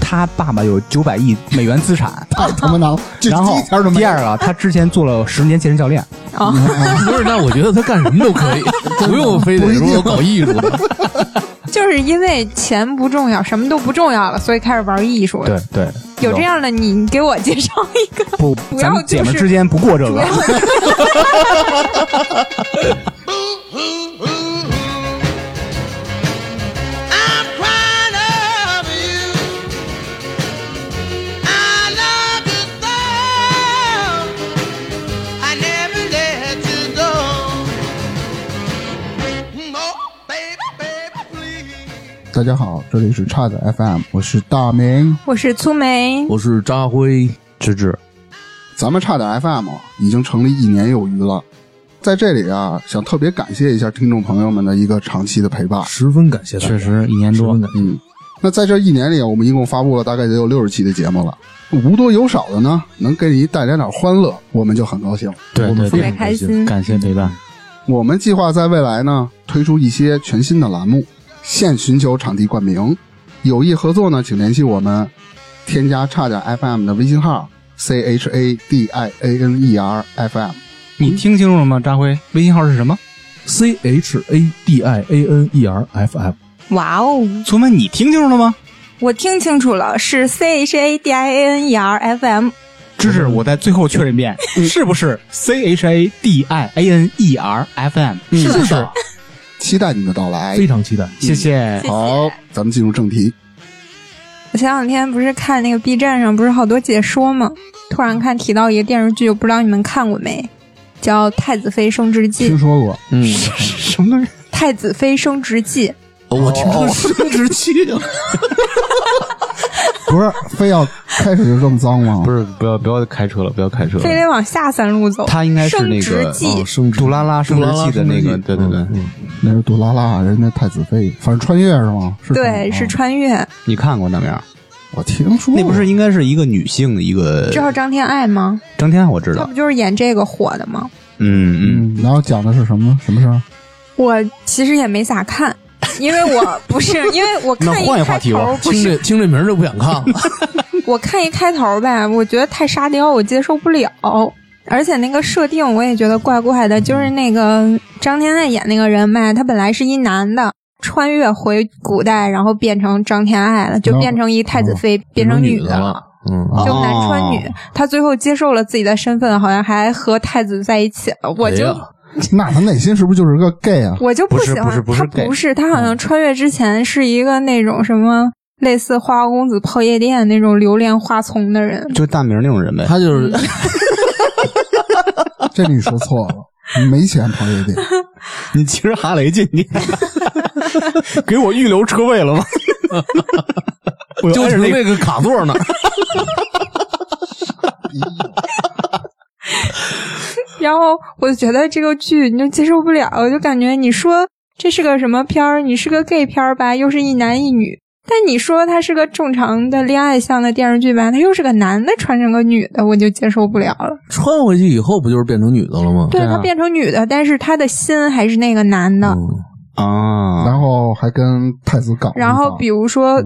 他爸爸有九百亿美元资 产，太啊他妈难了，这然后一条都没第有二个，他之前做了十年健身教练，哦 不是，那我觉得他干什么都可 以，不用非得说搞艺术的。就是因为钱不重要，什么都不重要了，所以开始玩艺术了。 对对，有这样的你，你给我介绍一个。不，主咱要们就姐们是之间不过这主个要。 I'm crying over you. I love you so. I never let you go. Oh, baby, baby, please. 大家好，这里是叉子 FM，我是大明。 我是粗梅， 我是扎辉，芝芝，咱们差点 FM 已经成立一年有余了，在这里啊，想特别感谢一下听众朋友们的一个长期的陪伴。十分感谢大家，确实一年多十分感谢嗯，那在这一年里，啊，我们一共发布了大概得有六十期的节目了，无多有少的呢，能给你带来点欢乐，我们就很高兴。对我对们特非别常开感谢。心。感谢陪伴，我们计划在未来呢推出一些全新的栏目，现寻求场地冠名，有意合作呢，请联系我们，添加差点 FM 的微信号 c h a d i a n e r f m。你听清楚了吗？张辉，微信号是什么？ C H A D I A N E R F M，哇哦，聪妹，你听清楚了吗？我听清楚了，是 C H A D I A N E R F M。芝嗯芝，我在最后确认一遍，是不是 C H A D I A N E R F M？嗯是不的是？期待你的到来非。常期待。谢谢。好，咱们进入正题。我前两天不是看那个 B 站上不是好多解说吗？突然看提到一个电视剧，我不知道你们看过没，叫《太子妃升职记》。说过，嗯， 什么东西？ 《太子妃升职记》我听到生殖器了。 不是非要开始就这么脏吗？不是，不要不要开车了，不要开车了。非得往下三路走。他应该是那升职个记哦，生殖杜拉拉生殖杜拉拉器的那个，生殖器对对对。嗯那是杜拉拉，人家太子妃，反正穿越是吗？是哦对，哦是穿越。你看过那名儿？哦我听说那不是应该是一个女性的一个知道张天爱吗？张天，我知他道不。就是演这个火的吗？嗯嗯，嗯，然后讲的是什么什么事儿？我其实也没咋看，因为我不是因为我那看一换一开话题吧头，不听是这听这名儿就不想看了。我看一开头呗，我觉得太沙雕，我接受不了。而且那个设定我也觉得怪怪的，就是那个张天爱演那个人呗，他本来是一男的，穿越回古代，然后变成张天爱了，就哦变成一太子妃，变成女的了。嗯，啊 就男穿哦女，他最后接受了自己的身份，好像还和太子在一起了。我就、哎呀 那他内心是不是就是个 gay 啊？我就不是喜欢，不是不是嗯他 gay 不是，他好像穿越之前是一个那种什么类似花花公子泡夜店那种流连花丛的 人。就大明那种人呗。他就是 这你说错了，没钱跑夜店。你骑着哈雷进 去，给我预留车位了 吗？我就挨着是那那个卡座那儿。然后我就觉得这个剧你就接受不了，我就感觉你说这是个什么片儿？你是个 gay 片儿吧，又是一男一女。但你说它是个正常的恋爱向的电视剧吧，它又是个男的穿成个女的，我就接受不了了。穿回去以后不就是变成女的了吗？对啊她变成女的，但是她的心还是那个男的。嗯，啊，然后还跟太子搞了一把。然后比如说，嗯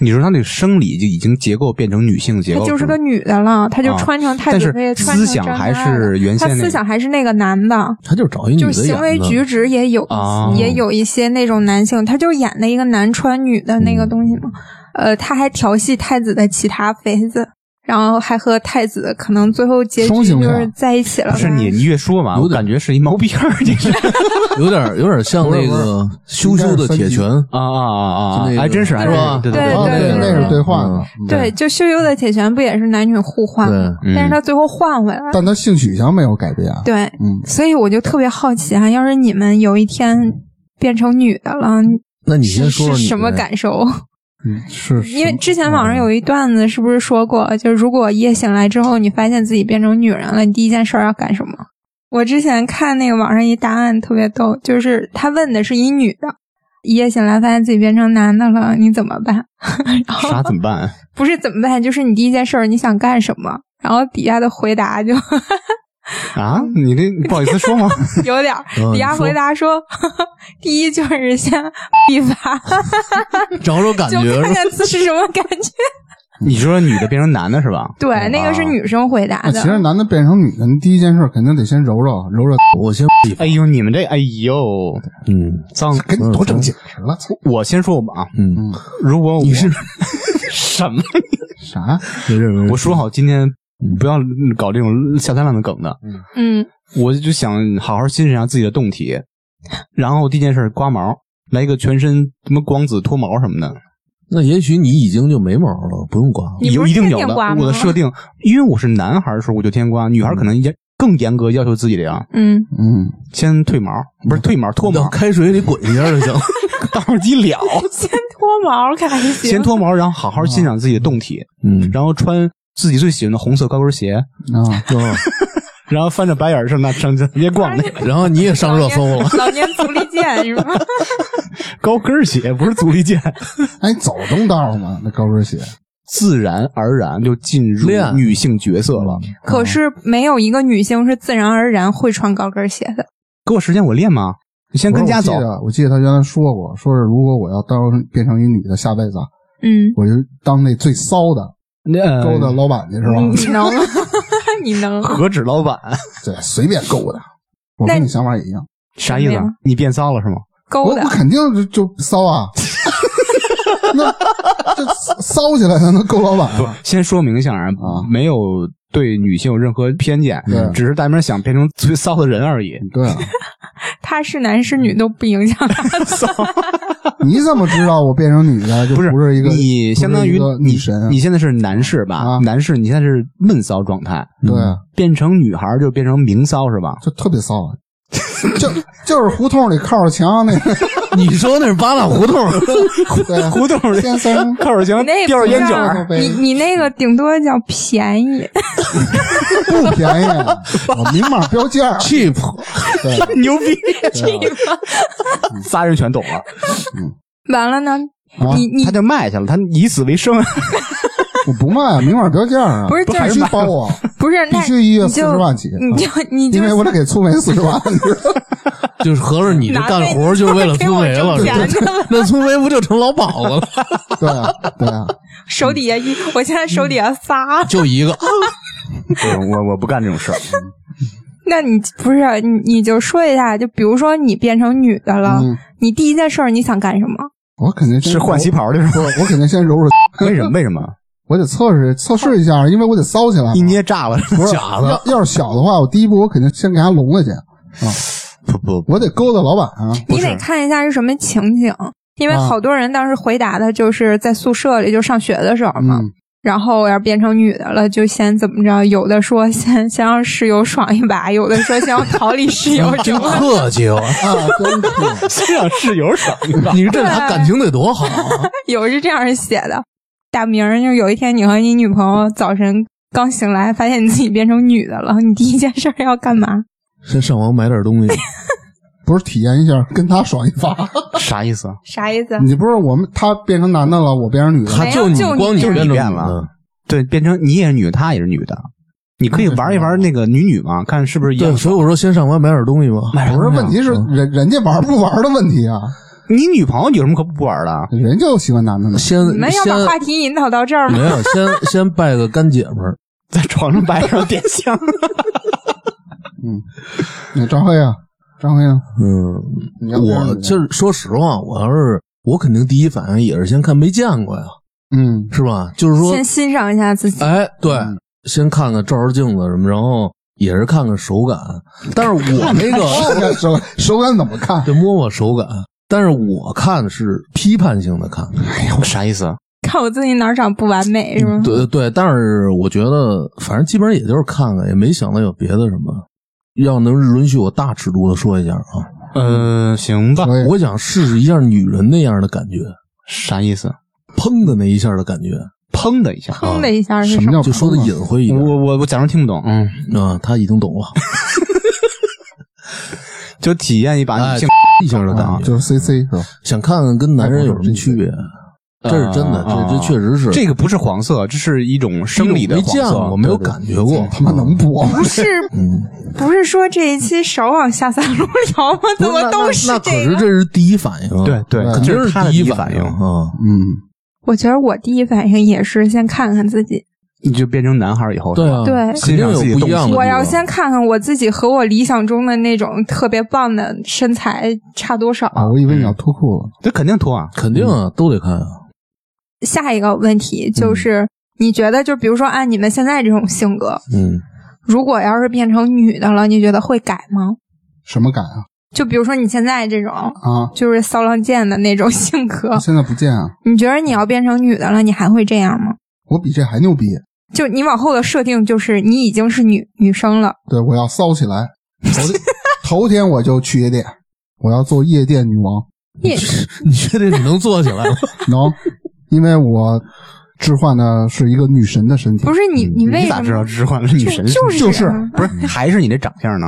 你说他那生理就已经结构变成女性结她构，就是个吧女的了，她就啊穿成太但子是妃，穿思成想张还太太了是原她先那思个想还是那个男的，他就是找一女就的是行为演的举止也有一啊也有一些那种男性，他就是演的一个男穿女的嗯那个东西嘛。呃，他还调戏太子的其他妃子，然后还和太子可能最后结局双性就恋是在一起了吧。不是你，你越说吧，有我点感觉是一毛病儿，你是 有点有点像那个羞羞的铁拳，啊啊啊啊！就那个嗯还真是，还真是，对对对哦，那对是那是对话的，对，就羞羞的铁拳不也是男女互换吗？对嗯但是他最后换回来了。但他性取向没有改变。对，嗯，所以我就特别好奇啊，要是你们有一天变成女的了，那你是先说说是你什么？感受？嗯是因为之前嗯网上有一段子，是不是说过，就是如果夜醒来之后，你发现自己变成女人了，你第一件事儿要干什么？我之前看那个网上一答案特别逗，就是他问的是一女的，一夜醒来发现自己变成男的了，你怎么办？然后啥怎么办？不是怎么办，就是你第一件事儿你想干什么？然后底下的回答就啊，你这不好意思说吗？ 有点儿。嗯底下回答说，第一就是先必发， 找找感 就觉看是吧？看这是什么感觉。你说女的变成男的是吧？对，那个啊是女生回答那的其。实男的变成女的，你第一件事肯定得先揉揉揉揉，我先，哎呦，你们这哎呦嗯脏，给你多整解释了，操我先说吧啊，嗯，如果我你 是什么？啥？别这么我说好今天嗯不要搞这种下三滥的梗的，嗯，我就想好好欣赏一下自己的动体。然后第一件事刮毛，来一个全身什么光子脱毛什么的，那也许你已经就没毛了，不用刮了。你不有是一定天有天的。刮吗我的设定，因为我是男孩儿的时候我就天天刮，女孩儿嗯可能严更严格要求自己这样，嗯， 嗯，先退毛，不是退毛脱到毛，开水里滚一下 就行了。到时候一了，先脱毛看还行。先脱毛，然后好好欣赏自己的动体，嗯，然后穿自己最喜欢的红色高跟鞋，啊， 然后翻着白眼儿上那上街逛那 然后你也上热搜了。老年足力健是吗？ 高跟儿鞋，不是足 力健，哎，走中道嘛，那高跟鞋，自然而然就进入练女性角色了。 嗯可是没有一个女性是自然而然会穿高跟鞋的。给我时间，我练吗？你先跟家走我。记得我记得他原来说过，说是如果我要当变成一女的，下辈子啊嗯，我就当那最骚的那呃勾搭老板去，是吧？你能， 你能。何止老板？ 对，随便勾搭。我那跟你想法也一样，啥意思啊什么呀？你变骚了是吗？勾我的我，肯定就就骚啊， 那这骚起来才能勾老板啊。先说明一下啊啊，没有对女性有任何偏见对，只是大明想变成最骚的人而已。对 啊，他是男是女都不影响他。 你怎么知道我变成女的就不不是一个你，不是相当于一个你女神啊？你现在是男士吧啊？男士，你现在是闷骚状态，对啊，变成女孩就变成明骚是吧？就特别骚啊，就就是胡同里靠着墙那 个， 你说那是八大胡同，对啊，胡同里先生靠着墙你那叼不啊着烟叫卷儿，儿你你那个顶多叫便宜，不便宜，啊 我明码标价啊 cheap，对，牛逼！ 嗯对啊仨人全懂了，完了呢，啊你你他就卖去了，他以此为生。啊我不卖，明码标价啊，不是就是必须包我，不是必那须一月你四就十万起，啊你就你 就因为我得给粗眉四十万，你知道吗 就是合着你这干 活就为了粗眉了，给我挣是钱吧 那粗眉不就成老鸨子了？ 对啊，对啊，手底下一，我现在手底下嗯仨。就一 个，啊我我不干这种 事儿。那你不是你你就说一下，就比如说你变成女的了，嗯，你第一件事儿你想干什么？我肯定先是换旗袍的是吧？不是，我肯定先揉揉，为什么？为什么？我得测试测试一下，因为我得骚起来一嘛。捏炸了，不是假的，要要是小的话，我第一步我肯定先给他聋了去，不不，我得勾搭老板啊。你得看一下是什么情景，因为啊好多人当时回答的就是在宿舍里，就上学的时候嘛。嗯，然后要变成女的了，就先怎么着？有的说先先让室友爽一把，有的说先要逃离室友真客气哦，啊，真 是先让室友爽一把。你这俩感情得多 好啊！有是这样写的。大明儿，就是有一天你和你女朋友早晨刚醒来，发现你自己变成女的了，你第一件事儿要干嘛？先上网买点东西，不是体验一下跟他爽一发？ 啥意思？啊啥意思？你不是我们他变成男的了，我变成女的了，他就没有你就你光你就你变成变了了，对，变成你也是女，她也是女的，你可以玩一玩那个女女嘛，看是不是一对，样。所以我说先上网买点东西吧。不是问题是嗯人人家玩不玩的问题啊，你女朋友有什么可不玩的？啊人就喜欢男的呢。先你们要先把话题引导到这儿没吗？有， 先先拜个干姐们儿， 在床上摆上点 香，那张辉啊，张辉啊，嗯，你要变成我女的就是说实话，我要是我肯定第一反应也是先看没见过呀，嗯，是吧？就是说先，欣赏一下自己。哎，对，先看看照照镜子什么，然后也是看看手感。但是我那个 手手感怎么 看？对摸摸手感，但是我看是批判性的看，哎啥意思？啊看我自己哪儿长不完美嗯是吗？嗯对对，但是我觉得反正基本上也就是看看，也没想到有别的什么。要能允许我大尺度的说一下啊，呃，行吧，所以我想试试一下女人那样的感觉，啥意思？啊砰的那一下的感觉，砰的一下，砰啊的一下是什什么么？叫就说的朋友隐晦一点我我我假装听不懂，嗯，啊，他已经懂 了，就体验一把女性哎一下的感啊？觉，就是 C C 是吧？想看看跟男人有什么区别。这是真的，啊这这确实是这个不是黄色，这是一种生理的没黄色。见过，没有感觉过，他妈能播吗？不是嗯，不是说这一期少往下三路聊吗？不怎是那么都那那可这是个？这是第一反应啊，对对，肯定嗯这是他的第第一反反应，啊。嗯，我觉得我第一反应也是先看看自己，你就变成男孩以后，对啊，对肯定有不一样的地方。啊我要先看看我自己和我理想中的那种特别棒的身材差多少。啊，我以为你要脱裤子，这肯定脱啊，肯定啊，都得看啊。下一个问题就是，你觉得就比如说按你们现在这种性格，嗯，如果要是变成女的了，你觉得会改吗？什么感啊？就比如说你现在这种啊，就是骚浪贱的那种性格， 现在不见啊，你觉得你要变成女的了，你还会这样吗？我比这还牛逼。就你往后的设定就是你已经是女女生了，对，我要骚起来。头 天头天我就去夜店，我要做夜店女王，也你确定你能坐起来吗？能、因为我置换的是一个女神的身体不。是你 你为你咋什知道么？置换了女神？嗯就就是就是啊不是还是你这长相呢？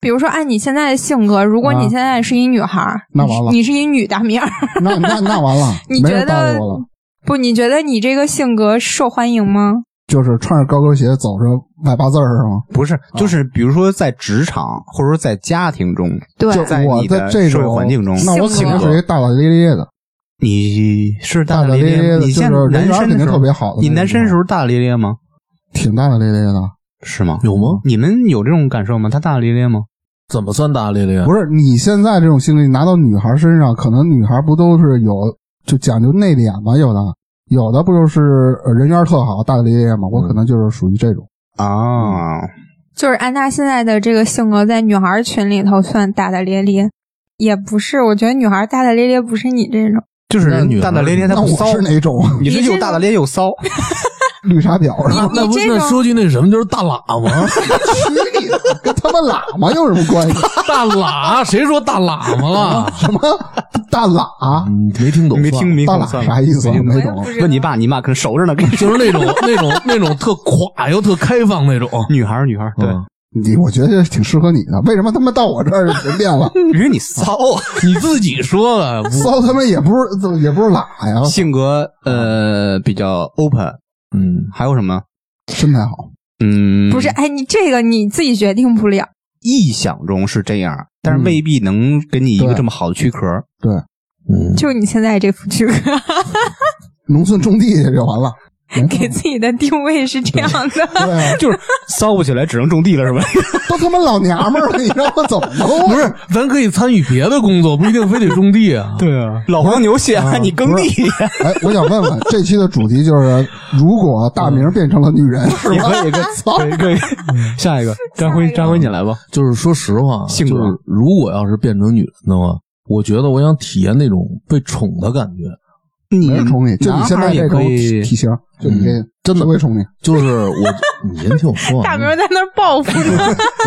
比如说按你现在的性格，如果啊你现在是一女孩儿，那完了你是你是一女大名儿， 那那那完了，你没觉人搭理得我了。不？你觉得你这个性格受欢迎吗？就是穿着高跟鞋走着外八字儿是吗？不是，就是比如说在职场或者说在家庭中，对，就在我你的这社种会环境中那我肯定是一个大大咧咧的，你是大大大咧咧的，你就是像人男缘生肯的定时候特别好的那种。你男生的时候大大咧咧吗？挺大大咧咧的，是吗？有吗？你们有这种感受吗？他大大咧咧吗？怎么算大大咧咧？啊不是你现在这种性格，你拿到女孩身上，可能女孩不都是有就讲究内敛吗？有的，有的不就是呃人缘特好、大大咧咧吗？我可能就是属于这种。啊，就是按他现在的这个性格，在女孩群里头算大大咧咧，也不是。我觉得女孩大大咧咧不是你这种，就是那女人大孩大咧咧，他那不我骚。是哪种？ 你你是这又大大咧咧又骚，绿茶婊 是吧？你那不这那种说句那什么，就是大喇嘛，去你的，跟他妈喇嘛有什么关系？大喇，啊谁说大喇嘛了？什么大喇？嗯，没听懂，没算了听明大白喇啥意思？啊没没我也懂不。知道问你爸，你妈可能守着呢。跟你说，就是那种那种那种特垮又特开放那种。 女孩儿女孩儿，对，嗯你我觉得挺适合你的，为什么他妈到我这儿就变了？因 为你骚啊，你自己说的，不骚他妈也不是也不是喇呀， 性格呃比较 open，嗯，还有什么？身材好。嗯，不是？哎，你这个你自己决定不了。臆想中是这样，但是嗯未必能给你一个对这么好的躯壳。嗯就你现在这副躯壳，农村种地去就完了。没给自己的定位是这样的。对啊， 就是骚不起来，只能种地了，是吧？都他妈老娘们儿了，你让我怎么弄？啊不是，咱可以参与别的工作，不一定非得种地啊。对啊， 老黄牛血啊你耕地，哎，我想问问，这期的主题就是，如果大明嗯变成了女人，是吧？可以可操以可以。 下一个，张辉，张辉你来吧。就是说实话，啊性格就是如果要是变成女人的话，我觉得我想体验那种被宠的感觉， 你没人宠你，就你现在这种男孩也可以嗯体型，就你这真的不会宠你，就是我，你先听我说 啊大完 明。在那儿报复呢，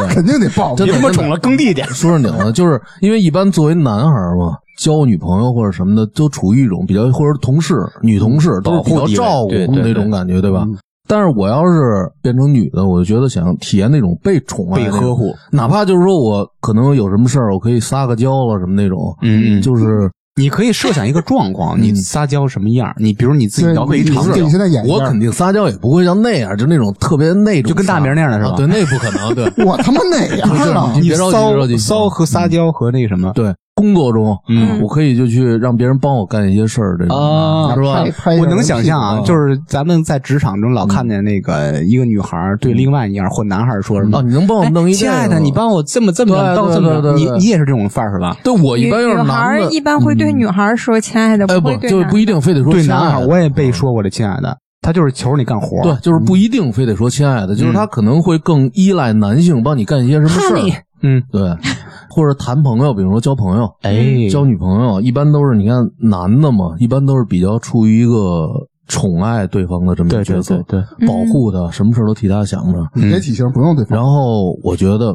肯定得报复真别的他妈宠了耕 地去。说正经的，就是因为一般作为男孩儿嘛，交女朋友或者什么的，都处于一种比较或者同事、女同事都是比保护较地位照顾对对那种对感觉，对吧嗯？但是我要是变成女的，我就觉得想体验那种 被宠爱、被呵护，哪怕就是说我可能有什么事儿，我可以撒个娇了什么那种，嗯嗯就是你可以设想一个状况，你撒娇什么样儿？你比如嗯你自己对描绘一你场自己景，现在演一下。我肯定撒娇也不会像那样，就那种特别那种撒，就跟大明那样的是吧啊对，那不可 能，对我他妈哪样啊不是了？你你别着急别着急骚骚和撒娇和那个什么，对，工作中，嗯我可以就去让别人帮我干一些事儿，这种啊是吧拍？拍一下我能想象人啊，屁股就是咱们在职场中老看见那个一个女孩儿对另外一样或男孩儿说什么啊，你能帮我哎弄一这亲个吗、爱的，你帮我这么这么对着，帮我这么对着，对对你对你也是这种范儿是吧？对我一女般要是女孩男儿的，嗯一般会对女孩儿说“亲爱的”，哎不会对就男不一定非得说对亲爱男的孩儿我也被说过的，亲爱的，他就是求着你干活儿，对，就是不嗯一定非得说亲爱的，就是他可能会更依赖男性帮你干一些什么事儿，嗯，对，或者谈朋友，比如说交朋友，哎，交女朋友，一般都是你看男的嘛，一般都是比较处于一个宠爱对嗯方的这么一对个对角色对，对，保护嗯他，什么事儿都替他想着。你嗯这体型不用对方。然后我觉得，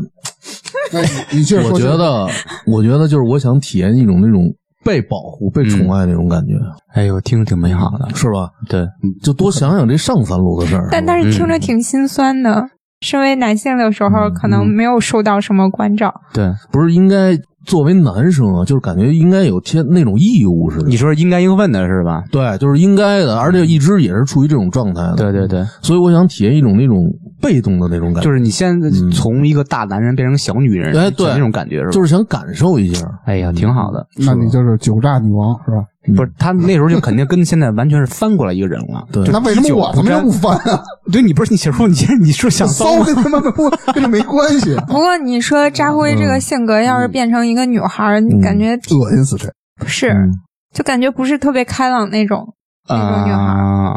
那你你接着说，我觉得，我觉得就是我想体验一种那种被保护、被宠爱那种感觉，哎呦，听着挺美好的，是吧？嗯对，就多想想这上三路的事儿。但但是听着挺心酸的。身为男性的时嗯候，可能没有受到什么关照。对，不是应该作为男生啊，就是感觉应该有天那种义务似的。你说应该应分的是吧？对，就是应该的，而且一直也是处于这种状态的。对对对，所以我想体验一种那种被动的那种感觉，就是你现在嗯从一个大男人变成小女人，哎对那种感觉是吧？就是想感受一下。哎嗯呀，挺好的。那你就是酒榨女王是吧？不是他那时候就肯定跟现在完全是翻过来一个人了。对那为什么我他妈不不翻啊？对你不是你说你你说想骚跟他妈不跟这没关 系，不过你说嗯扎辉这个性格，要是变成一个女孩儿，你感觉恶心死谁！不是，嗯就感觉不是特别开朗那种那种女孩儿。啊，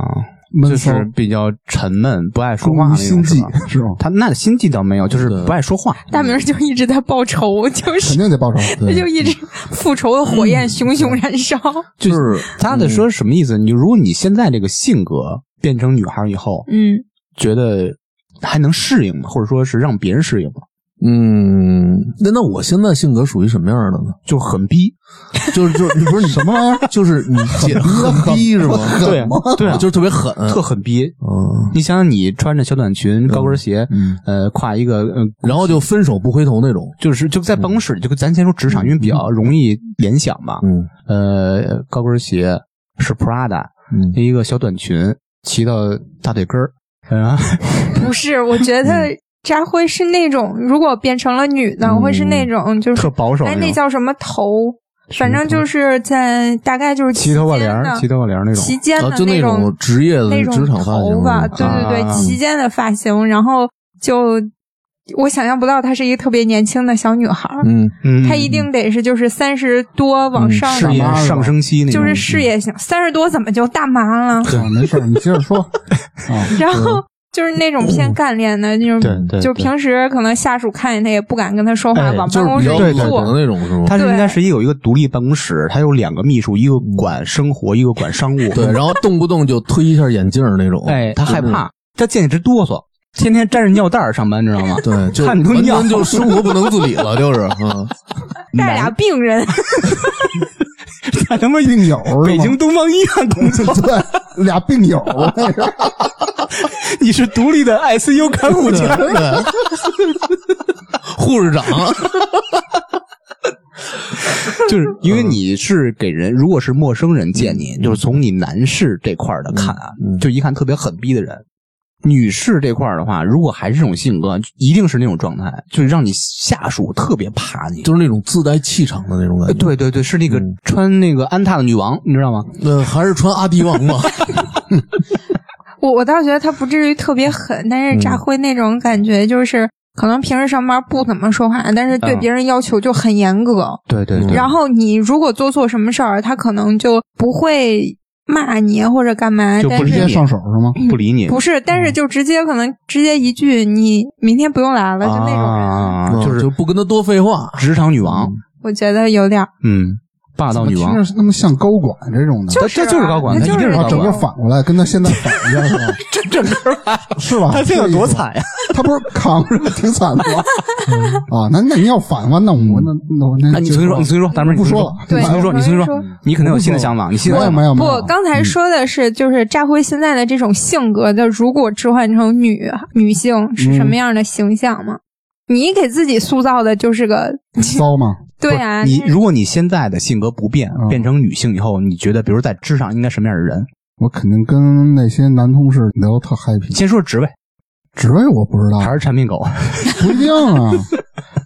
闷就骚是比较沉闷、不爱说工话于那心种计是吧？是吗？他那心计倒没有，就是不爱说话。大明儿就一直在报仇， 就肯是定得 报仇。他就对，一直嗯复仇的火焰熊熊燃烧。就是他嗯的说什么意思？你如果你现在这个性格变成女孩以后，嗯，觉得还能适应吗？或者说是让别人适应吗？嗯，那那我现在性格属于什么样的呢？就很逼， 就是就是你不 是你什么玩意儿？ 就是你姐很逼是吗？对啊对啊，就是特别狠，特很逼。嗯你想想，你穿着小短裙、高跟鞋，嗯，呃，跨一个，呃，然后就分手不回头那种。就是就在办公室里，就咱先说职场，因为比较容易联想嘛。嗯呃，高跟鞋是 Prada，嗯一个小短裙骑到大腿根儿，然后不是，我觉嗯得扎辉是那种，如果变成了女的，嗯会是那种就是 特保守哎，那那种，叫什么头？反正就是在大概就是齐头发帘儿，齐齐头发帘儿那种。齐肩的啊，就那种职业的那种职场发型头发，对啊对对，啊齐肩的发型，然后就我想象不到她是一个特别年轻的小女孩儿，嗯，嗯，她一定得是就是三十多往上事业的，上升期那种，嗯就是事业型，三十多怎么就大妈了？啊，没事儿，你接着说。啊，然后就是那种偏干练的那嗯对种，对就对平时可能下属看见她也不敢跟她说话，哎往就啊办是公比室较一冷坐的。那种是吗？他是对应该是一有一个独立办公室，他有两个秘书，一个管生活，一个管商务。对，，然后动不动就推一下眼镜儿那种，哎，他就害那种怕，他见你直哆嗦，天天沾着尿袋儿上班，你知道吗？对，就看完你都尿全就生活不能自理了，就是嗯，带俩病 人， 他他妈病友是吗北 京东方医院工作，对，俩病友，那是 你是独立的 ICU 看护对家，对，护士长，就是因为你是给人，如果是陌生人见你，就是从你男士这块儿的看啊，嗯嗯就一看特别狠逼的人。女士这块儿的话，如果还是这种性格，一定是那种状态，就是让你下属特别怕你，就是那种自带气场的那种感呃觉。，对对对，是那个嗯穿那个安踏的女王，你知道吗？那呃还是穿阿迪王嘛，我我倒觉得他不至于特别狠，但是嗯扎辉那种感觉就是，可能平时上班不怎么说话，但是对嗯别人要求就很严格。对对对然后你如果做错什么事儿，他可能就不会骂你或者干嘛，就不但直理是接上手是吗？不理你，不是，但是就直接可能直接一句你明天不用来了，就那种人，啊，嗯就是就不跟他多废话。职场女王，我觉得有点儿嗯，霸道女听王着，是那么像高管这种的，啊就这就是高管他他就一定是是然后啊整个高管啊反过来跟他现在反一下是吧？ 这哥 是吧？他这有多惨呀？是这意思吗？他不是扛着挺惨的 吗？啊，那那你要反的话，那我那那我那嗯那你重新说，你重新说，大明，不你重啊说了，对新你重新说，你重新我重新说，你肯定有新的想法，你新的没有想没法，有没不有，，刚嗯才说的是，就是扎辉现在的这种性格的，如果置换成女女性是什么嗯样的形象吗？你给自己塑造的就是个骚吗？对啊，你这如果你现在的性格不变嗯，变成女性以后，你觉得，比如在职场应该什么样的人？我肯定跟那些男同事聊得特 happy。先说职位，职位我不知道，还是产品狗？不一定啊，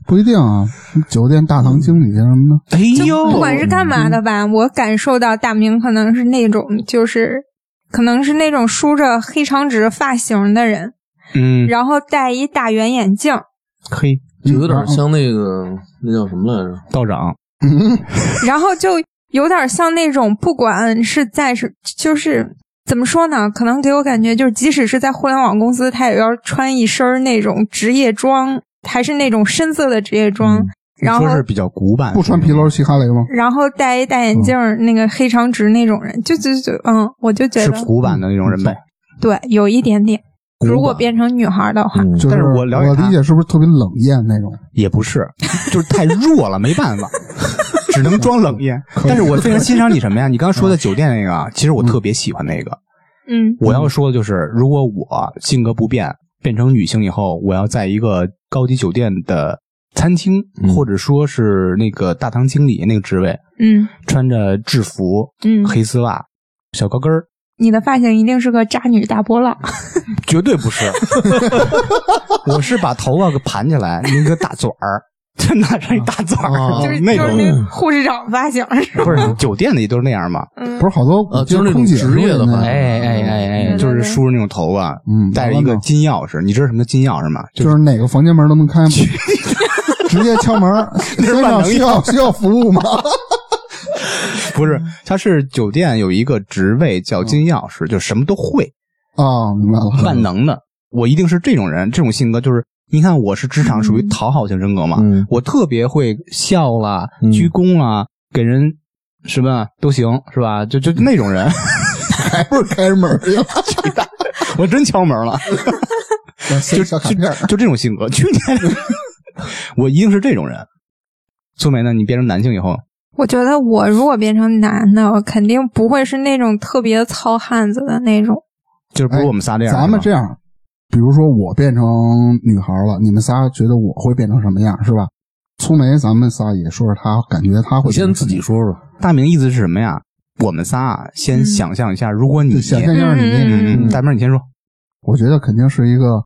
不一定啊。酒店大堂经理什么的， 哎不呦，管是干嘛嗯的吧，我感受到大明可能是那种就是。可能是那种梳着黑长直发型的人，嗯，然后戴一大圆眼镜，嘿，就嗯有点像那个那叫什么来着？道长，嗯，然后就有点像那种，不管是在是就是怎么说呢，可能给我感觉就是，即使是在互联网公司，他也要穿一身儿那种职业装，还是那种深色的职业装，你然后说是比较古板，不穿皮褛骑哈雷吗？然后戴一大眼镜儿，那个黑长直那种人，就就就嗯，我就觉是得古板的那种人呗。对，有一点点。如果变成女孩的话，嗯，就但是我我了解他理解是不是特别冷艳那种？也不是，就是太弱了，没办法，只能装冷艳。但是我非常欣赏你什么呀？你刚刚说的酒店那个啊，其实我特别喜欢那个。嗯，我要说的就是，如果我性格不变，变成女性以后，我要在一个高级酒店的餐厅，嗯或者说是那个大堂经理那个职位，嗯穿着制服、嗯，黑丝袜、小高跟儿，你的发型一定是个渣女大波浪，哦绝对不是。我是把头发给盘起来，那个大嘴儿，就拿上一大嘴儿，哦就是那嗯就是种。那护士长发型， 是吧不是酒店里都是那样嘛？嗯不是好多呃就是那空种姐职业的嘛话，哎哎哎哎，嗯就是梳着那种头发，嗯带着一个金钥匙，你知道什么金钥匙吗？就就是哪个房间门都能开吗？ 直接敲门，先生万能需要需要服务吗？不嗯是，他是酒店有一个职位叫金钥匙，就什么都会，啊，明白了。万能的。我一定是这种人，这种性格就是，你看我是职场属于讨好型人格嘛，嗯我特别会笑啦、嗯鞠躬啦，给人什么都行，是吧？就就那种人，嗯还不是开门呀？我真敲门了，就小卡片儿，就这种性格。去 年我一定是这种人。苏梅呢？你变成男性以后，我觉得我如果变成男的，我肯定不会是那种特别糙汉子的那种。就是不是我们仨这样、哎咱们这样，样，比如说我变成女孩了，你们仨觉得我会变成什么样，是吧？粗梅，咱们仨也说说她，感觉她会你变先成自什么己样说说，大明意思是什么呀？我们仨啊，先嗯想象一下，如果你就想象一下你，嗯，嗯大明你先说。我觉得肯定是一个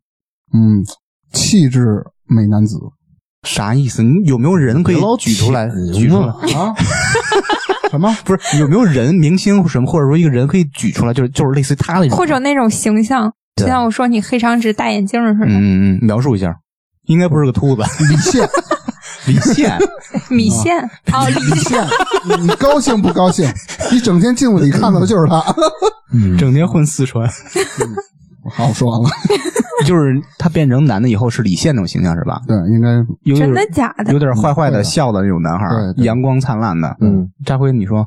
嗯气质美男子啥意思？你有没有人可以别老举出来？舔人举出来嘛啊。什么？不是有没有人明星或什么，或者说一个人可以举出来，就是就是类似于他那种，或者那种形象，就像我说你黑长直戴眼镜似的，嗯嗯，嗯描述一下，应该不是个秃子，李 现，离线，嗯米线 哦，李李现， 你你高兴不高兴？你整天镜子里看到的就是他。嗯，整天混四川， 我好，啊我说完了。就是他变成男的以后是李现那种形象是吧？对，应该有真点的假的有？点坏坏的笑的那种男孩对，对阳光灿烂的。嗯，扎辉你说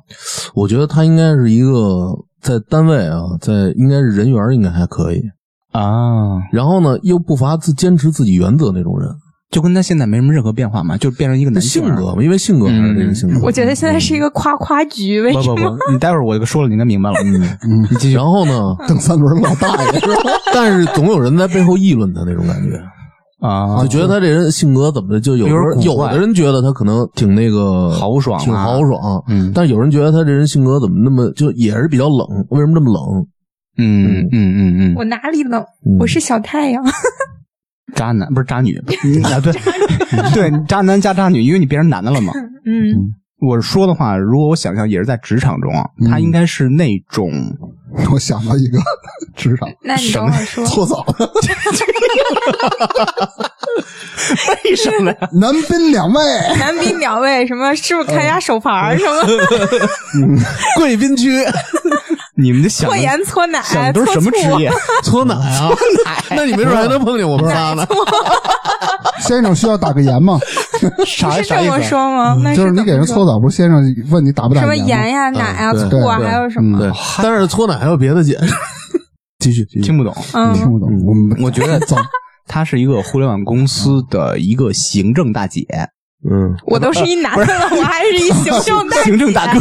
我觉得他应该是一个在单位啊，在应该是人缘儿应该还可以，啊，然后呢又不乏自坚持自己原则那种人，就跟他现在没什么任何变化嘛，就变成一个那男啊嗯性儿格嘛，因为性格还是这个性格。我觉得现在是一个夸夸局，为不什不么？不，你待会儿我说了，你应该明白了。嗯，嗯，你继续 然。后 呢，邓三轮老大爷是吧？ 但是总有人在背后议论他那种感觉，啊就，觉得他这人性格怎么的，就有时有候点古有怪的人觉得他可能挺那个豪爽啊挺豪爽，嗯但是有人觉得他这人性格怎么那么就也是比较冷，为什么这么冷？嗯嗯嗯嗯，我哪里冷？嗯我是小太阳。渣男不是渣女啊， 对对，渣男加渣女，因为你变成男的了嘛。嗯，我说的话，如果我想象也是在职场中啊，他应该是那种我想到一个职场那你等会儿说。搓澡，为什么呀？男宾两位，男宾两位，什么师傅看家手牌儿，什 么贵宾 区，你们这想搓盐搓奶想的都是什么职业？搓奶啊，那你没准还能碰见我们仨呢。先生需要打个盐吗？不啥是啥这意么思啊？说吗？哦那就是怎你么给人说搓澡，不是先生问你打不打什么吗盐嗯呀、奶呀、对醋啊，对还有什么？对，但是搓奶还有别的解释。继续，继 续。听不懂。听嗯，不懂，我们我觉得她是一个互联网公司的一个行政大姐，嗯，我都是一男的了，我还是一行政 大姐行政大 哥，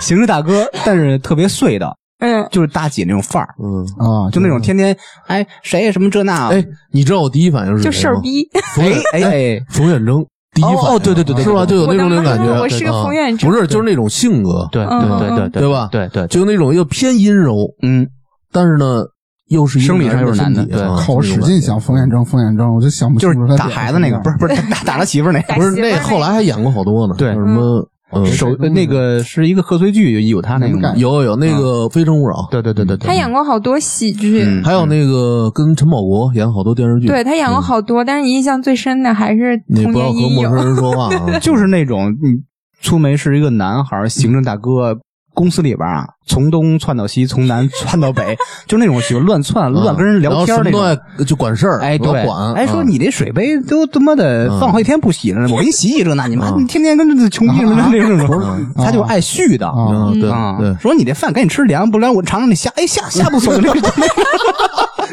行政大哥，但是特别碎的，嗯，就是大姐那种范儿，嗯，啊，就那种天天哎谁什么这那，啊哎，你知道我第一反应是就谁事儿吗？逼。 冯远哎哎冯远征第一反应哦哦对对对对是吧？对就有那种我的那种妈感觉呀，我是个啊冯远征不是，就是那种性格，对嗯嗯嗯对吧对对，就那种又偏阴柔，嗯，但是呢又是一个生理上又是男的身体啊对靠我使劲想冯远征，冯远征，我就想不就清楚是他打孩子那个，不是不是打打他媳妇儿那个，打不是媳妇儿那后来还演过好多呢，对叫什么嗯手那个是一个贺岁剧，有他那个敏吗感有，有有有那个《非诚勿扰》，嗯对对对对对，他演过好多喜剧，嗯还有那个跟陈宝国演好多电视剧，对他演过好多，但是你印象最深的还是你童不要年和阴陌影。生人说话 啊，就是那种，嗯，粗梅是一个男孩儿，行政大哥，公司里边啊，从东窜到西，从南窜到北，就那种喜欢乱窜、啊乱跟人聊天儿然后那什么种。都爱就管事儿，哎，不要对，管，哎，说啊你这水杯都他妈的嗯放好几天不洗了呢，我给你洗洗这那，你妈你天天跟这穷逼什么的那种那种， 他就爱絮叨啊嗯，对啊对，，说你这饭赶紧吃凉，不然我尝尝那虾，哎虾虾不错， 那个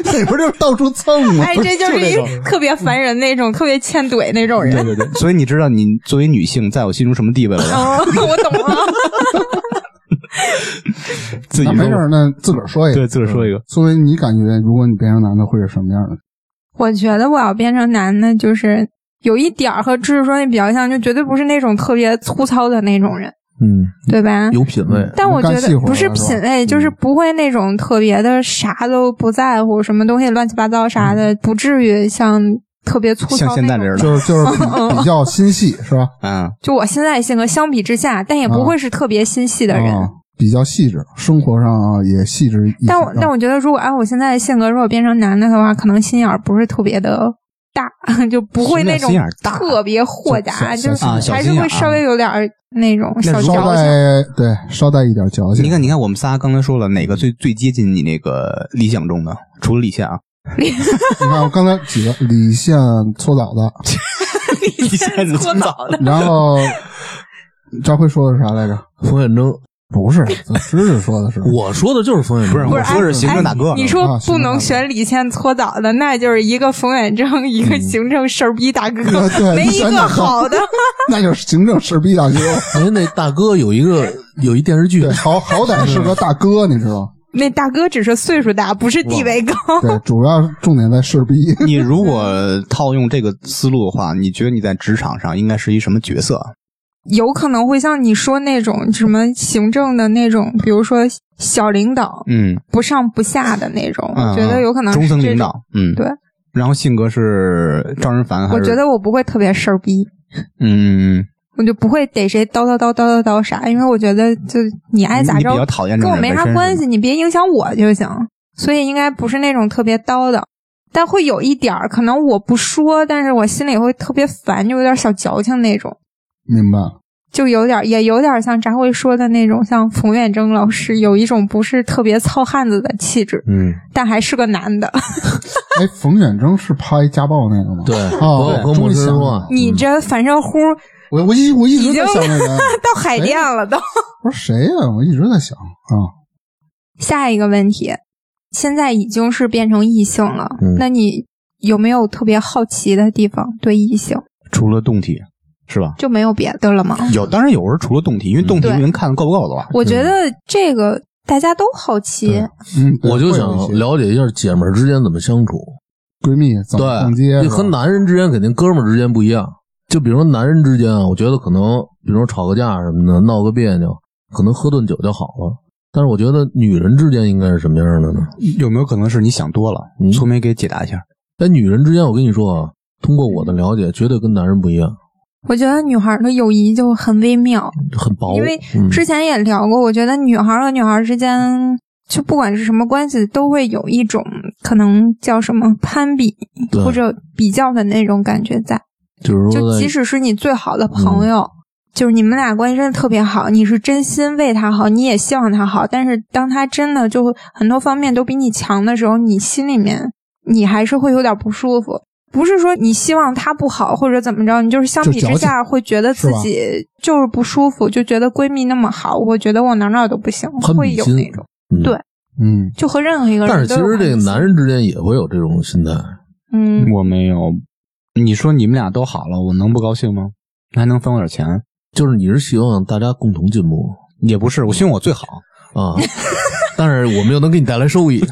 那不就是到处蹭吗？ 哎，这就是一个特别烦人那种，特别欠怼那种人。对对，所以你知道你作为女性在我心中什么地位了吧？ 哦，我懂了。 自己那没事说儿，那自个儿说一个。对自个儿说一个，嗯作为你感觉，如果你变成男的会是什么样的？我觉得我要变成男的，就是有一点儿和知识说那比较像，就绝对不是那种特别粗糙的那种人，嗯，对吧？有品位，嗯但我觉干细得活儿不是是吧品味，就是不会那种特别的啥都不在乎，什么东西乱七八糟啥的，不至于像特别粗糙嗯像现在这那种样 就的，是就是嗯比比较心细是吧？嗯，就我现在性格相比之下，但也啊不会是特别心细的人。哦啊比较细致，生活上啊也细致一些。啊但我嗯但我觉得，如果哎按我现在的性格，如果变成男的的话，可能心眼儿不是特别的大，就不会那种心眼儿大特别豁达，小小就是啊小还是心眼会儿啊稍微有点儿那种小是稍矫情。带对稍带一点矫情。你看，你看，我们仨刚才说了哪个最最接近你那个理想中的？除了 李现啊，你看我刚才几个李现搓澡的，李现搓澡的，然 后张辉说的是啥来着？冯远征。不是，芝芝说 的是我说的就是冯远征，啊不不是我是说哎是行政大哥，你啊行说不政大能哥选李现搓澡的，那就是一个冯远征，一个行政事儿逼大 哥，对没你一选个哪个好的。 那就是行政事逼大哥，哎，那大哥有一个有一电视剧对，好好歹是个大哥，你知道？ 那大哥只是岁数大，不是地位高。对，主要重点在事逼。你如果套用这个思路的话，你觉得你在职场上应该是一什么角色？有可能会像你说那种什么行政的那种，比如说小领导，嗯，不上不下的那种，嗯我觉得有可能是中层这领种。导，嗯，对。然后性格是招人烦还我是？觉，得我不会特别事儿逼，嗯，我就不会逮谁叨叨叨叨叨叨啥，因为我觉得就你爱哎咋你比较着，讨厌这跟种我人没啥关。系，你别影响我就行。所以应该不是那种特别叨叨，但会有一点儿，可能我不说，但是我心里会特别烦，就有点小矫情那种。明白？就有点，也有点像张辉说的那种，像冯远征老师有一种不是特别糙汉子的气质，嗯，但还是个男的。 哎，冯远征是拍家暴那个吗？对，哦我对和终莫于师想起说来啊了，你这反射弧我我一我一直已在经想那 人，到海淀了都。 我说谁呀、我一直在想啊，下一个问题，现在已经是变成异性了，嗯那你有没有特别好奇的地方？对异性除了动体，是吧？就没有别的了吗？有，当然有人除了动体，因为动体嗯对人看的够不够的吧？嗯我嗯觉得这个大家都好奇，嗯，对我就会想有一些了解一下姐们儿之间怎么相处。闺蜜怎么逛街对，是你吧和男人之间肯定哥们儿之间不一样。就比如说男人之间啊，我觉得可能，比如说吵个架什么的，闹个别扭，可能喝顿酒就好了。但是我觉得女人之间应该是什么样的呢？有没有可能是你想多了？嗯粗梅给解答一下。但女人之间，我跟你说啊，通过我的了解，绝对跟男人不一样，我觉得女孩的友谊就很微妙，很薄。因为嗯之前也聊过，我觉得女孩儿和女孩儿之间，就不管是什么关系，都会有一种可能叫什么攀比对或者比较的那种感觉在。就是说就在，即使是你最好的嗯朋友，就是你们俩关系真的特别好，你是真心为他好，你也希望他好，但是当他真的就很多方面都比你强的时候，你心里面你还是会有点不舒服。不是说你希望他不好或者怎么着，你就是相比就矫之情下会觉得自己就是不舒服，就觉得闺蜜那么好，我觉得我哪哪都不行，攀会比有心那种，嗯对嗯，就和任何一个人。但是其实这个男，人之间也会有这种心态。嗯，我没有。你说你们俩都好了，我能不高兴吗？还能分我点钱？就是你是希望大家共同进步也不是，我希望我最好。 啊，但是我们又能给你带来收益。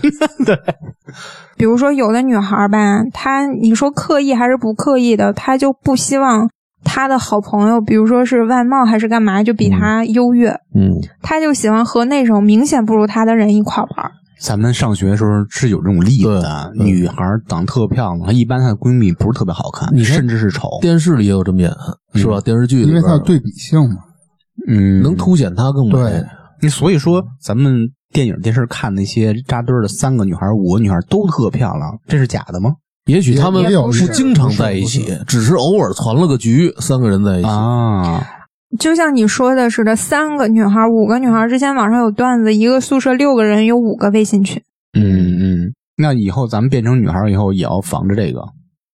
比如说，有的女孩儿吧，她你说刻意还是不刻意的，她就不希望她的好朋友，比如说是外貌还是干嘛，就比她优越，嗯，她就喜欢和那种明显不如她的人一块儿玩儿。咱们上学的时候是有这种例子的，对女孩长得特漂亮，她一般她的闺蜜不是特别好看，你看甚至是丑。电视里也有这么演，是吧？电视剧里嗯因为边它有对比性嘛，嗯，能凸显她更美。对你所以说，咱们电影、电视看那些扎堆儿的三个女孩、五个女孩都特漂亮，这是假的吗？也许他们也也有不是经常在一不起，只是偶尔攒了个局，三个人在一起。啊，就像你说的似的，三个女孩儿、五个女孩儿之前网上有段子，一个宿舍六个人有五个微信群。嗯嗯，那以后咱们变成女孩以后，也要防着这个。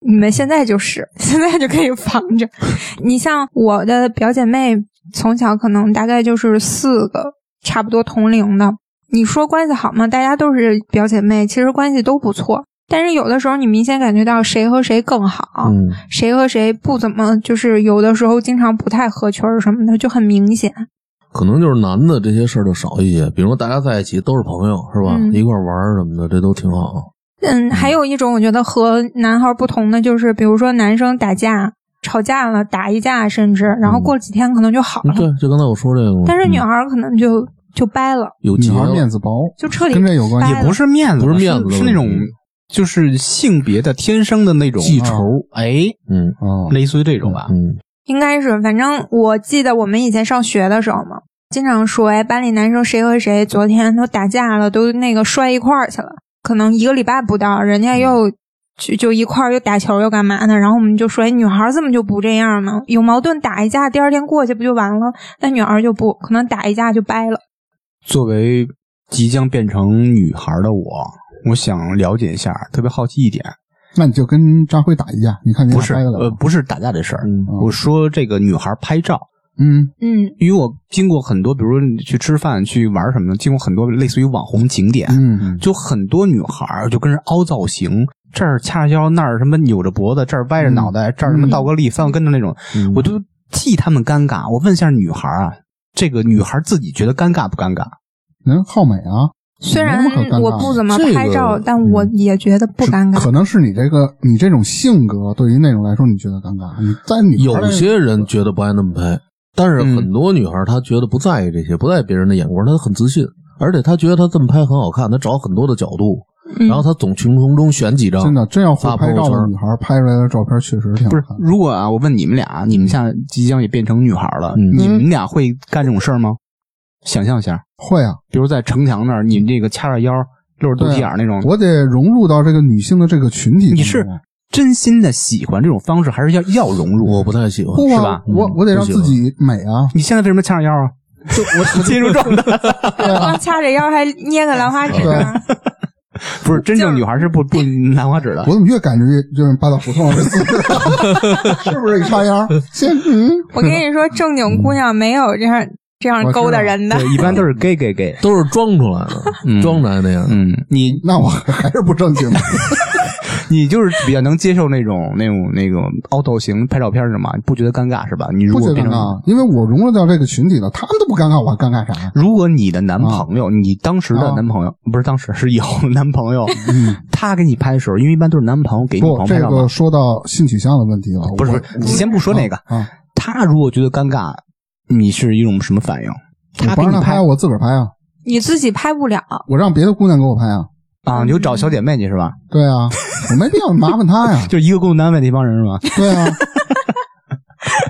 你们嗯现在就是 现在就可以防着。你像我的表姐妹，从小可能大概就是四个差不多同龄的。你说关系好吗？大家都是表姐妹，其实关系都不错。但是有的时候你明显感觉到谁和谁更好，嗯，谁和谁不怎么，就是有的时候经常不太合群儿什么的，就很明显。可能就是男的这些事儿就少一些，比如大家在一起都是朋友，是吧？嗯一块儿玩儿什么的，这都挺好。嗯，还有一种我觉得和男孩不同的就是，比如说男生打架、吵架了，打一架甚至，然后过几天可能就好了，嗯对，就刚才我说这个嘛，啊但是女嗯孩可能就就掰了，有女结孩了面子薄，就彻底跟这有关掰系了。也不是面子，不是面子的是是问那题种就是性别的天生的那种记仇，哎，嗯啊。类似于这种吧。嗯，应该是，反正我记得我们以前上学的时候嘛，经常说，哎，班里男生谁和谁昨天都打架了，都那个摔一块儿去了，可能一个礼拜不到，嗯人家又就就一块儿又打球又干嘛呢？然后我们就说，哎，女孩儿怎么就不这样呢？有矛盾打一架，第二天过去不就完了？但女孩儿就不可能打一架就掰了。作为即将变成女孩的我，我想了解一下，特别好奇一点，那你就跟扎辉打一架，你看你不俩是掰个呃了，不是打架这事儿，嗯我说这个女孩拍照，嗯，嗯，因为我经过很多，比如说去吃饭、去玩什么的，经过很多类似于网红景点，嗯，就很多女孩儿就跟人凹造型，这儿掐着腰，那儿什么扭着脖子，这儿歪着脑袋，这儿什么倒个立、翻个跟头那种，嗯我就替她们尴尬。我问一下女孩儿啊，这个女孩儿自己觉得尴尬不尴尬？人好美啊，虽没然那么可尴尬嗯我不怎么这拍个照，但我也觉得不是尴尬。 可能是你这个你这种性格，对于那种来说，你觉得尴尬。你在女孩儿有些人觉得不爱那么拍，但嗯是很多女孩她觉得不在意这些，不在意别人的眼光，她很自信，而且她觉得她这么拍很好看，她找很多的角度，然后她总群从中选几张，真的真要会发朋拍友照的圈女孩儿拍出来的照片确实挺好不是看，的。如果啊，我问你们俩，你们现在即将也变成女孩儿了，嗯你们俩会干这种事儿吗？想象一下，会啊，比如在城墙那儿，你这个掐着腰、露着肚脐眼儿那种，我得融入到这个女性的这个群体中啊。你是真心的喜欢这种方式，还是要要融入？我不太喜欢，不是啊吧？我嗯我得让不喜自欢己美啊，你现在为什么掐着腰啊？就我进入状态啊光掐着腰还捏个兰花指对呢，不是真正女孩是不不兰花指的我。怎么越感觉越就是八道胡同的姿势， 是不是？一叉腰，先嗯， 我跟你说，正经姑娘没有这样这样我知道勾搭人的。对，一般都是 gay gay gay。都是装出来的，嗯装出来那样。嗯，你那我还是不正经的。你就是比较能接受那种那种那种凹头型拍照片是吗？ 不觉得尴尬是吧？你如不果觉得变成呢，啊因为我融入到这个群体了，他们都不尴尬，我还尴尬啥呀？如果你的男朋友，你当时的啊男朋友不是当时是以后的男朋友，他给你拍的时候，因为一般都是男朋友给女不朋友，拍这照个嘛，说到性取向的问题了，不是我不是，你先不说那个，啊啊，他如果觉得尴尬，你是一种什么反应？我他不给让你他拍拍，我自个儿拍啊，你自己拍不了，我让别的姑娘给我拍啊，啊，你就找小姐妹去是吧？对啊，我没必要麻烦他 呀，嗯就一个工作单位那帮人是吧？对啊。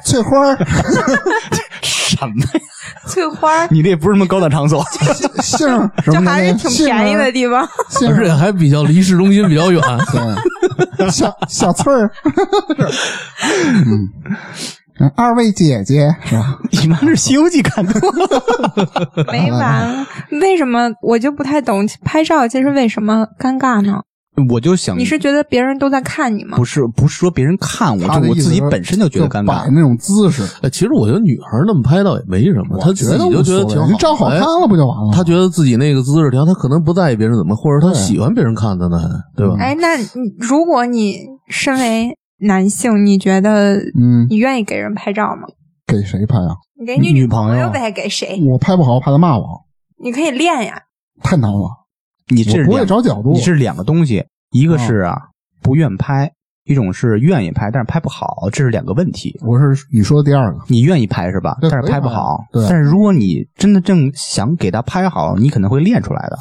翠花儿，什么？ 翠花儿 你这不是什么高档场所？杏 儿什这么的，还是挺便宜的地方。杏儿，而杏且儿还比较离市中心比较远， 对，小小翠 儿，嗯，二位姐姐，是吧 你妈是《西游记》看多了。没完了，为什么我就不太懂拍照？其实为什么尴尬呢？我就想，你是觉得别人都在看你吗不？是不是说别人看我，他就的我意思自己是本身就觉得尴摆尬。那种姿势，哎，其实我觉得女孩那么拍倒也没什么，她我自觉己得就无觉得所挺谓，你好照好看哎了不就完了？她觉得自己那个姿势挺好，她可能不在意别人怎么，或者她喜欢别人看她呢，对吧？哎，那你如果你身为男性，你觉得嗯，你愿意给人拍照吗？给谁拍啊？你给你女女朋朋友友呗，给谁？我拍不好，怕他骂我，你可以练呀。太难了。你这我是不会两找角度你是两个东西，一个是啊不愿拍，一种是愿意拍，但是拍不好，这是两个问题。我是你说的第二个，你愿意拍是吧？对但是拍不好。可以拍对但是如果你真的正想给他拍好，你可能会练出来的，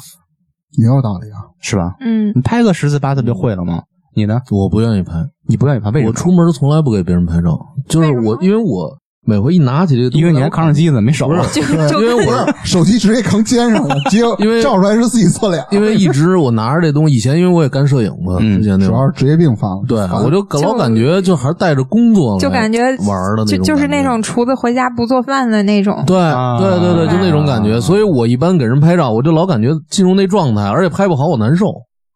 也有道理啊。是吧？嗯，你拍个十次八次不就会了吗？你呢？我不愿意拍，你不愿意拍，为什我么？出门从来不给别人拍照，就是我，因为我每回一拿起这个东西因来，为你还扛着机子没手不啊，是就 就因为不我是，手机直接扛肩上了， 结果因为照出来是自己侧脸，因为一直我拿着这东西，以前因为我也干摄影嘛，嗯啊之前那主会要儿，是职业病犯了。对，烦我就老感觉就还是带着工作来就感觉玩儿的那就种，就是那种。厨子回家不做饭的那种。对啊对对对，就那种感觉，所以我一般给人拍照，我就老感觉进入那状态，而且拍不好我难受，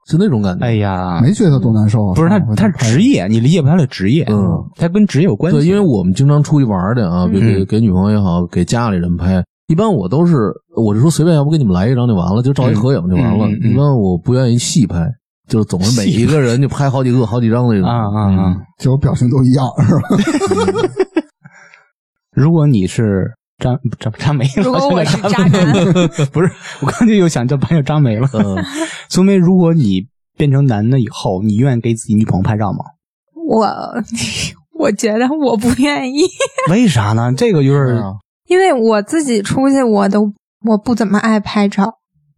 就那种感觉。哎呀，没觉得多难受啊。不是他上回他是拍职业，你理解不了他的职业，嗯，他跟职业有关系。对，因为我们经常出去玩儿去啊，给给嗯给女朋友也好，给家里人拍，一般我都是我就说随便，要不给你们来一张就完了，就照一合影就完了。嗯嗯嗯一般我不愿意细拍，就是总是每一个人就拍好几个、好几张那种。啊啊啊！嗯结果表情都一样，是吧？如果你是张张张梅了，如果我是现在渣男， 不是，我刚才又想叫朋友张梅了。嗯，苏梅，如果你变成男的以后，你愿意给自己女朋友拍照吗？我 我觉得我不愿意，为啥呢？这个就是嗯因为我自己出去我都我不怎么爱拍照，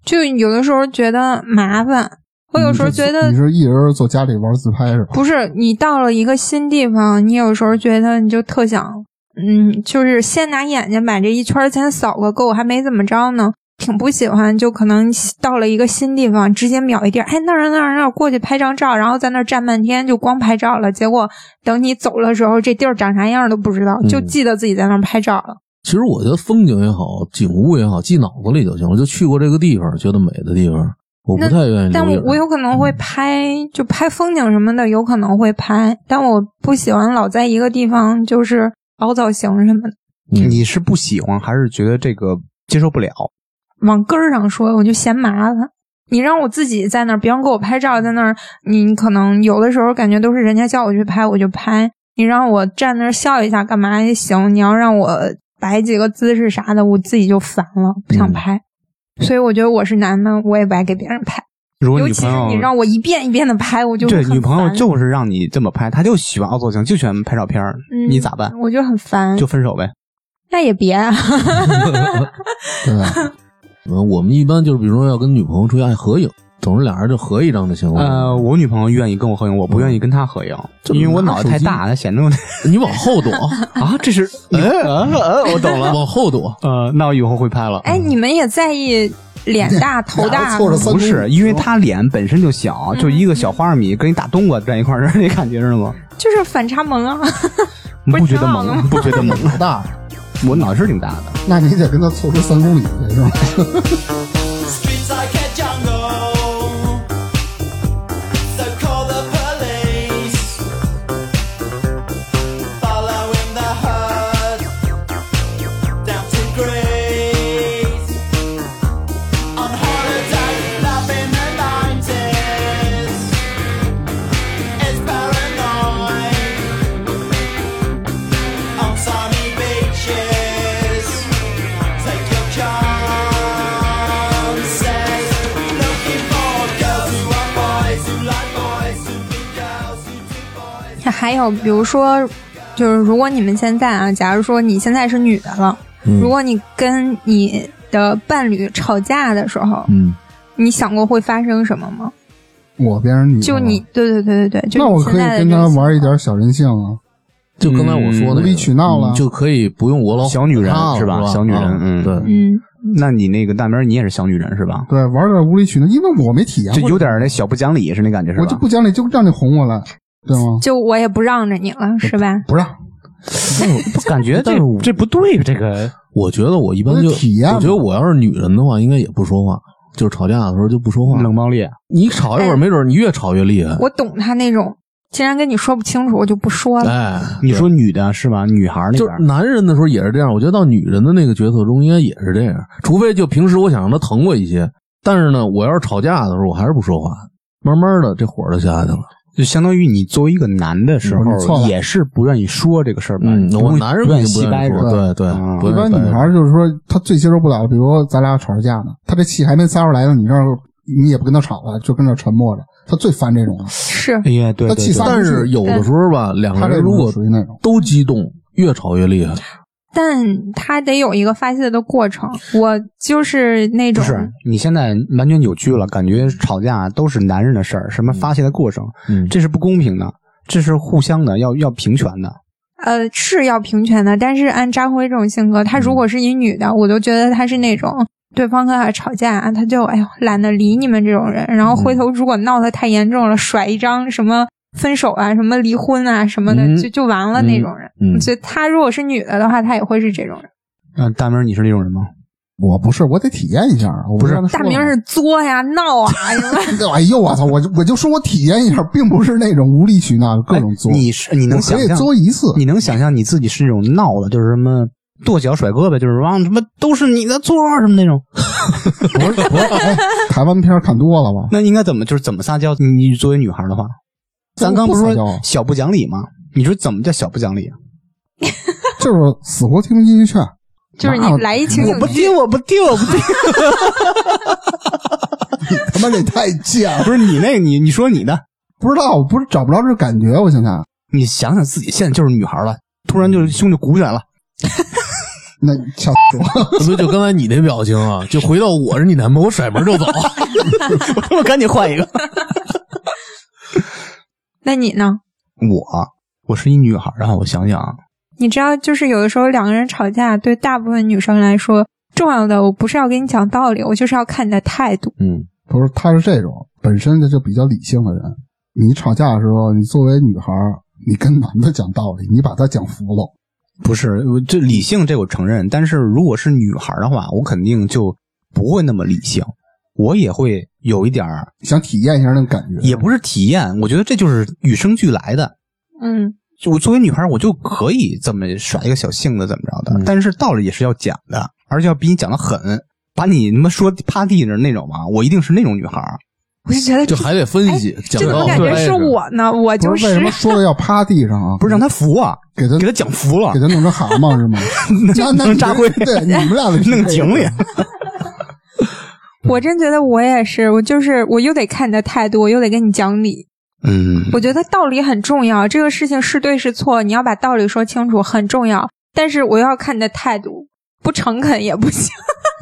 就有的时候觉得麻烦，我有时候觉得你是一人坐家里玩自拍是吧？不是你到了一个新地方，你有时候觉得你就特想，嗯，就是先拿眼睛把这一圈儿先扫个够，还没怎么着呢，挺不喜欢，就可能到了一个新地方，直接秒一地儿，哎那儿那儿那儿过去拍张照，然后哎在那儿站半天，就光拍照了。结果等你走了时候，这地儿长啥样儿都不知道，就嗯记得自己在那儿拍照了。其实我觉得风景也好，景物也好，记脑子里就行了。就去过这个地方，觉得美的地方，我不那太愿意留但我影我有可能会拍，就拍风景什么的，有可能会拍，但我不喜欢老在一个地方就是凹造型什么的。嗯你是不喜欢，还是觉得这个接受不了？往根儿上说，我就嫌麻烦。你让我自己在那儿，别人给我拍照，在那儿，你可能有的时候感觉都是人家叫我去拍，我就拍。你让我站那儿笑一下干嘛也行，你要让我摆几个姿势啥的，我自己就烦了，不嗯想拍。所以我觉得我是男的，我也不爱给别人拍，如果尤女其朋是友你让我一遍一遍的拍，我就对很女朋友烦就是让你这么拍，她就喜欢凹造型，就喜欢拍照片儿，嗯你咋办？我就很烦，就分手呗。那也别 啊，对吧，嗯，我们一般就是比如说要跟女朋友出去爱哎合影，总是俩人就合一张就行了。呃，我女朋友愿意跟我合影，我不愿意跟她合影，嗯因为我脑袋太大，她显得我 你往后躲， 啊啊，这是哎，呃呃我懂了。往后躲。呃，那我以后会拍了。哎，你们也在意脸大头俩 大人凑着吗三 不是，因为她脸本身就小，嗯就一个小花生米跟一大冬瓜站一块儿， 是那感觉是吗？就是反差萌 啊。不是不觉得挺好的吗萌，不觉得 萌，多大？我脑袋是挺大的。那你得跟他凑出三公里去是吧？ Streets like a jungle. So call the police. Following the herd down to Greece. On holiday, love in the 90s. It's paranoid. On sunny beaches. Take your chances. Looking for girls who are boys, who like boys, who be girls, who do boys. 还有比如说，就是如果你们现在啊，假如说你现在是女的了，嗯如果你跟你的伴侣吵架的时候，嗯，你想过会发生什么吗？我变成女的就了你，对对对对对，就嗯哦那我你可以现在的跟他这个玩一点小任性啊， 就刚才我说无的，理取闹了嗯就可以不用我老小女人他了是是吧小女人啊嗯对，嗯，那你那个大明儿，你也是小女人是吧？对，玩点无理取闹，因为我没体验就过，有点儿那小不讲理是那感觉是我吧？就不讲理，就让你哄我来，对吗？就我也不让着你了，是吧？不让，感觉这但是我这不对，这个我觉得我一般就我得体验嘛我觉得我要是女人的话，应该也不说话，就是吵架的时候就不说话。嗯冷暴力。你吵一会哎儿，没准儿你越吵越厉害。我懂他那种，既然跟你说不清楚，我就不说啊了。哎，你说女的是吧？女孩儿那就边是儿男人的时候也是这样，我觉得到女人的那个角色中应该也是这样，除非就平时我想让她疼我一些，但是呢，我要是吵架的时候我还是不说话，慢慢的这火儿就下去了。就相当于你作为一个男的时嗯你错候，了也是不愿意说这个事儿吧？嗯，你不我会男人不肯愿意定不细愿掰意着说，。对对嗯，不一般愿意女掰着孩儿啊就是说，她最接受不了，比如咱俩吵着架呢，她这气还没撒出来呢，你这儿你也不跟她吵了，就跟这儿沉默着，她最烦这种了。是，哎呀，对那对气对，撒但是有的时候吧，两她个这人如种果属于那种，都激动，越吵 越厉害。但他得有一个发泄的过程。我就是那不种，是你现在完全扭曲了，感觉吵架都是男人的事儿，什么发泄的过程，嗯，这是不公平的，这是互相的，要要平权的。呃，是要平权的，但是按张辉这种性格，她如嗯果是一女的，我都觉得她是那种对方跟她吵架，她就哎呦懒得理你们这种人，然后嗯回头如果闹得太严重了，甩一张什么分手啊、什么离婚啊什么的，嗯就就完了嗯那种人。嗯我觉得她如果是女的的话，她也会是这种人。嗯，大明儿，你是那种人吗？我不是，我得体验一下。啊我不是大明是作呀、闹 啊，什么哎呦 我操！我就我就说我体验一下，并不是那种无理取闹，各种作。你是你能我可想以象作一次，你能想象你自己是那种闹的，就是什么跺脚甩胳膊，就是往什么都是你的错什么那种，不是不是？哎，台湾片儿看多了 吧？ 那应该怎么就是怎么撒娇？你你作为女孩的话，咱刚不是不撒娇说啊小不讲理吗？你说怎么叫小不讲理？啊就是死活听不进去劝，就是你来一情景剧，我不听，我不听，我不听。你他妈这太贱了！ 不是你那个，你你说你的，不知道，我不是找不着这感觉，我现在你想想自己现在就是女孩了，突然就胸就鼓起来了， 那笑死我！所以就刚才你那表情啊，就回到我是你男朋友，我甩门就走。 我他妈赶紧换一个。那你呢？我我是一女孩啊，我想想啊，你知道，就是有的时候两个人吵架，对大部分女生来说，重要的我不是要跟你讲道理，我就是要看你的态度。嗯，不是，他是这种本身他就比较理性的人。你吵架的时候，你作为女孩儿，你跟男的讲道理，你把他讲服了，不是我这理性这我承认，但是如果是女孩的话，我肯定就不会那么理性，我也会有一点儿，想体验一下那种感觉。也不是体验，我觉得这就是与生俱来的。嗯，就我作为女孩，我就可以这么耍一个小性子，怎么着的？嗯但是道理也是要讲的，而且要比你讲的狠，把你他妈说趴地上那种啊嘛，我一定是那种女孩儿。我就觉得就还得分析，哎这怎讲么到感觉是我呢？我就不是为什是么说的要趴地上啊？不是让她服啊，给他给她讲服了 给，他弄成蛤蟆是吗？那那 弄扎灰对你们俩的弄井里。我真觉得我也是，我就是我又得看你的态度，我又得跟你讲理。嗯，我觉得道理很重要，这个事情是对是错，你要把道理说清楚很重要。但是我要看你的态度，不诚恳也不行。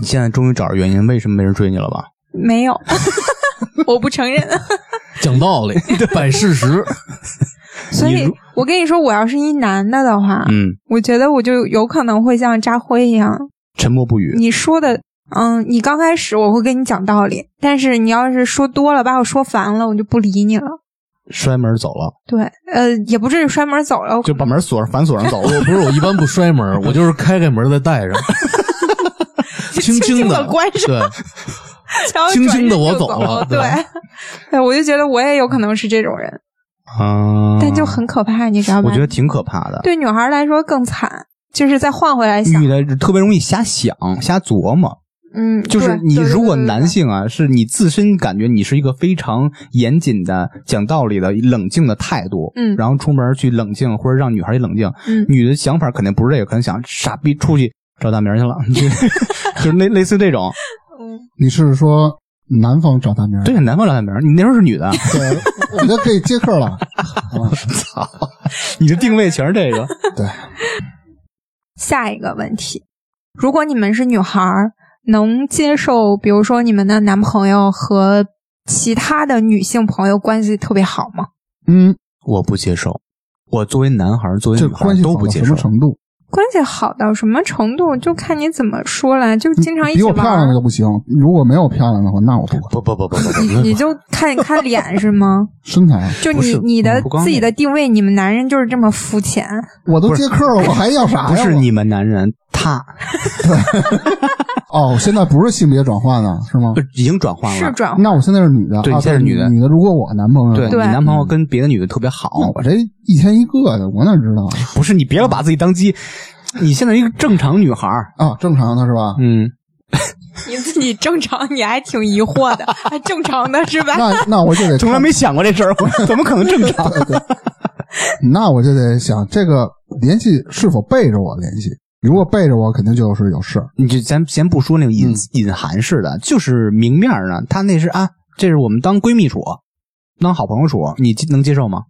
你现在终于找着原因，为什么没人追你了吧？没有， 我不承认。讲道 理，摆事实。所以我跟你说，我要是一男的的话，嗯，我觉得我就有可能会像扎辉一样，沉默不语。你说的，嗯，你刚开始我会跟你讲道理，但是你要是说多了，把我说烦了，我就不理你了。摔门走了，对，呃，也不至于摔门走了，就把门锁上，反锁上走我了。不是我一般不摔门，我就是开开门再带 上，轻轻的的关上，对，然后轻轻地转身我就走走 了对对，对，我就觉得我也有可能是这种人， 啊但就很可怕，你知道吗？我觉得挺可怕的。对女孩来说更惨，就是再换回来想女，的特别容易瞎想、瞎琢磨，嗯，就是对你对对如果对对对男性啊，是你自身感觉你是一个非常严谨的、讲道理的、冷静的态度，嗯然后出门去冷静，或者让女孩也冷静，嗯女的想法肯定不是这个，可能想傻逼出去找大名去了， 就就是类类似这种。嗯你是说南方找大名？对，南方找大名，你那时候是女的，对，我觉得可以接客了。啊 你的定位全是这个。下一个问题，如果你们是女孩儿，能接受比如说你们的男朋友和其他的女性朋友关系特别好吗？嗯，我不接受，我作为男孩儿作为这女孩关儿系都好不到接什受么。程度？关系好到什么程度，就看你怎么说了，嗯就经常一比起我漂玩亮的儿就，不行，如果没有漂亮的话，那我不管。不不不不不不， 你你就看看脸是 吗？身材，啊就不你是嗯你的不光自己那的定位，你们男人就是这么肤浅。我都不是接客了，我还要啥呀？不是我你们男人，他哦，现在不是性别转换了，是吗不？是呃已经转换是了。转 那我现在是女的，对啊你现在是女的女的。如果我男朋友，对你对嗯男朋友跟别的女的特别好，那我这一天一个的，我哪知道啊不是你别老把自己当鸡，你现在一个正常女孩儿，啊？正常的是吧？嗯，你自己正常，你还挺疑惑的，还正常的是吧？那那我就 得从来没想过这事儿，我怎么可能正常？那我就得想这个联系是否背着我联系。如果背着我，肯定就是有事儿。 你就咱先不说那种隐、隐含式的，就是明面儿呢，他那是啊，这是我们当闺蜜处，当好朋友处，你接能接受吗？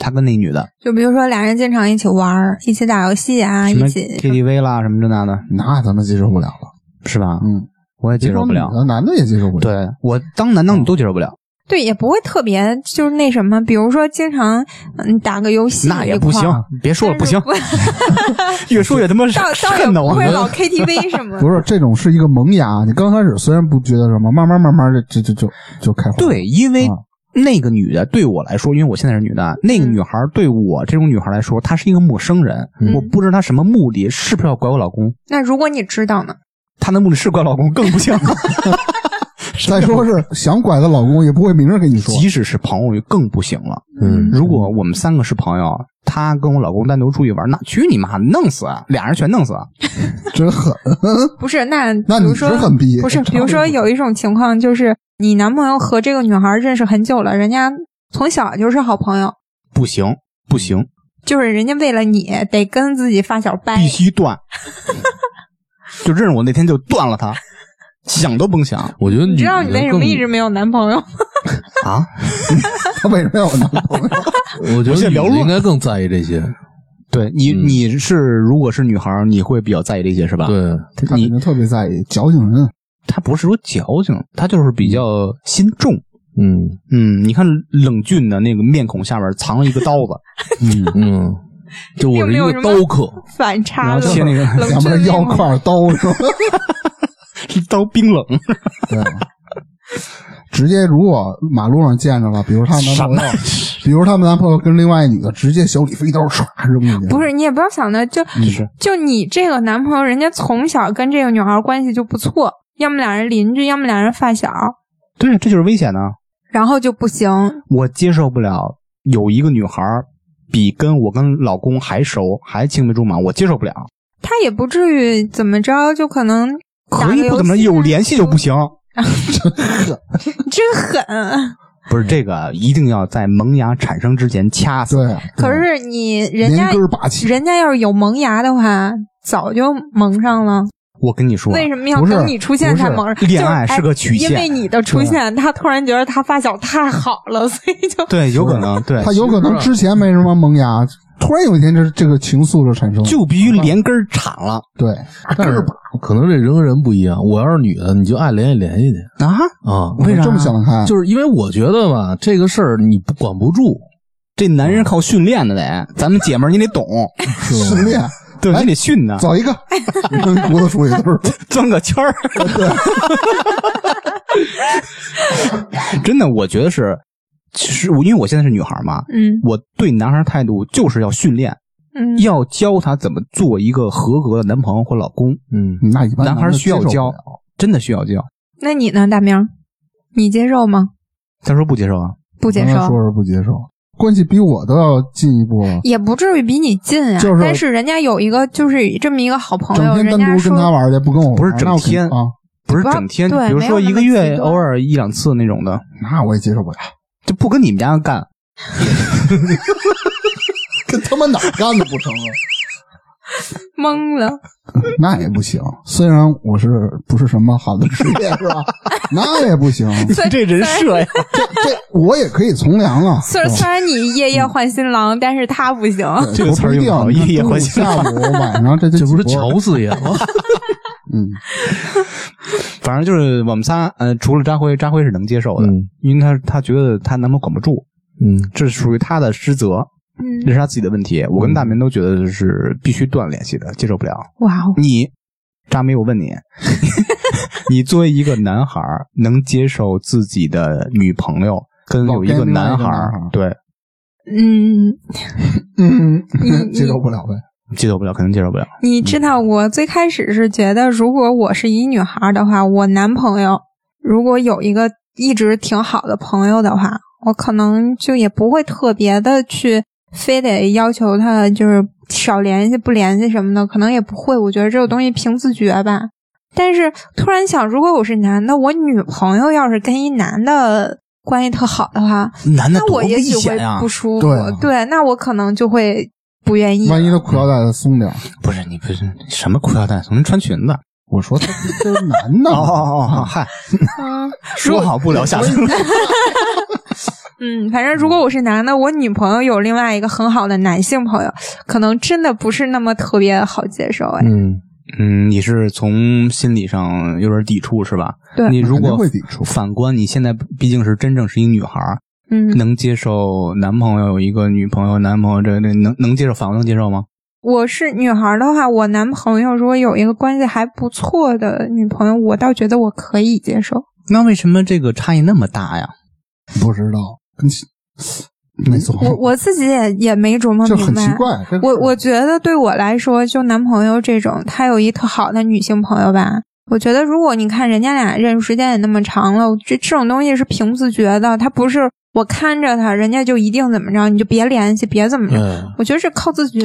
他跟那女的就比如说俩人经常一起玩儿，一起打游戏啊，什么一起 KTV 啦，什么这那的，那咱们接受不了了，是吧？嗯，我也接受不了别说女。的，男的也接受不了。，对我当男当女都接受不了，对，也不会特别就是那什么，比如说经常嗯打个游戏那也一不块行儿，别说了，不但是行，越说越他妈倒倒也恨的不我会。老 KTV 什么的不。是这种是一个萌芽，你刚开始虽然不觉得什么，慢慢慢慢的就就就就开花。，对，因为啊那个女的对我来说，因为我现在是女的，那个嗯女孩对我这种女孩来说，她是一个陌生人，嗯我不知道她什么目的，是不是要拐我老公？那如果你知道呢？她的目的是拐老公，更 不像。再说是想拐的老公也不会明着跟你说。即使是朋友，更不行了。嗯如果我们三个是朋友，她跟我老公单独出去玩，那去你妈，弄死，啊俩人全弄死。真狠。不是，那那比你如是说很逼，不是，这比如说有一种情况就是，你男朋友和这个女孩认识很久了，人家从小就是好朋友，不行，不行，就是人家为了你得跟自己发小掰必，须断。就认识我那天就断了她，想都甭想我觉得你女知道你为什么一直没有男朋友？啊！他 为什么要有男朋友？更？我觉我现在得女聊的乱应该更在意这些。 对你，嗯你是如果是女孩儿，你会比较在意这些是吧？，对，他你肯定特别在意，矫情 人。她不是说矫情，她就是比较心重。嗯嗯，你看冷峻的那个面孔下边藏了一个刀子，嗯， 嗯，就我是一个刀客，反差了，切那个冷两峻边面腰孔挎着刀是吧？ 刀冰冷，对。直接如果马路上见着了，比如他们男朋友， 比如他们男朋友跟另外一女的，直接小李飞刀唰扔进去。不是，你也不要想的，就嗯就是就你这个男朋友，人家从小跟这个女孩关系就不错，要么俩人邻居，要么俩人发小，对，啊这就是危险呢、然后就不行。我接受不了有一个女孩儿比跟我跟老公还熟，还青梅竹马，我接受不了。他也不至于怎么着，就可能可打个以不怎么着游戏啊有联系就不。行，你真狠！啊不是这个一定要在萌芽产生之前掐死。对，可是你人家连根拔起，人家要是有萌芽的话，早就萌上了。我跟你说，为什么要不是等你出现不是才萌上？就是哎恋爱是个曲线因为你的出现，他突然觉得他发小太好了，所以就对，有可能对，他有可能之前没什么萌芽，突然有一天这这个情愫就产生了。就必须连根儿铲了对，但是可能这人跟人不一样。我要是女的，你就爱联系联系去啊！啊，为啥这么想得开？就是因为我觉得吧，这个事儿你不管不住，这男人靠训练的得，咱们姐们儿你得懂，是训 吧？练，对，哎你得训呢，走一个，跟骨头出去 都是。转个圈 儿。真的，我觉得是，其实我因为我现在是女孩儿嘛，嗯我对男孩儿态度就是要训练，嗯，要教他怎么做一个合格的男朋友或老公。嗯，那一般男孩儿的需要接受不教了，真的需要教。那你呢，大明？你接受吗？他说不接受 啊，不接刚才受，说是不接受，关系比我都要进一步了。也不至于比你近啊。就是但是人家有一个就是这么一个好朋整友，天人单家独跟他说玩去，不跟我玩不是整那我肯定天啊，不是不要整天，对比如没有说那一么个极月端偶尔一两次那种的，那我也接受不 了。就不跟你们家干。跟他妈哪儿干的不成啊？懵了， 那也不行。虽然我是不是什么好的职业是吧？ 那也不行，虽这人设呀，这我也可以从良啊了。虽虽然你夜夜换新郎，但是他不行。对这个词儿我不一用定得好夜夜中午回去下午、晚上这就这不是几波乔四爷吗？嗯， 反正就是我们仨，呃，除了扎辉，扎辉是能接受的，嗯因为他他觉得他男朋友管不住，嗯，这属于他的失责，这嗯，是他自己的问题。我跟大明都觉得是必须断联系的，接受不了。哇哦，你，扎米，我问 你，你作为一个男孩儿，能接受自己的女朋友跟有一个老跟另外一个男孩儿男孩儿对嗯，嗯，你接受不了呗。接受不了，肯定接受不了。你嗯知道，我最开始是觉得，如果我是一女孩儿的话，我男朋友如果有一个一直挺好的朋友的话，我可能就也不会特别的去非得要求他就是少联系、不联系什么的，可能也不会。我觉得这个东西凭自觉吧。但是突然想，如果我是男的，我女朋友要是跟一男的关系特好的话，男的那多我危也许险会呀、不舒服。对啊那我可能就会不愿意。万一他裤腰带松点儿，不是你不是什么裤腰带，从穿裙子。我说他这是 男的哦哦哦，嗨，嗯说好不聊下次。嗯，反正如果我是男的，我女朋友有另外一个很好的男性朋友，可能真的不是那么特别好接受。哎，嗯， 嗯，你是从心理上有点抵触是吧？对你如肯定果会抵触反观你现在毕竟是真正是一女孩儿，嗯，能接受男朋友有一个女朋友，男朋友这这能能接受，反过能接受吗？我是女孩的话，我男朋友如果有一个关系还不错的女朋友，我倒觉得我可以接受。那为什么这 个差异那么大呀？不知道，跟没错，我我自己也也没琢磨这哦很明奇白。怪。这个我我觉得对我来说，就男朋友这种，他有一特好的女性朋友吧。我觉得，如果你看人家俩认识时间也那么长了，这这种东西是凭自觉的，他不是我看着他，人家就一定怎么着，你就别联系，别怎么着。哎，我觉得是靠自觉，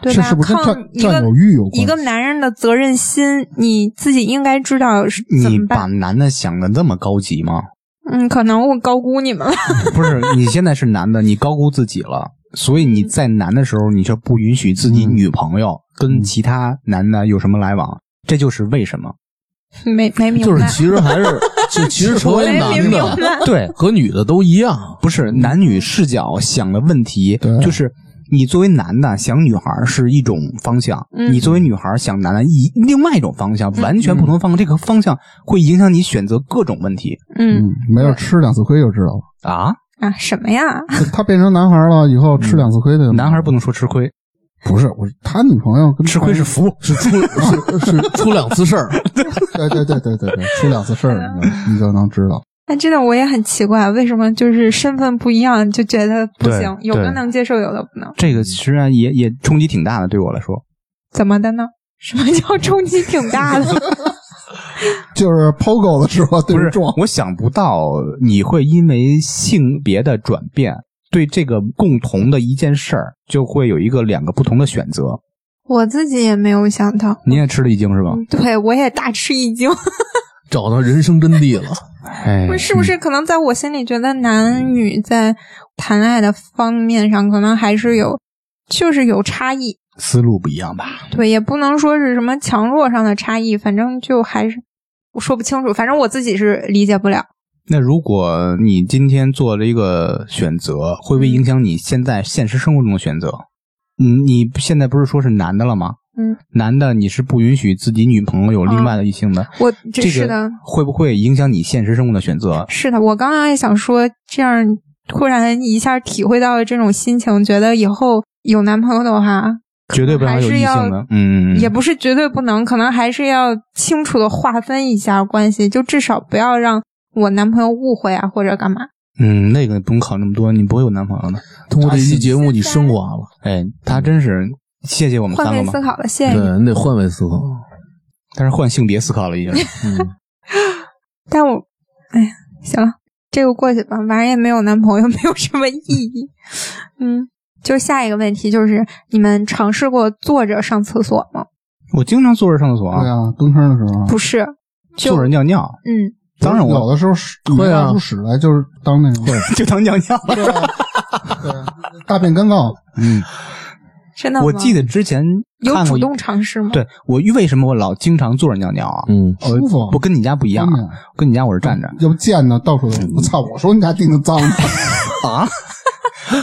对，对这嗯吧？是不是跟靠占一个占有欲有关？一个男人的责任心，你自己应该知道是怎你么把办。男的想的那么高级吗？ 嗯，可能我高估你们了。 不是，你现在是男的，你高估自己了，所以你在男的时候，你就不允嗯许自己女朋友跟其他男的有什么来往，这就是为什么。没没明白，就是其实还是就其实成为没男明白嗯的，对和女的都一样，不是男女视角想的问题，就是你作为男的想女孩是一种方向，嗯你作为女孩想男的一另外一种方嗯向，完全不同的方向，这个方向会影响你选择各种问题嗯嗯，没事，吃两次亏就知道了。 啊。啊什么呀？他变成男孩了以后，吃两次亏的嗯男孩不能说吃亏，不是我，他女朋友跟吃亏 是福。是出是是 出两次事儿，对对对对对对，出两次事儿，你就能知道。那真的我也很奇怪，为什么就是身份不一样就觉得不对行，有的对能接受，有的不能？这个其实啊也也冲击挺大的，对我来说，怎么的呢？什么叫冲击挺大的？ 就是 POGO 的时候对不着是撞，，我想不到你会因为性别的转变，对这个共同的一件事儿，就会有一个两个不同的选择。我自己也没有想到，你也吃了一惊是吧？嗯对我也大吃一惊。找到人生真谛了。哎不是是不是？可能在我心里觉得男女在谈恋爱的方面上，可能还是有，就是有差异。思路不一样吧？对，也不能说是什么强弱上的差异，反正就还是我说不清楚，反正我自己是理解不了。那如果你今天做了一个选择，会不会影响你现在现实生活中的选择？嗯，你现在不是说是男的了吗？嗯，男的你是不允许自己女朋友有另外的异性的，我啊这这是的，个会不会影响你现实生活的选择？是的，我刚刚也想说，这样突然一下体会到了这种心情，觉得以后有男朋友的话，绝对不还能有是异要性的，嗯，也不是绝对不能，可能还是要清楚的划分一下关系，就至少不要让我男朋友误会啊，或者干嘛。嗯，那个不用考那么多，你不会有男朋友的。通过这期节目，你升华了，哎，他真是谢谢我们换三个位嘛思，考了，谢谢你。对你嗯得换位思考。但是换性别思考了已经。嗯，但我，哎呀，行了，这个过去吧，反正也没有男朋友，没有什么意义。 嗯，就下一个问题就是，你们尝试过坐着上厕所吗？我经常坐着上厕所对啊，啊，蹲坑的时候，不是，就坐着尿尿，嗯，当然有我的时候屎会啊拉出屎来就是当那个就当尿尿了。对啊对啊大便干燥，嗯，真的吗？我记得之前有看过主一，动尝试吗？，对我为什么我老经常坐着尿尿啊？嗯，舒服。我跟你家不一样方便啊，跟你家我是 站着嗯要不溅呢，到处都。我操！我说你家钉子脏呢，啊。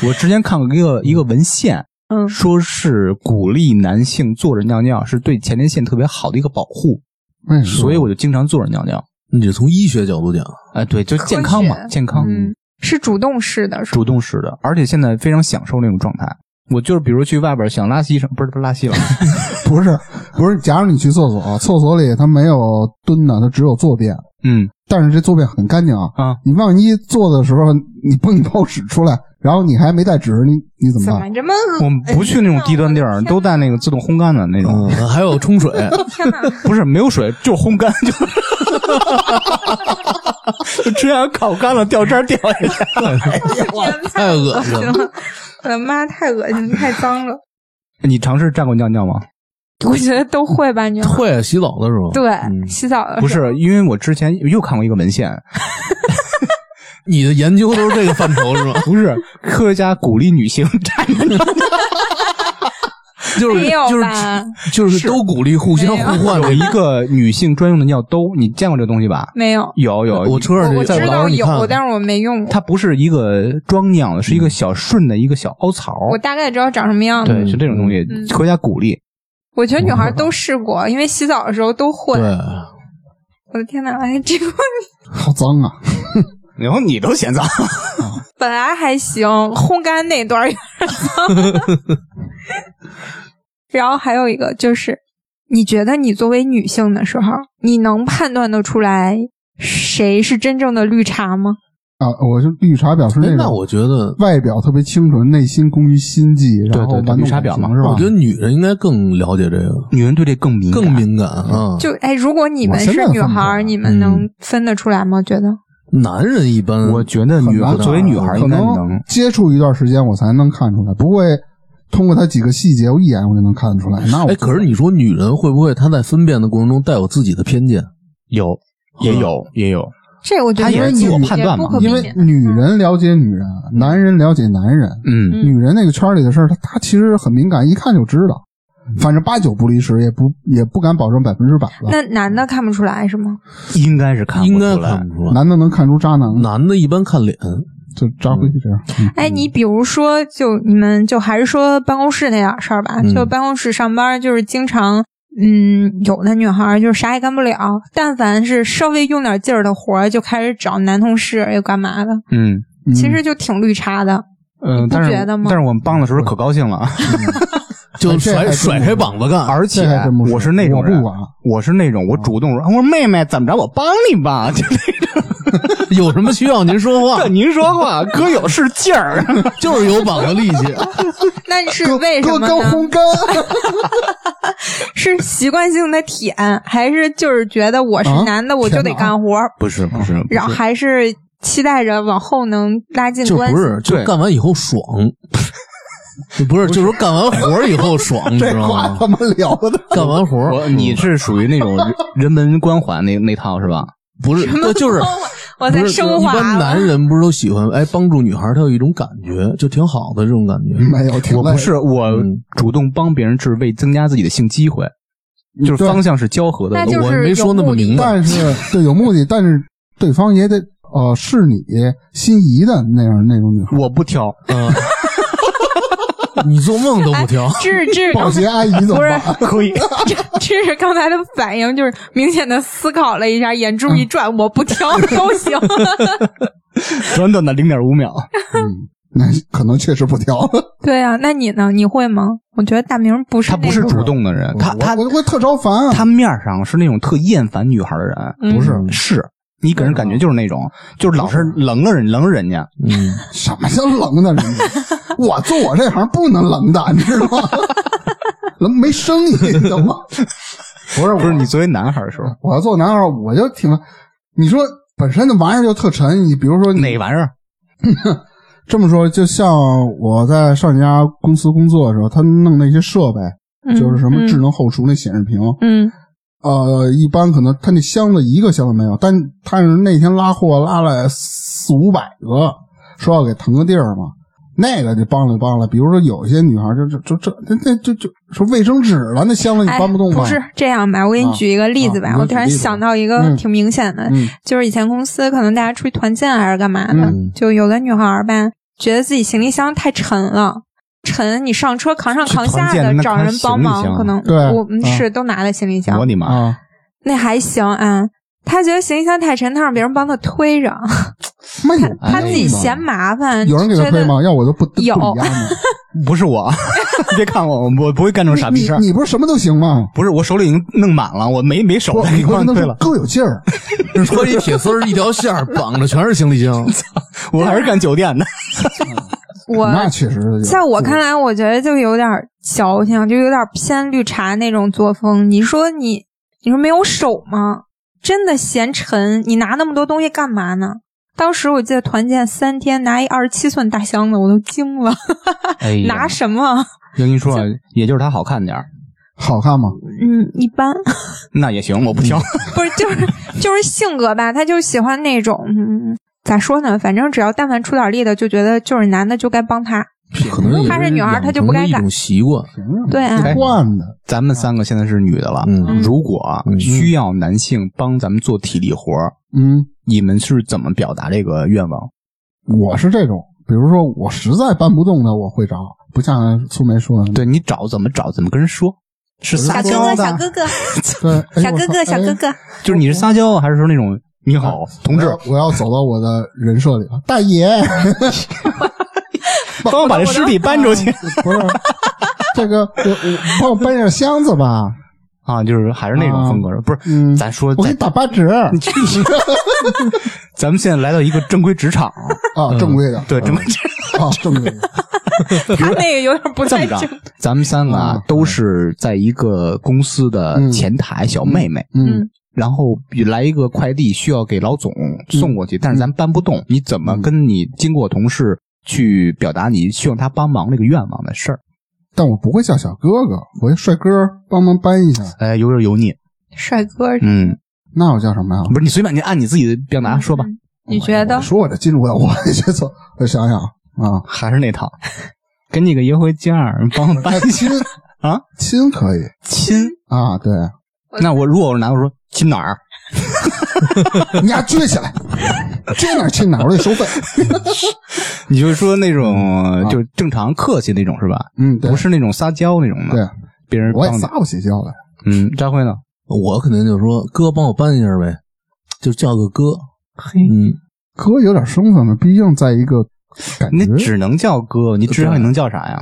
我之前看过一个一个文献，嗯，说是鼓励男性坐着尿尿是对前列腺特别好的一个保护，为什么？ 所以我就经常坐着尿尿。嗯你得从医学角度讲，哎，对，就健康科嘛，学健康。嗯，是主动式的，是吧主动式的，而且现在非常享受那种状态。我就是比如去外边想拉稀什么，不是不是拉 稀了， 不是不是，假如你去厕所，厕所里它没有蹲的，它只有坐便，嗯但是这坐便很干净啊。啊，你万一坐的时候 你蹦一泡屎出来，然后你还没带纸，你你怎么怎办？么这么我们不去那种低端地哎儿，都带那个自动烘干的那种，嗯，还有 冲水，天哪！ 不是没有水，就是烘干， 就就 这样烤干了，掉渣儿掉下去。 太恶心了。我的妈，太恶心了，太脏 了。你尝试站过尿尿吗？我觉得都会吧， 你会啊洗澡的时候，对、嗯洗澡的不时候是，因为我之前又看过一个文献，？你的研究都是这个范畴是吗不是科学家鼓励女性站着 尿尿，就是 没有就是吧？就是都鼓励互相互换有的。一个女性专用的尿兜，你见过这东西吧？没有，有有，我车上我我在知网道上你看有，，但是我没用过。它不是一个装尿的，是一个小顺的一个小凹槽。我大概知道长什么样子。对，是这种东西嗯，科学家鼓励。我觉得女孩都试过，因为洗澡的时候都会。对，我的天哪！哎，这个好脏啊！然后你都嫌脏，本来还行，烘干那段儿有点脏。然后还有一个就是，你觉得你作为女性的时候，你能判断得出来谁是真正的绿茶吗？啊，我就绿茶婊是哎那那种我觉得，外表特别清纯，内心工于心计，然后对对玩弄绿茶婊感情嘛是吧？我觉得女人应该更了解这个，女人对这更敏感，更敏感啊。就哎，如果你们我现在是分女不出孩儿，来你们能分得出来吗？觉得男人一般，我觉得女孩很难啊作为女孩可应该能嗯能。接触一段时间我才能看出来，不会通过她几个细节，我一眼我就能看出来。那我哎，可是你说女人会不会她在分辨的过程中带有自己的偏见？有，也有，也有。这我觉得她也是女自我判断也嘛不可避因为免。女人了解女人，啊男人了解男人，嗯，嗯女人那个圈里的事儿，她她其实很敏感，一看就知道。嗯反正八九不离十，也不也不敢保证百分之百吧。那男的看不出来是吗？应该是看不应该出来看。不出来。男的能看出渣男，男的一般看脸，就渣辉这样。哎，你嗯比如说，就你们就还是说办公室那点事儿吧，嗯就办公室上班，就是经常，嗯，有的女孩儿就是啥也干不了，但凡是稍微用点劲儿的活儿，就开始找男同事又干嘛的，嗯嗯其实就挺绿茶的。嗯，你不但是觉得吗但是我们帮的时候可高兴了，嗯 就 哎这还甩真甩不开膀子干。而且这还真不我是那我种不人管，我是那种我主啊动说，我说妹妹怎么着，我帮你吧， 就那 有什么需要您说话 个，您说话，哥有是劲儿。 就是有膀子力气。那是为什哥么哥呢？烘干，是习惯性的舔，还是就是觉得我是啊男的我就舔得哪儿干活儿， 不是不是，然后还是期待着往后能拉近就关系？不是，就对干完以后爽。 就不是，就是说干完活儿以 后爽，你知这道话吗？他妈聊的干完活儿我，你是属于那种人人文关怀那那套是吧？不是，对就是哦我不在是升一华了。般男人不是都喜欢哎帮助女孩儿，他有一种感觉，就挺好的这种感觉。没有，挺我累不是，我嗯主动帮别人是为增加自己的性机会，就是嗯对方向是交合的。那就我是没说那么明白，但是对有目的，但是对方也得呃是你心仪的那样那种女孩，我不挑，嗯，你做梦哎都不挑，这这保洁阿姨怎么不是办？可以。这 这是刚才的反应，就是明显的思考了一下，眼珠嗯一转，我不挑都 行。 短短的零点五秒，嗯，那可能确实不挑。对啊，那你呢？你会吗？我觉得大明不是他那不是种主动的人，他他嗯我我我特招烦啊，他面儿上是那种特厌烦女孩的人，嗯不是是你给人感觉就是那种，就是老是棱了人棱人家，嗯，什么叫冷的人？ 我做我这行不能冷的，你知道吗？ 冷没生意，你懂吗？ 不是不是，你作为男孩的时候，我要做男二，我就挺，你说本身那玩意儿就特沉，你比如说你哪玩意儿？这么说，就像我在上一家公司工作的时候，他弄那些设备，嗯就是什么智能后厨那显示屏，嗯呃，一般可能他那箱子一个箱子没有，但他是那天拉货拉了四五百个，说要给腾个地儿嘛。那个就帮了帮了，比如说有些女孩就就就这那那就就说卫生纸了，那箱子嗯你哎，搬不动吧？不是这样吧？我给你啊举一个例子吧。啊你给我我突然举例子吧想到一个嗯挺明显的，嗯，就是以前公司可能大家出去团建还是干嘛的，嗯就有的女孩儿吧，觉得自己行李箱太沉了。沉，你上车扛上扛去团下建的，那找扛人帮行李忙，箱可能对我们啊是都拿了行李箱我，你妈！ 啊，那还行啊。他觉得行李箱太沉，他让别人帮他推着，没有他自己嫌麻烦。有人给就他觉推得吗？要我就不不理有他 呢。不是我， 别看我，我我不会干这种傻逼事儿你。你不是什么都 行吗？不是，我手里已经弄满了，我没没手我了，你我往跟他对说了，哥有劲儿，穿一铁丝儿一条线儿绑着全是行李箱，我还是干酒店的。那我确实有。在我看来，我觉得就有点矫情，就有点偏绿茶那种作风。你说你，你说没有手吗？真的嫌沉，你拿那么多东西干嘛呢？当时我记得团建三天，拿一二十七寸大箱子，我都惊了，哎呀拿什么？要跟你说啊，也就是他好看点儿，好看吗？嗯，一般。那也行，我不嗯挑。不是，就是就是性格吧，他就喜欢那种，嗯，咋说呢？反正只要但凡出点力的，就觉得就是男的就该帮他。嗯可能也她是女孩儿她就不该养成了一干种习惯。凭什么？对啊哎惯的，咱们三个现在是女的了，嗯如果啊嗯需要男性帮咱们做体力活儿，嗯，你们是怎么表达这个愿望？我是这种，比如说我实在搬不动的，我会找，不像苏梅说的，对你找怎么找，怎么跟人哦说？是撒娇的，啊哥，对，哎我操哎哥，就是你是撒娇啊，还是说那种你好同志，我要走到我的人设里了，大爷， 帮我把这尸体 搬出去不是这个，我我帮我搬点箱子吧，啊？就是还是那种风格，不是？嗯，咱说我给咱你打八折啊， 咱们现在来到一个正规职场，啊正规的，对正规职啊，正规的， 他那个有点不这太么着正。，咱们三个啊嗯都是在一个公司的前台小妹妹，嗯，然后来一个快递需要给老总送过去，但是咱搬不动，你怎么跟你经过同事去表达你希望他帮忙那个愿望的事儿？但我不会叫小哥哥，我叫帅哥帮忙搬一下，哎，有点油腻，帅哥，嗯，那我叫什么呀？不是你随便，你按你自己的表达说吧，嗯你觉得我？说我这金主的，我也觉得，我想想啊， 还是那套，给你个约会价儿，帮我搬哎，一下。其实啊，亲可以 亲。啊，对，那我如果我男的说亲哪儿？你俩撅起来，撅哪儿亲哪儿，我得收费。你就说那种就正常客气那种是吧？嗯，对不，是那种撒娇那种的。对，别人我也帮你撒。不起娇来。嗯，张辉呢？我肯定就说哥帮我搬一下呗，就叫个哥。嗯，哥有点生分了，毕竟在一个感那觉只能叫哥，你至少你能叫啥呀？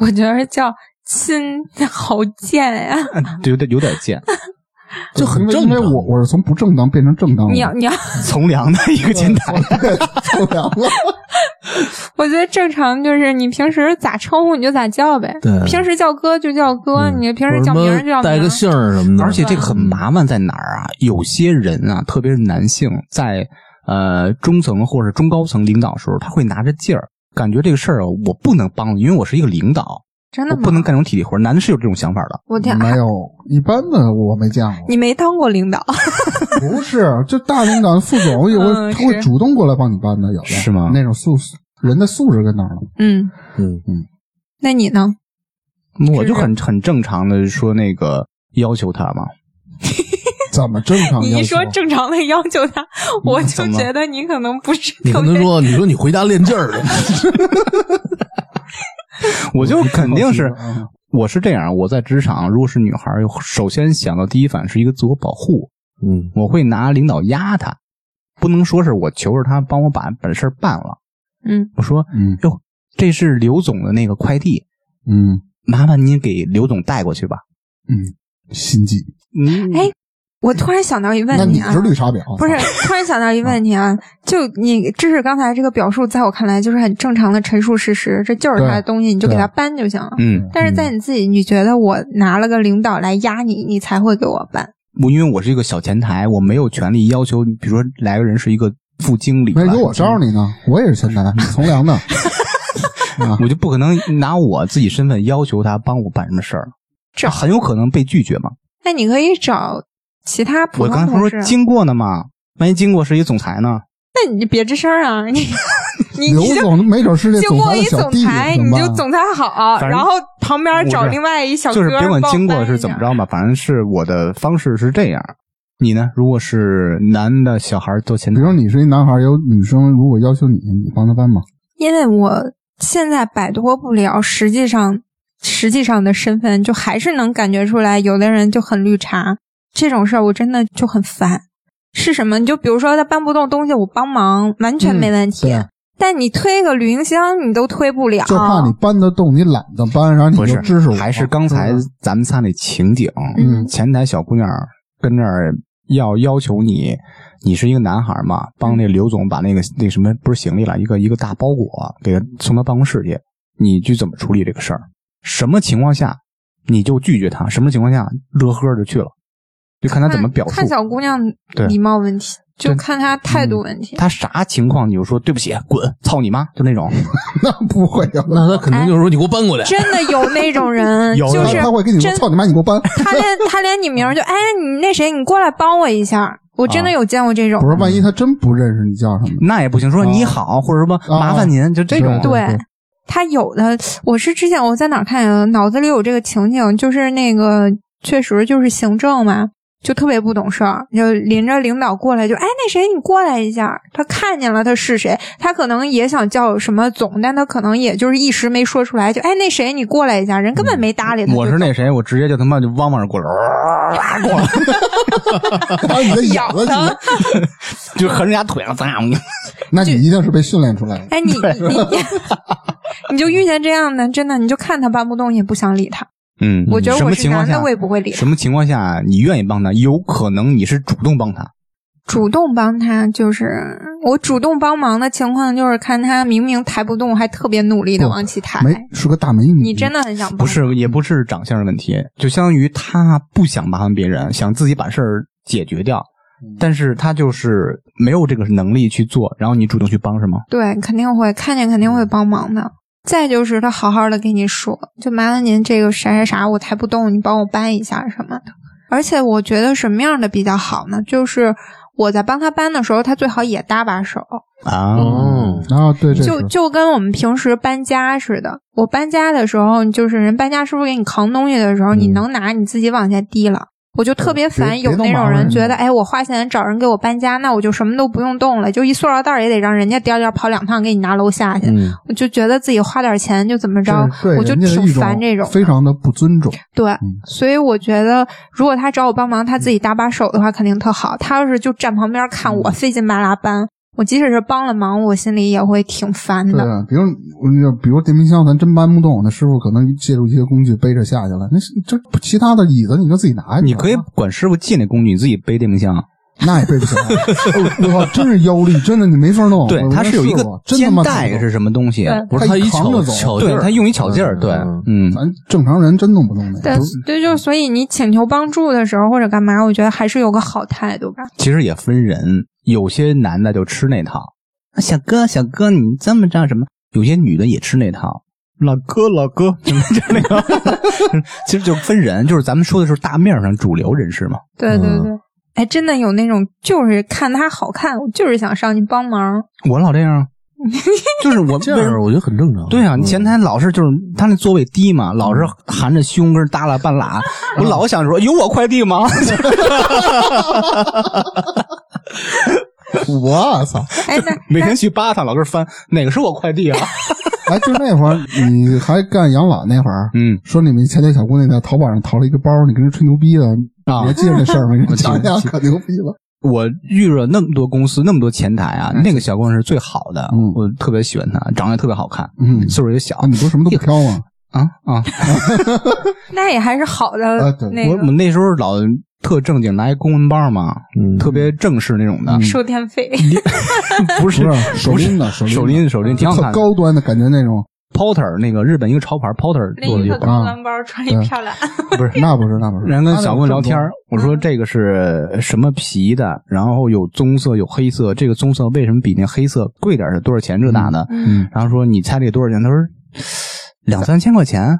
我觉得叫亲好贱呀、有点有点贱，就很因为正因为常我我是从不正当变成正当了，你要你要，从良的一个前台。受不了了。我觉得正常就是你平时咋称呼你就咋叫呗。对平时叫哥就叫哥，嗯你平或时者叫什名儿就叫名么带儿。个姓儿什么的，而且这个很麻烦在哪儿啊？有些人啊，特别是男性，在呃中层或者中高层领导的时候，他会拿着劲儿，感觉这个事儿啊我不能帮你，因为我是一个领导，真的我吗？不能干这种体力活儿。男的是有这种想法的。我天，没有，一般的我没见过。你没当过领导，不是，就大领导、副总有会嗯他会是主动过来帮你搬的，有的是吗那种素质人的素质跟那儿了。嗯，嗯，那你呢？我就很很正常的说那个要求他嘛，怎么正常要求？你一说正常的要求他，我就怎么觉得你可能不是你特跟别他说，你说你回家练 劲儿去，我就肯定是好奇的嗯我是这样，我在职场如果是女孩儿，首先想到第一反应是一个自我保护，嗯，我会拿领导压他，不能说是我求着他帮我把把事儿办了。嗯，我说嗯哟，这是刘总的那个快递，嗯麻烦您给刘总带过去吧。嗯心计。嗯哎我突然想到一那问你题啊是，绿茶婊？不是，突然想到一问题啊，就你这是刚才这个表述，在我看来就是很正常的陈述事实，这就是他的对东西，你就给对他搬就行了。嗯，但是在你自己，你觉得我拿了个领导来压你，你才会给我办。我因为我是一个小前台，我没有权利要求，比如说来个人是一个副经理吧，没有我罩你呢，我也是前 台，你从良的。啊，我就不可能拿我自己身份要求他帮我办什么事儿，这很有可能被拒绝嘛。那你可以找其他普我通刚才不同是事说啊，经过呢嘛，万一经过是一总裁呢？那你别吱声啊，你你刘你就总没准是这经总过裁一的小总弟，裁，怎你么就办啊总裁好，反正然后旁边找我是另外一小哥就帮是我搬别一下，管经过是怎么着吧，反正是我的方式是这样。你呢？如果是男的小孩做前比台，如你是一男孩，有女生如果要求你，你帮他搬吗？因为我现在摆脱不了实际上实际上的身份，就还是能感觉出来，有的人就很绿茶，这种事儿我真的就很烦。是什么？你就比如说他搬不动东西，我帮忙完嗯全没问题。对啊但你推个旅行箱，你都推不了，就怕你搬得动，你懒得搬，然后你不就是支持我。还是刚才咱们仨那情景，嗯前台小姑娘跟那儿要要求你，你是一个男孩嘛，嗯帮那刘总把那个那什么不是行李了，一个一个大包裹给他送到办公室去，你去怎么处理这个事儿？什么情况下你就拒绝他？什么情况下乐呵就去了？就看他怎么表述看。小姑娘对嗯礼貌问题，就对看她态度问题。他啥情况你就说对不起，滚，操你妈，就那 种。 那不会啊有，那他肯定就是说你给我搬过来，真的有那 种人，有就是他他会跟你说真：“操你妈，你给我搬。”他连他连你名儿就哎，你那谁，你过来帮我一下。我真的有见过这种啊不，是，万一他真不认识你叫什么？那也不行，说你好、或者什么啊麻烦您，就这种。对对 他有的，我是之前我在哪儿看见的，脑子里有这个情景，就是那个确实就是行政嘛，就特别不懂事儿，就临着领导过来就哎那谁你过来一下，他看见了他是谁，他可能也想叫什么总，但他可能也就是一时没说出来，就哎那谁你过来一下，人根嗯本没搭理他。我是那谁，我直接就他妈就汪汪过来，过来，然后你的咬影子进他来，，嗯就横着人家腿上砸。那你一定是被训练出来的。哎你你 你你就遇见这样的，真的你就看他搬不动也不想理他。嗯，我觉得什我么是情男况的，下我，也不会理他。什么情况下你愿意帮他？有可能你是主动帮他，主动帮他，就是我主动帮忙的情况，就是看他明明抬不动，还特别努力的不往起抬。没是个大美女，啊哎你真的很想帮不是，也不是长相的问题，就相当于他不想麻烦别人，想自己把事儿解决掉，但是他就是没有这个能力去做，然后你主动去帮是吗？对，肯定会看见，肯定会嗯帮忙的。再就是他好好的跟你说，就麻烦您这个啥啥啥，我抬不动，你帮我搬一下什么的。而且我觉得什么样的比较好呢？就是我在帮他搬的时候，他最好也搭把手，啊，哦，然后对这就是就跟我们平时搬家似的。我搬家的时候，就是人搬家师傅给你扛东西的时候，你能拿你自己往下递了。我就特别嗯烦别有别那弄种麻烦人人觉得，哎，我花钱找人给我搬家，那我就什么都不用动了，就一塑料袋儿也得让人家颠颠跑两趟给你拿楼下去。嗯，我就觉得自己花点钱就怎么着这，对我就人家的挺一烦这种种，非嗯常的不尊重。对，所以我觉得，如果他找我帮忙，他嗯自己搭把手的话，肯定特好。他要是就站旁边看我费劲巴拉搬，我即使是帮了忙，我心里也会挺烦对的。啊，比如我比如电冰箱，咱真搬不动，那师傅可能借助一些工具背着下去了。那是这其他的椅子你就自己拿，你可以知道吗管师傅借那工具，你自己背电冰箱。啊 那也背不起来。我 我靠，真是腰力，真的你没法弄。对我，它我是有一试个过真他肩妈带是什么东西？对不是他他一一扛巧着走巧劲对，儿，他用一巧劲儿。嗯对嗯，嗯，咱正常人真弄不动那对个。不是对，就所以你请求帮助的时候或者干嘛，我觉得还是有个好态度吧。其实也分人，有些男的就吃那套。啊小哥，小哥，你这么着什么？有些女的也吃那套。老哥，老哥，就那个， 其实就分人，就是咱们说的是大面上主流人士嘛。对对嗯对，哎，真的有那种就是看他好看，我就是想上去帮忙。我老这样，就是我这样我觉得很正常。对啊，你前台老是就是他那座位低嘛，老是含着胸跟耷拉半拉，我老想说有我快递吗？ 我操！哎，那每天去八趟，老跟翻哪个是我快递啊？哎，就那会儿你还干养老那会儿，嗯，说你们前台小姑娘在淘宝上淘了一个包，你跟人吹牛逼的，你啊还记得这 事儿吗？你讲讲，可牛逼了。我遇了那么多公司，那么多前台啊，那个小姑娘是最好的，嗯我特别喜欢她，长得也特别好看，嗯岁数也小啊，你不是什么都不挑吗？啊啊！那也还是好啊的对那我我个那时候老特正经拿一公文包嘛，嗯，特别正式那种的，收电费。不是不是手拎的，手手拎拎手拎挺好特看的。高端的感觉那种， Porter 那个日本一个潮牌 Porter 做的一拎个个包公文包，穿一对漂亮。 不是，那不是，那不是。然后跟小棍聊天儿，我说嗯这个是什么皮的，然后有棕色有黑色，这个棕色为什么比那黑色贵点儿是多少钱这那的？嗯然后说你猜这多少钱？他说两三千块钱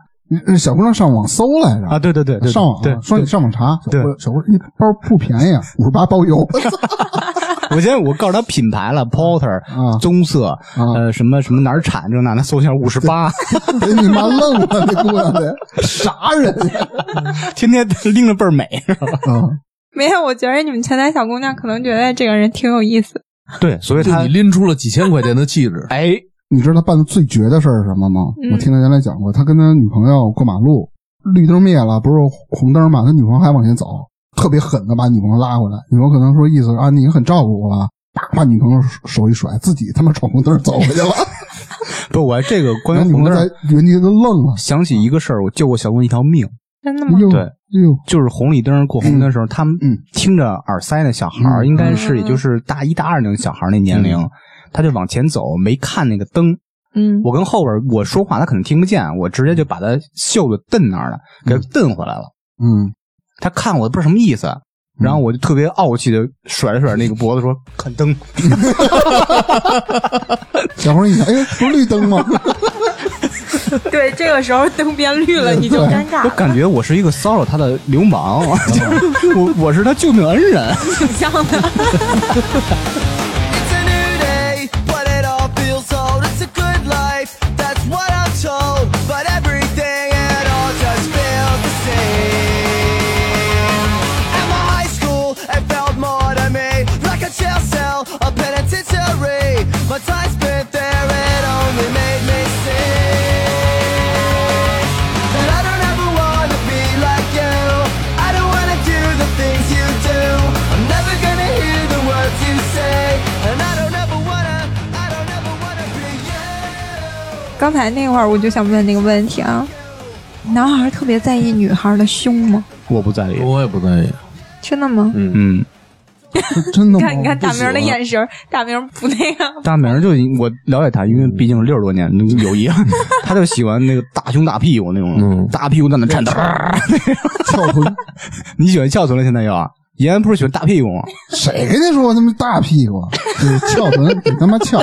嗯，小姑娘上网搜来着啊！对对对，对上网对，说你上网查，小对姑小姑娘一包不便宜，啊五十八包 邮我先我告诉他品牌嗯了，Porter 啊棕色，啊呃什么什么哪儿产这那的，搜一下五十 八，给你妈愣了，那姑娘得啥人 呀？天天拎着倍儿美。嗯啊，没有，我觉得你们前台小姑娘可能觉得这个人挺有意思。对，所以就他，你拎出了几千块钱的气质哎，你知道他办的最绝的事儿是什么吗？嗯我听他原来讲过，他跟他女朋友过马路，绿灯灭了，不是红灯嘛，他女朋友还往前走，特别狠的把女朋友拉回来，女朋友可能说意思是啊，你很照顾我吧。啪！把女朋友手一甩，自己他妈闯红灯走回去了。不，我这个然关后于女红朋灯友在儿人家都愣了。想起一个事儿，我救过小棍一条命。真的吗？嗯哟对哟，就是红绿灯过红灯的时候，他们嗯听着耳塞的小孩儿，嗯应该是嗯也就是大一大二那种小孩儿那年龄，他就往前走，没看那个灯。嗯，我跟后边我说话，他可能听不见，我直接就把他袖子蹬那儿了，给他蹬回来了。嗯，他看我不知道什么意思，然后我就特别傲气的甩了甩那个脖 子说：“看灯。小红一想，哎，不是绿灯 吗？对，这个时候灯变绿了，你就尴”尬我了，感觉我是一个骚扰他的流 氓，我我是他救命恩人。挺像的。 It's a new day, but it all feels old. It's a good life, that's what I'm told. But everything it all just feels the same. At my high school, it felt more to me like a jail cell, a penitentiary. My time spent there, it only made me sick. And I don't ever wanna be like you. I don't wanna do the things you do. I'm never gonna hear the words you say. And I don't ever wanna, I don't ever wanna be you. 刚才那会儿我就想问那个问题啊，男孩特别在意女孩的胸吗？我不在意，我也不在意。真的吗？嗯，真的你吗？看，你看大明的眼神，大明不那样。大明儿就我了解他，因嗯为毕竟六十多年友谊，他就喜欢那个大胸大屁股那种，嗯大屁股蛋蛋颤的。翘臀， 你喜欢翘臀了？现在又，妍妍不是喜欢大屁股吗？谁跟你说我他妈大屁股？就是翘臀，你他妈翘，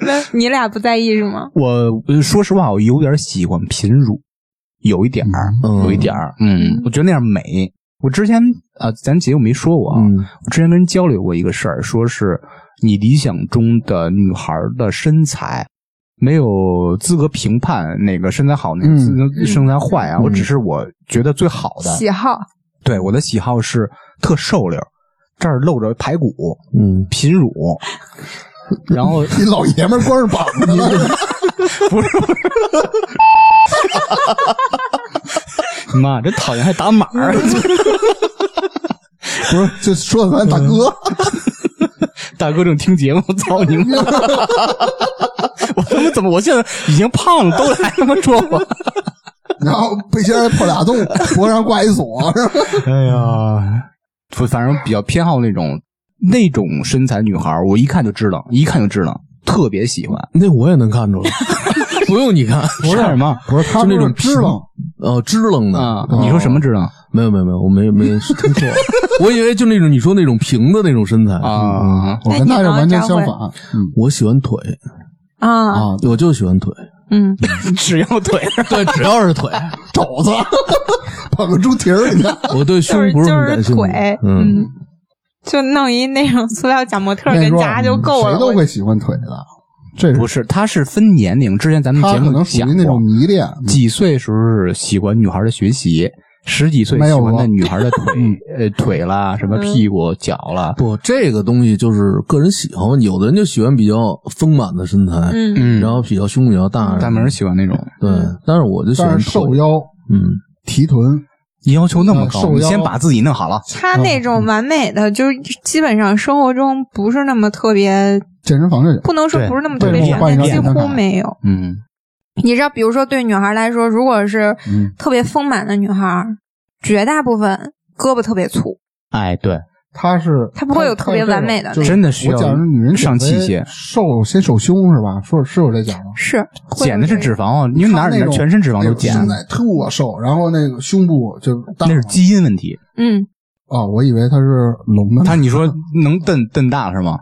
那你俩不在意是吗？我呃说实话，我有点喜欢贫乳，有一点儿，嗯有一点儿，嗯，我觉得那样美。我之前啊，咱节目没说过啊，嗯我之前跟人交流过一个事儿，说是你理想中的女孩的身材，没有资格评判哪个身材好，哪嗯个身材身材坏啊。我只是我觉得最好的，喜好，对我的喜好是特瘦溜儿，这儿露着排骨、嗯，贫 乳，然后你老爷们儿光着膀子，妈这讨厌还打码儿，不是就说的咱大哥，嗯大哥正听节目，操 你妈！我他妈怎么我现在已经胖了，都来他妈说我。然后背心儿破俩洞，脖上挂一锁，是吧？哎啊呀，反反正比较偏好那种那种身材女孩儿，我一看就知道，一看就知道，特别喜欢。那我也能看出来，不用你看，不是什么不是他就那种知道，哦，支棱的啊？你说什么？知道哦没有没有没有，我没没听错，我以为就那种你说那种平的那种身材。嗯啊？我跟他是完全相哎反。我喜欢腿啊，啊，我就喜欢腿，嗯，只要腿，对，只要是腿，肘子，捧个猪蹄儿，你看我对就胸是不就是很感是兴趣腿，。嗯，嗯，就弄一那种塑料假模特那跟时候夹就够嗯了谁都我。会喜欢腿的，这是 不是，她是分年龄。之前咱们他节可目能属讲于那过种，迷恋，几岁时候是喜欢女孩的学习，十几岁没喜有欢过那女孩的腿，呃，腿啦，什嗯么屁股、脚啦。不，这个东西就是个人喜好，有的人就喜欢比较丰满的身材，嗯，嗯然后比较胸比较大，大门喜欢那种，对，但是我就喜欢但是腿瘦，腰、嗯，提臀，你 要求那么呃高，瘦你腰先把自己弄好了。他那嗯种完美的，就是基本上生活中不是那么特别，健身房这有。不能说对不是那么特对别我全换一面，张健几康乎卡没有。嗯，你知道，比如说对女孩来说，如果是嗯特别丰满的女孩，绝大部分胳膊特别粗，哎，对，他是她不会有特别完美的就是真的需要我讲是女人减上肥器械瘦先瘦胸是吧？说是有这讲吗？是会有减的是这脂个肪啊，因为哪儿他那哪儿种全身脂肪都减那，种身材特啊瘦，然后那个胸部就大那是基因问题。嗯，哦，我以为他是隆的，他你说能瞪瞪大是吗？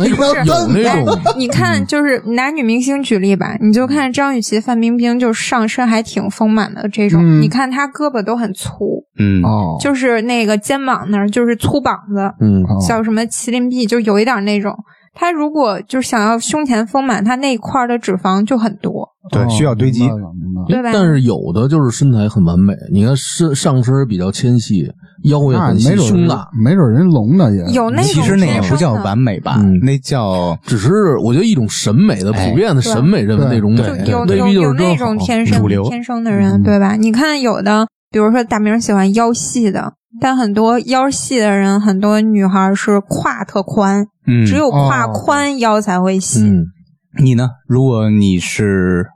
没有是有那种你嗯看，就是拿女明星举例吧，你就看张雨绮、范冰冰，就上身还挺丰满的这种。嗯你看她胳膊都很粗，嗯哦，就是那个肩膀那儿就是粗膀子，嗯，哦叫什么麒麟臂，就有一点那种。她如果就是想要胸前丰满，她那一块儿的脂肪就很多，对，需要堆积哦明白。了明白了对吧？但是有的就是身材很完美，你看身上身比较纤细，腰也那很细没，准胸大。人没准人隆的也有那种其实呃那也不叫天生的完美吧嗯，那叫只是我觉得一种审美的哎普遍的审美认为对那种对美对有未有必就有是那真好种。天生主流嗯天生的人，对吧？你看有的，比如说大明喜欢腰细的，但很多腰细的人，很多女孩是胯特宽，嗯。只有胯哦宽腰才会细。嗯，你呢？如果你是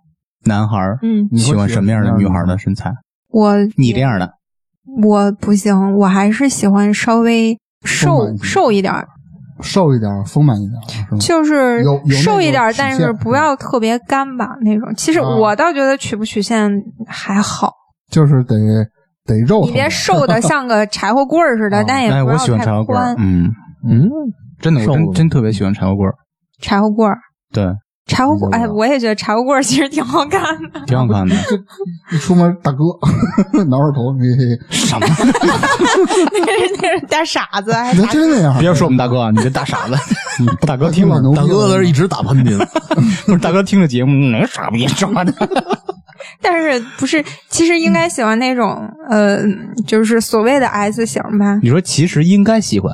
男孩儿，嗯你喜欢什么样的女孩儿的身材？我你这样的，我不行，我还是喜欢稍微丰满瘦一点瘦一点儿，瘦一点，丰满一点，是吗？就是有有那种瘦一点儿，曲但是线不要特别干吧那种。其实啊我倒觉得曲不曲线还好，就是得得肉疼。啊你别瘦的像个柴火棍儿似的，但也哎，不我要喜欢柴太火棍儿宽。。嗯嗯，真的，我瘦真了真特别喜欢柴火棍儿。柴火棍儿。对，柴火棍，你哎，怎么了我也觉得柴火棍儿其实挺好看的。挺好 看的。一出门，大哥 挠着头，嘿嘿，什么？ 那是那是大傻子，还你傻还真那样。 别说我们大哥啊，你这大傻 子！嗯大哥听老着，牛逼大了哥在这一直打喷嚏，不是大哥听着节目，哪个傻逼抓的？但是不是？其实应该喜欢那种呃，就是所谓的 S 型吧。 你说其实应该喜欢，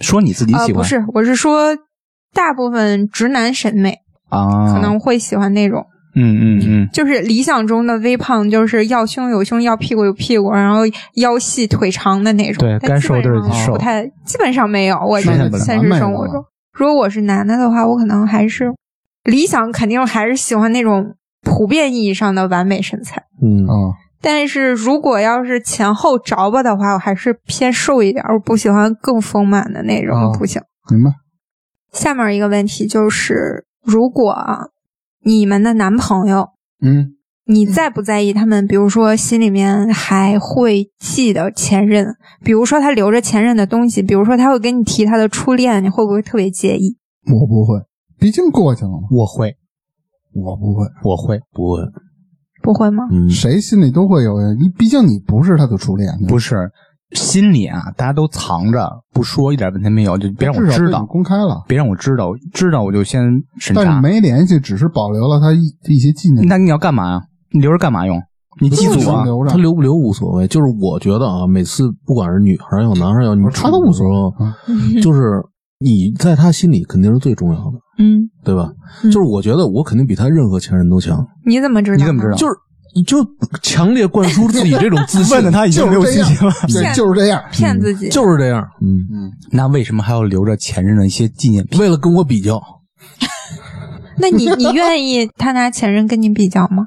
说你自己啊、喜不欢是，我是说，大部分直男审美啊？可能会喜欢那种， 嗯嗯嗯，就是理想中的微胖，就是要胸有胸，要屁股有屁股，然后腰细腿长的那种。对但该基本瘦都得上瘦不太，基本上没有。我实觉现得不了现完实美生了活中吧，如果我是男的的话，我可能还是理想，肯定还是喜欢那种普遍意义上的完美身材。嗯啊，，但是如果要是前后着吧的话，我还是偏瘦一点，我不喜欢更丰满的那种，哦不行。明白。下面一个问题就是，如果啊你们的男朋友，嗯，你在不在意他们？比如说心里面还会记得前任，比如说他留着前任的东西，比如说他会跟你提他的初恋，你会不会特别介意？我不会，毕竟过去了嘛。我会，我不会，我会，不会，不会吗？嗯，谁心里都会有呀。你毕竟你不是他的初恋，不是心里啊，大家都藏着不说，一点问题没有，就别让我至少知被你道，公开了，别让我知道，知道我就先审但查是。没联系，只是保留了他一一些纪念。那你要干嘛呀？啊你留着干嘛用？你记不住能啊！留着他留不留无所谓，就是我觉得啊，每次不管是女孩儿要男孩儿要，你他都无所谓， 就是你在他心里肯定是最重要的，嗯，对吧？嗯就是我觉得我肯定比他任何前任都强，你怎么知道？你怎么知道？？就是你就强烈灌输自己这种自信，问的他已经就没有是这信样 心了。，对，就是这样。骗自己？就是这样，嗯，那为什么还要留着前任的一些纪念品？为了跟我比较，那你你愿意他拿前任跟你比较吗？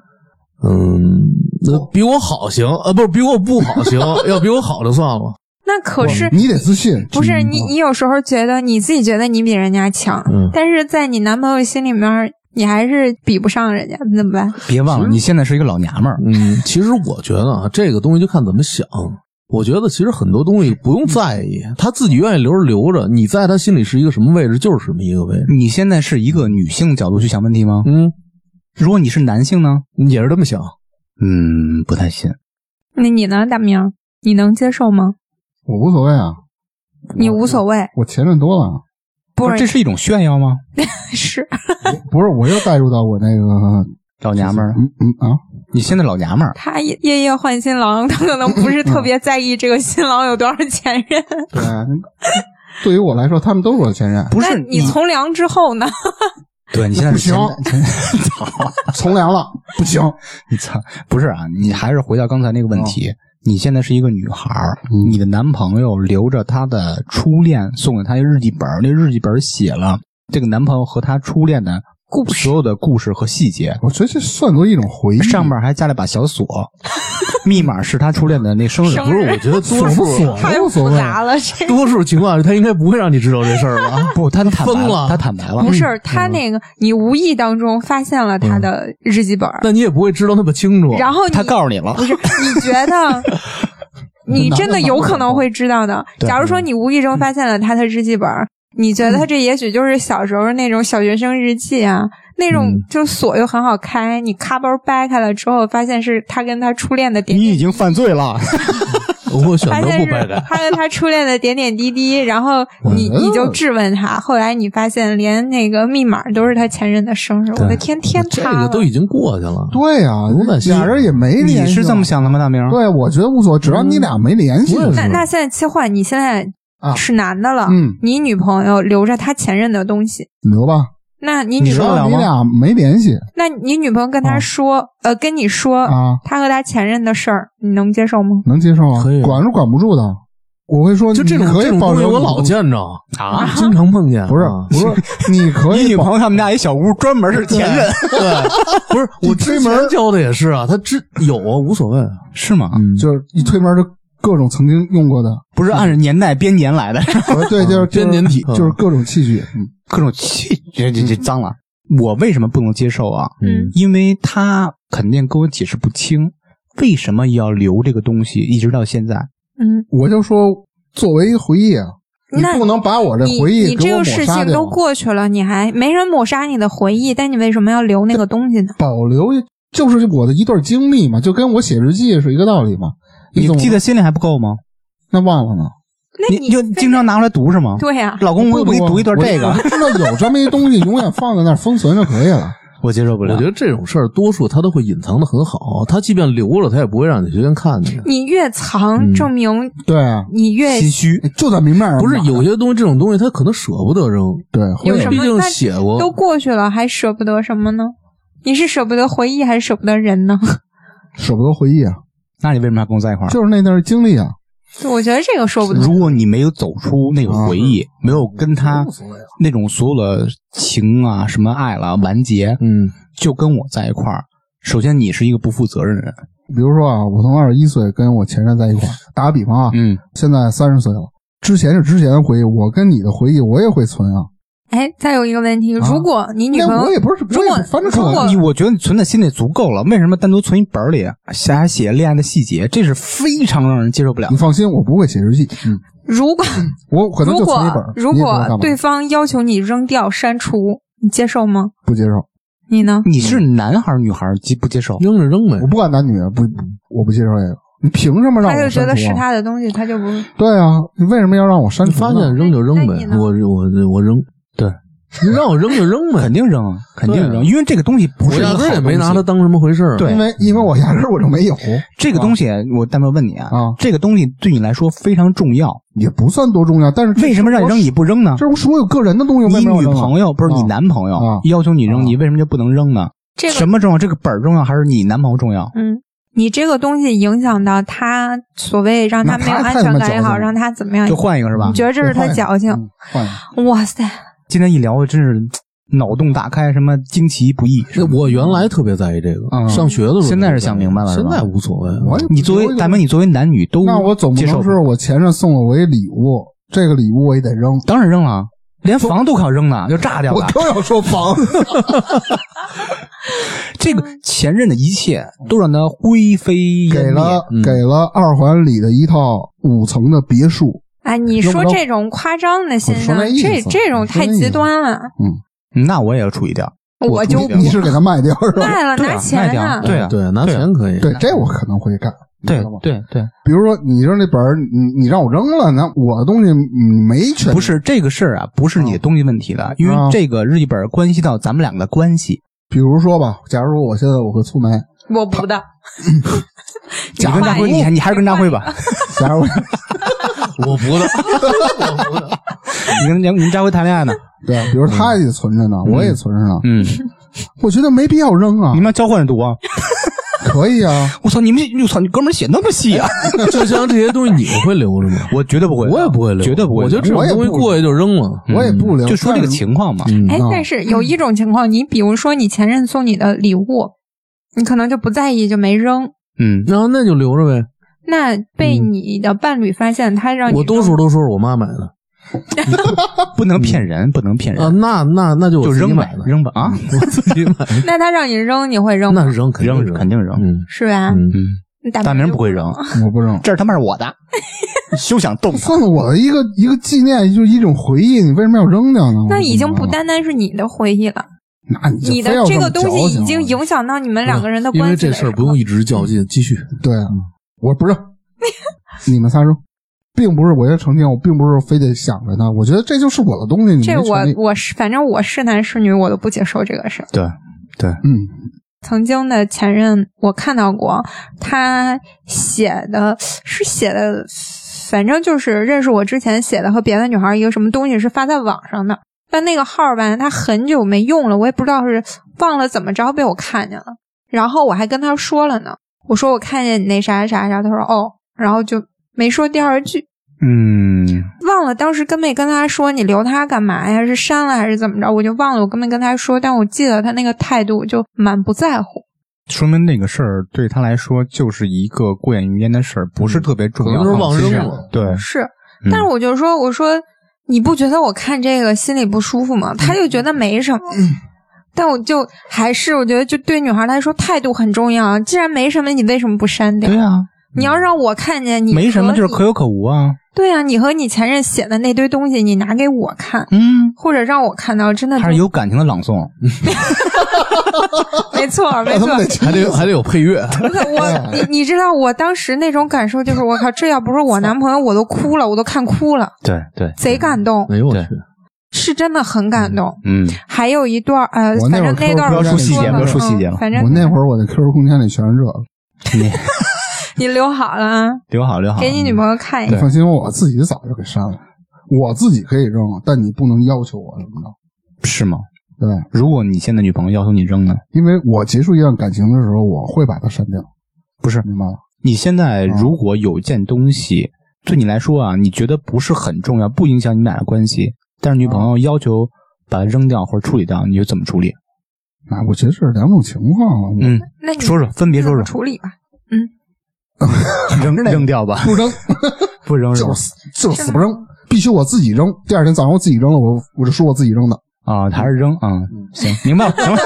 嗯，那比我好行，呃，不是比我不好行，要比我好就算了，那可是你得自信，不是你，你有时候觉得你自己觉得你比人家强，嗯但是在你男朋友心里面，你还是比不上人家，那怎么办？别忘了，你现在是一个老娘们儿。嗯，其实我觉得啊，这个东西就看怎么想。我觉得其实很多东西不用在意，他自己愿意留着留着，你在他心里是一个什么位置，就是什么一个位置。你现在是一个女性角度去想问题吗？嗯，如果你是男性呢？也是这么想。嗯，不太信。那你呢，大明？你能接受吗？我无所谓啊，你无所谓，我前任多了，啊不不是这是一种炫耀吗？是不是我又带入到我那个老娘们儿，嗯嗯啊，你现在老娘们儿，他夜夜夜换新郎，他可能不是特别在意这个新郎有多少前任。对，啊 对于我来说，他们都是我的前任，不那是你从良之后呢？对你现在不是行前前操， 从良了，不行，你操，不是啊，你还是回到刚才那个问题。你现在是一个女孩儿，你的男朋友留着他的初恋，送给他一日记本儿，那日记本儿写了这个男朋友和他初恋的故事，所有的故事和细节，我觉得这算作一种回忆。上面还加了把小锁， 密码是他初恋的那生日，生日我觉得多不数锁太无所复谓，杂了，这多数情况下，他应该不会让你知道这事儿 吧？不，他坦白疯了他坦白了，不是他那个，你无意当中发现了他的日记本，但你也不会知道那么清楚。然后你他告诉你了不，是，你觉 得你真的有可能会知道的。假如说你无意中发现了他的日记本，你觉嗯得这也许就是小时候那种小学生日记啊，那嗯种就锁又很好开，你咔包掰开了之后，发现是他跟他初恋的点你点已经犯罪了。 我选发择现不是掰开。他跟他初恋的点点滴滴，然后你嗯你就质问他，后来你发现连那个密码都是他前任的生日，我的天，天这塌个了！都已经过去了。对呀不敢，想俩人也没哎你联系，啊是这么？想的吗，大明？嗯对，我觉得无所谓，只要你俩没联系，那那现在切换，你现在嗯啊是男的了，嗯你女朋友留着他前任的东西，留吧。那你你女只受得要了你吗俩没联系那你女朋友跟他说，呃，跟你说、啊，他和他前任的事儿，你能接受吗？能接受啊？可以管是管不住的。我会说，就这种你可这以种保东西，留我你老的见着啊，经常碰见。不是啊不是，你可你以女保朋友他们家一小屋，专门是前任，对， 不是你我推之门前教的也是啊，他之有啊，无所谓。 是吗？就是一推门就各种曾经用过的，不是按照年代编年来的，我说对，就是就是啊编年体嗯就是各种器具。嗯各种气，这这这脏了。我为什么不能接受啊？嗯，因为他肯定跟我解释不清，为什么要留这个东西，一直到现在。嗯，我就说，作为一回忆啊，你那不能把我这你回忆你给这我抹个事杀情掉都，过去了，你还没人抹杀你的回忆，但你为什么要留那个东西呢？保留就是我的一段经历嘛，就跟我写日记是一个道理嘛。你总记得心里还不够吗？那忘了呢？那你你就经常拿过来读是吗？对啊呀、老公，我我给你读一段这嗯我个，就知道有这么一东西，永远放在那儿封存就可以了。我接受不我觉得这种事儿，多数他都会隐藏的很好，他即便留了，他也不会让你随便看见。你越藏，嗯证明对啊，你越心虚。就在明面嗯上不是嘛有些东西，这种东西他可能舍不得扔，对，会有因什为么毕竟写过，都过去了，还舍不得什么呢？你是舍不得回忆，还是舍不得人呢？ 舍不得回忆啊，那你为什么还跟我在一块儿？就是那段经历啊。对我觉得这个说不通。如果你没有走出那个回忆，没有跟他无所谓啊那种所有的情啊、什么爱了完结，嗯，就跟我在一块儿。首先，你是一个不负责任的人，比如说啊，我从二十一岁跟我前任在一块儿，打个比方啊，嗯，现在三十岁了，之前是之前的回忆，我跟你的回忆我也会存啊。哎，再有一个问题，如果你女那朋友我也不是，如我果也不翻着如果看，你我觉得你存在心里足够了，为什么单独存一本儿里，啊写还写恋爱的细节？这是非常让人接受不了你。放心，我不会写日记，嗯，如果我可能如就存一果本儿。如你也不知道果干嘛对方要求你扔掉、删除，你接受吗？不接受，你呢？嗯你是男孩儿女孩儿接不接受？扔着扔呗嗯我。不管男女，不，我不接受这个。你凭什么让他我就觉删得是除啊？他的东西，他就不对啊，你为什么要让我删你除呢？发现扔就扔那呗你，呢我我我扔，对，你让我扔就扔 呗肯，定扔，啊，肯定对啊扔，因为这个东西不我是一个压根儿好也没东拿西它当什么回事儿。啊对因为因为我压根儿我就没有，嗯这个东西，我大妹问你啊啊，这个东西对你来说非常重要，也不算多重要。但是这为什么让你扔你不扔呢？这是我有个人的东西，你为什么要女扔啊朋友不是啊你男朋啊友要求你啊扔，你为什么就不能扔呢？这个什么重要？这个本儿重要还是你男朋友重要？嗯，你这个东西影响到他所谓让他那没有他安太他全妈感也矫情好，了让他怎么样也就好，换一个是吧哎你？觉得这是他矫情？嗯换一个哇塞，今天一聊，真是脑洞大开，什么惊奇不易。那哎我原来特别在意这个，嗯上学的时候，现在是想明白了是现吧在无所谓。我也不你作我为也大明，你作为男女都那我总不接受能是我前任送了我一礼物，这个礼物我也得扔。当然扔了，啊连房都靠扔呢，就炸掉我了。刚要说房，这个前任的一切都让他灰飞给烟灭。了嗯给了二环里的一套五层的别墅，哎，你用不说着这种夸张的现象，我说那意思这这种太极端了，嗯那我也要处理掉，我就你是给他卖 掉是吧？卖了对拿啊，钱卖掉，啊！对啊，哎对，拿对啊钱可以。对，这我可能会干。你知对道吗对对，比如说你说那本儿，你你让我扔了，那我的东西嗯没权利不是这个事儿啊，不是你的东西问题了，因为啊这个日记本关系到咱们两个的关系。比如说吧，假如说我现在我会粗眉，我不的，你 跟大换辉，一个你还你还是跟大辉 吧，假如我 我不的，我不的。你跟你跟大辉谈恋爱呢，对，比如他也存着呢，我也存着呢，嗯，我觉得没必要扔啊你，们交换着读啊！可以啊， 我操，你们我操，你哥们儿写那么细啊！就像这些东西，你们会留着吗？我绝对不会，啊我也不会留，绝对不会留。我觉得这我种也不东西过去就扔了。我也不留。 嗯就说这个但是情况嘛，嗯哎，但是有一种情况，你比如说你前任送你的礼物，你可能就不在意，就没扔。嗯，然后那就留着呗。那被你的伴侣发现，他让你我多扔数都说是我妈买的不能骗人，不能骗啊，人，那那那就我就自己扔吧买的，扔吧啊！我自己买的。那他让你扔，你会扔那吗？扔肯定扔扔，肯定扔嗯是吧？嗯，嗯，大大明就不会扔， 我不扔，这他妈是我 的，休想动算是我的一个一个纪念，就是一种回忆。你为什么要扔掉呢？那已经不我单单是你的回忆了，不扔，那你嗯就你的非要这么个东西矫已情经影响到你们两个人的因为关系这了。事儿不用一直较劲，继续。嗯对啊，我 不扔，你们仨扔，并不是我要成天，我并不是非得想着呢。我觉得这就是我的东西，你这没我权利。我是反正我是男是女，我都不接受这个事儿。对对，嗯，曾经的前任，我看到过他写的，是写的，反正就是认识我之前写的和别的女孩一个什么东西是发在网上的，但那个号吧，他很久没用了，我也不知道是忘了怎么着被我看见了，然后我还跟他说了呢，我说我看见你那啥啥啥，他说哦，然后就没说第二句，嗯，忘了当时跟没跟他说你留他干嘛呀？是删了还是怎么着？我就忘了我跟没跟他说，但我记得他那个态度就蛮不在乎。说明那个事儿对他来说就是一个过眼云烟的事儿，嗯不是特别重要，可能是忘扔了啊是对，是，嗯但是我就说，我说你不觉得我看这个心里不舒服吗？他就觉得没什么。嗯但我就还是我觉得，就对女孩来说态度很重要。啊既然没什么，你为什么不删掉？对啊，你要让我看见你没什么，和就是你可有可无啊。对啊，你和你前任写的那堆东西，你拿给我看，嗯，或者让我看到，真的还就是有感情的朗诵，没 错没错，还 得还得有配乐，不是哎我，你你知道我当时那种感受就是，我靠，这要不是 我男朋友，我都哭了，我都看哭了，对对，贼感动，哎呦我去，是真的很感动。嗯，还有一段，呃，我那反会儿正那段不要我说细节了不要说细节嗯了反正我那会儿我的 QQ 空间里全是这个，你留好了啊，留好留好，嗯给你女朋友看一你下。放心，我自己早就给删了。我自己可以扔，但你不能要求我什么的。是吗？对，如果你现在女朋友要求你扔呢？因为我结束一段感情的时候，我会把它删掉。不是明白了？你现在如果有一件东西对你来说啊，你觉得不是很重要，不影响你们俩的关系，但是女哦朋友要求把它扔掉或者处理掉，你就怎么处理？那哎我觉得这是两种情况了。啊我嗯，那你说说分别你怎 说么说，处理吧？扔扔掉吧，不扔，不扔是吧就？是就是死不扔，必须我自己扔。第二天早上我自己扔了，我我就说我自己扔的。啊，还是扔啊？嗯行，明白了，行了。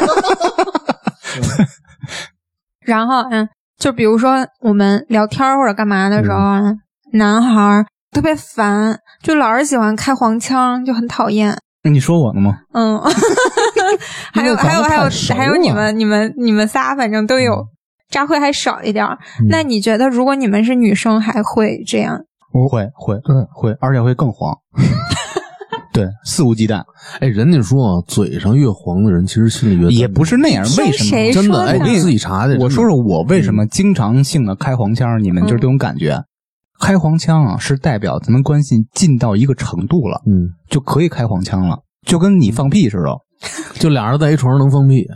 然后，嗯，就比如说我们聊天儿或者干嘛的时候啊，嗯男孩儿特别烦，就老是喜欢开黄腔，就很讨厌。那你说我呢吗？ 嗯，还有还有还有还有你们你们你们仨，反正都有渣会还少一点儿。嗯那你觉得，如果你们是女生，还会这样？会会对会，而且会更黄。对，肆无忌惮，哎，人家说啊，嘴上越黄的人，其实心里越也不是那样。听为什谁么？真的。说哎，呢你自己查去。我真说的说我为什么经常性的开黄腔，你们嗯就是这种感觉。开黄腔啊，是代表咱们关系近到一个程度了，嗯，就可以开黄腔了，就跟你放屁似 的，就俩人在一床上能放屁，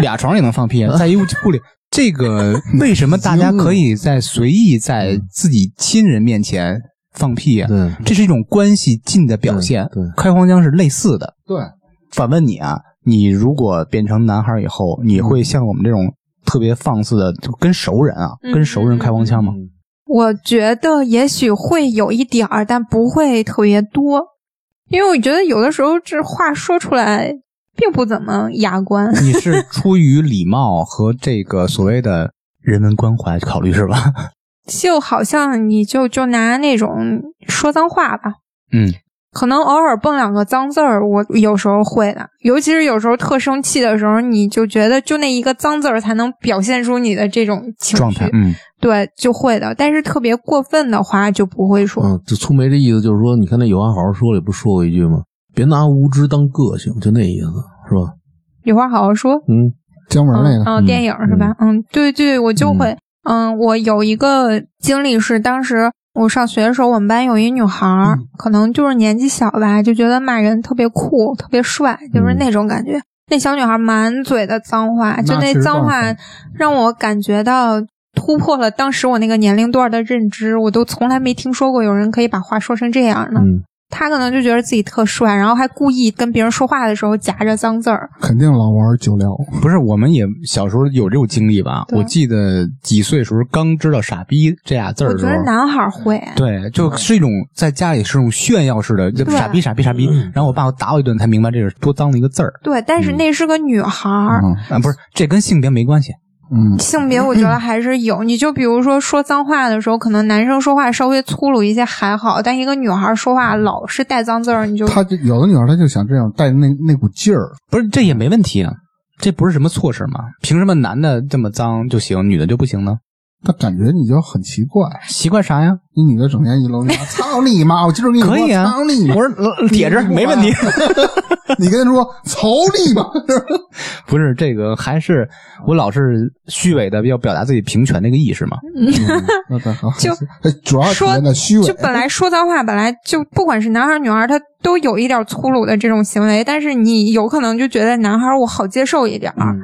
俩床也能放 屁，在一屋屋里。这个为什么大家可以在随意在自己亲人面前放屁啊？对，这是一种关系近的表现。对对开黄腔是类似的。对，反问你啊，你如果变成男孩以后，你嗯会像我们这种特别放肆的，就跟熟人啊，嗯跟熟人开黄腔吗？我觉得也许会有一点儿，但不会特别多，因为我觉得有的时候这话说出来并不怎么雅观。你是出于礼貌和这个所谓的人文关怀考虑是吧？ 就好像你就就拿那种说脏话吧，嗯，可能偶尔蹦两个脏字儿，我有时候会的，尤其是有时候特生气的时候，你就觉得就那一个脏字儿才能表现出你的这种情绪状态，嗯，对，就会的。但是特别过分的话就不会说，嗯，就粗眉这意思就是说，你看那有话好好说里不是说过一句吗？别拿无知当个性，就那意思是吧？有话好好说。嗯，姜文那嗯，个，哦电影是吧？嗯，对对，我就会，嗯，我有一个经历是，当时我上学的时候，我们班有一女孩儿，可能就是年纪小吧，就觉得骂人特别酷，特别帅，就是那种感觉。那小女孩满嘴的脏话，就那确实脏话棒让我感觉到突破了当时我那个年龄段的认知，我都从来没听说过有人可以把话说成这样呢。嗯他可能就觉得自己特帅，然后还故意跟别人说话的时候夹着脏字儿。肯定老玩九聊，不是，我们也小时候有这种经历吧？对我记得几岁时候刚知道“傻逼”这俩字儿我的觉时得候，男孩儿会，对，就是一种在家里是一种炫耀式的，就对傻逼傻逼傻逼。嗯嗯然后我爸我打我一顿，才明白这是多脏的一个字儿对，但嗯是那是个女孩儿，啊！不是，这跟性别没关系。嗯，性别我觉得还是有。你就比如说说脏话的时候，可能男生说话稍微粗鲁一些还好，但一个女孩说话老是带脏字儿，你就他就有的女孩她就想这样带那那股劲儿，不是，这也没问题啊，这不是什么错事吗？凭什么男的这么脏就行，女的就不行呢？她感觉你就很奇怪，奇怪啥呀？你女的整天一楼，操你妈！我今儿跟你说，可以啊操嗯你妈！我说呃铁子没问题。 你跟她说，操你妈！不是这个，还是我老是虚伪的，要表达自己平权那个意识嘛？嗯那倒好就哎主要体说现在虚伪就，本来说脏话本来就不管是男孩儿女孩儿，他都有一点粗鲁的这种行为，但是你有可能就觉得男孩儿我好接受一点儿。嗯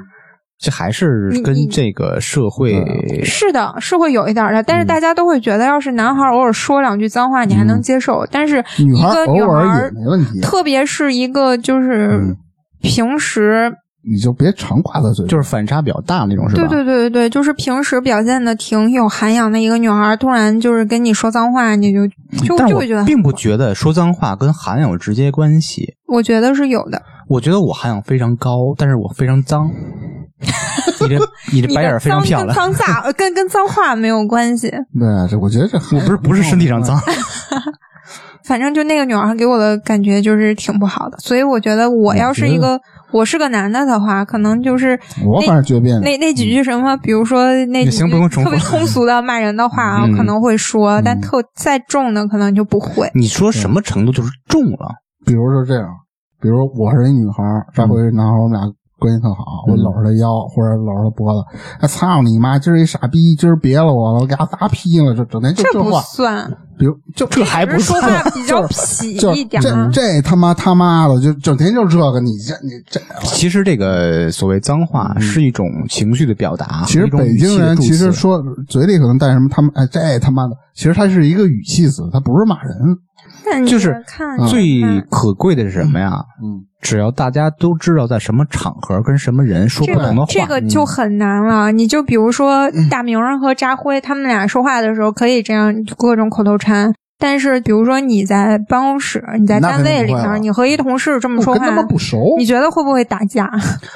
这还是你嗯跟你这个社会是的，是会有一点儿的，嗯但是大家都会觉得，要是男孩儿偶尔说两句脏话，你还能接受，但是一女孩个偶女孩尔也儿，没问题，特别是一个就是嗯平时你就别常挂在嘴边。就是反差比较大那种，是吧？对对对对对，就是平时表现的挺有涵养的一个女孩，突然就是跟你说脏话，你就就嗯但就我会觉得很，啊并不觉得说脏话跟涵养有直接关系。我觉得是有的。我觉得我涵养非常高，但是我非 常脏。你这你这你白眼儿的非常脏漂跟亮， 脏话呃跟跟脏话没有关系，对，这我觉得这我还不是不是身体 上脏，反正就那个女孩给我的感觉就是挺不好的，所以我觉得我要是一个我是个男的的话，可能就是我反正觉得别扭。那那几句什么，比如说那几也行句不用重特复别通俗的骂人的话啊， 嗯可能会说，但特再重的可能就不会。你说什么程度就是重了。比如说这样，比如我是一女孩，这回男孩我们俩关系特好，我搂着她腰或者搂着她脖子，哎操你妈！今儿一傻逼，今儿别了我了，我给他打劈了，这整天就这不话。算，比如就这还只是说话比 较痞就一点这儿。这他妈他妈的，就整天就这个，你这你这，其实这个所谓脏嗯话是一种情绪的表达，其实一种北语气京的人助其实词说嘴里可能带什么他妈哎这他妈的，其实它是一个语气词，它不是骂人。那你就是看最嗯可贵的是什么呀？嗯，只要大家都知道在什么场合跟什么人说不这同的个话，嗯这嗯个就很难了。你就比如说大明儿和扎辉他们俩说话的时候可以这样各种口头禅，但是比如说你在办公室、你在那单位里肯定不会了面，你和一同事这么我说跟话他，妈不熟，你觉得会不会打 架？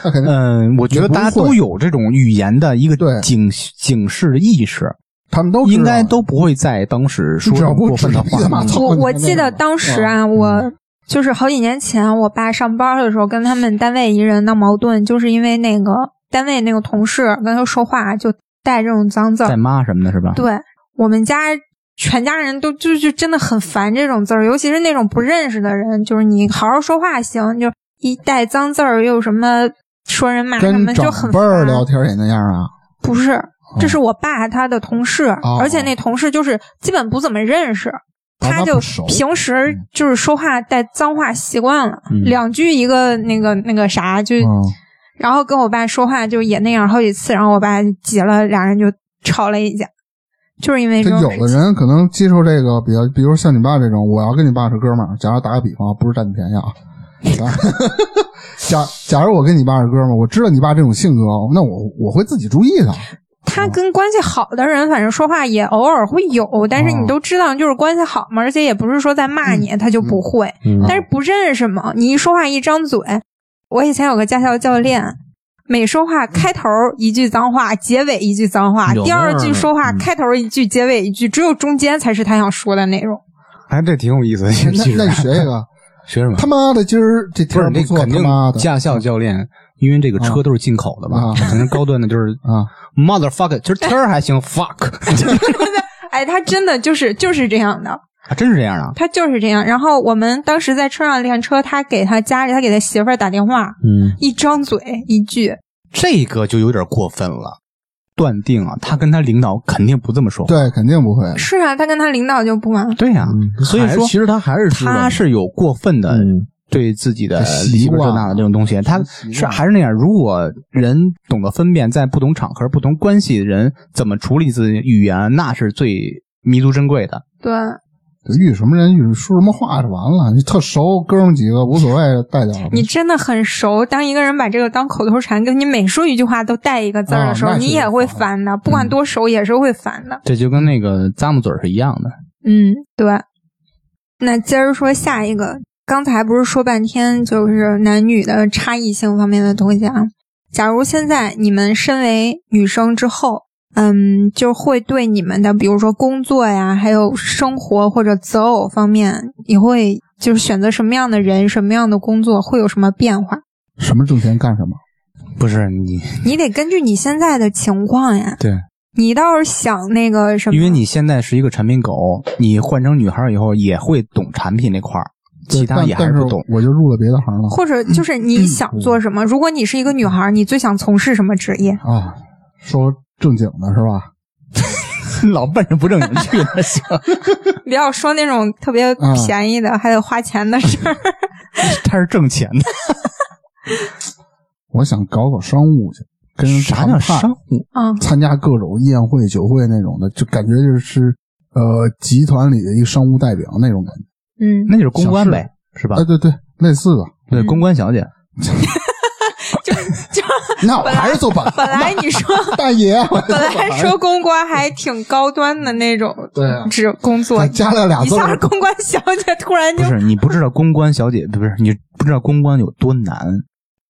那肯定嗯，我觉得大家也不都会有这种语言的一个对警警示的意识，他们都知道应该都不会在当时说只这要种不过分的指着他妈话。操我你我妈记那得种当时啊，嗯我就是好几年前，我爸上班的时候跟他们单位一人闹矛盾，就是因为那个单位那个同事跟他说话就带这种脏字儿在。妈什么的，是吧？对我们家全家人都就就真的很烦这种字儿，尤其是那种不认识的人，就是你好好说话行，就一带脏字儿又什么说人骂什跟么就长很辈儿烦。啊聊天也那样啊？不是，这是我爸他的同事，嗯哦而且那同事就是基本不怎么认识。他他就不熟嗯平时就是说话带脏话习惯了，嗯两句一个那个那个啥，就、嗯，然后跟我爸说话就也那样好几次，然后我爸急了，俩人就吵了一架，就是因为这这种有事的情人可能接受这个比较，比如像你爸这种，我要跟你爸是哥们儿，假如打个比方，不是占你便宜啊。 假假假如我跟你爸是哥们儿，我知道你爸这种性格，那我我会自己注意的。他嗯跟关系好的人，反正说话也偶尔会有，但是哦你都知道，就是关系好嘛，而且也不是说在骂你，他就不会。嗯但是不认识嘛，你一说话一张嘴，我以前有个驾校教练，每说话开头一句脏话，结尾一句脏话，嗯有第二那样句的说话嗯开头一句，结尾一句，只有中间才是他想说的内容。哎，这 挺有意思的。那其实那你学一 个，学什么？他妈的，今儿这不天是儿那错，肯他定妈的驾校教练，因为这个车都是进口的啊吧？可能高端的就是啊 motherfucker，其实天儿还行 fuck，哎，他真的就是就是这样的，还真是这样啊。他就是这样。然后我们当时在车上练车，他给他家里，他给他媳妇儿打电话，嗯，一张嘴一句。这个就有点过分了。断定啊，他跟他领导肯定不这么说话。对，肯定不会。是啊，他跟他领导就不玩。对呀、所以还说其实他还嗯是知道他的是有过分的嗯对自己的啊习媳妇惯这那的这种东西，他习惯是还是那样。如果人懂得分辨，在不同场合、不同关系，人怎么处理自己的语言，那是最弥足珍贵的。对，遇什么人遇说什么话就完了，你特熟哥们儿几个无所谓，带点儿。你真的很熟。当一个人把这个当口头禅，跟你每说一句话都带一个字儿的时候，啊那是嗯你也会烦的。不管多熟，也是会烦的。这就跟那个咂摸嘴儿是一样的。嗯，对。那接着说下一个，刚才不是说半天就是男女的差异性方面的东西啊。假如现在你们身为女生之后，嗯，就会对你们的比如说工作呀，还有生活或者择偶方面，你会就是选择什么样的人，什么样的工作，会有什么变化？什么挣钱干什么？不是你，你得根据你现在的情况呀。对，你倒是想那个什么？因为你现在是一个产品狗，你换成女孩儿以后也会懂产品那块儿，对其他也还但是但是不懂。我就入了别的行了或者就是你想做什么？如果你是一个女孩儿，你最想从事什么职业？啊。说正经的是吧？ 老奔着不正经去 了，行，不要说那种特别便宜的，还有花钱的事儿。他是挣钱的。我想搞搞商务去，跟人啥谈叫判商务？嗯，参加各种宴会、酒会那种的，就感觉就是呃集团里的一个商务代表那种感觉。 嗯，那就是公关呗，是吧啊，？对对，类似的。对，公关小姐。那我还是做 版本来你说，大爷，我本来说公关还挺高端的那种，对啊职工作，还加了俩一字儿下公关小姐突然不就是你不知道公关小姐，不是你不知道公关有多难，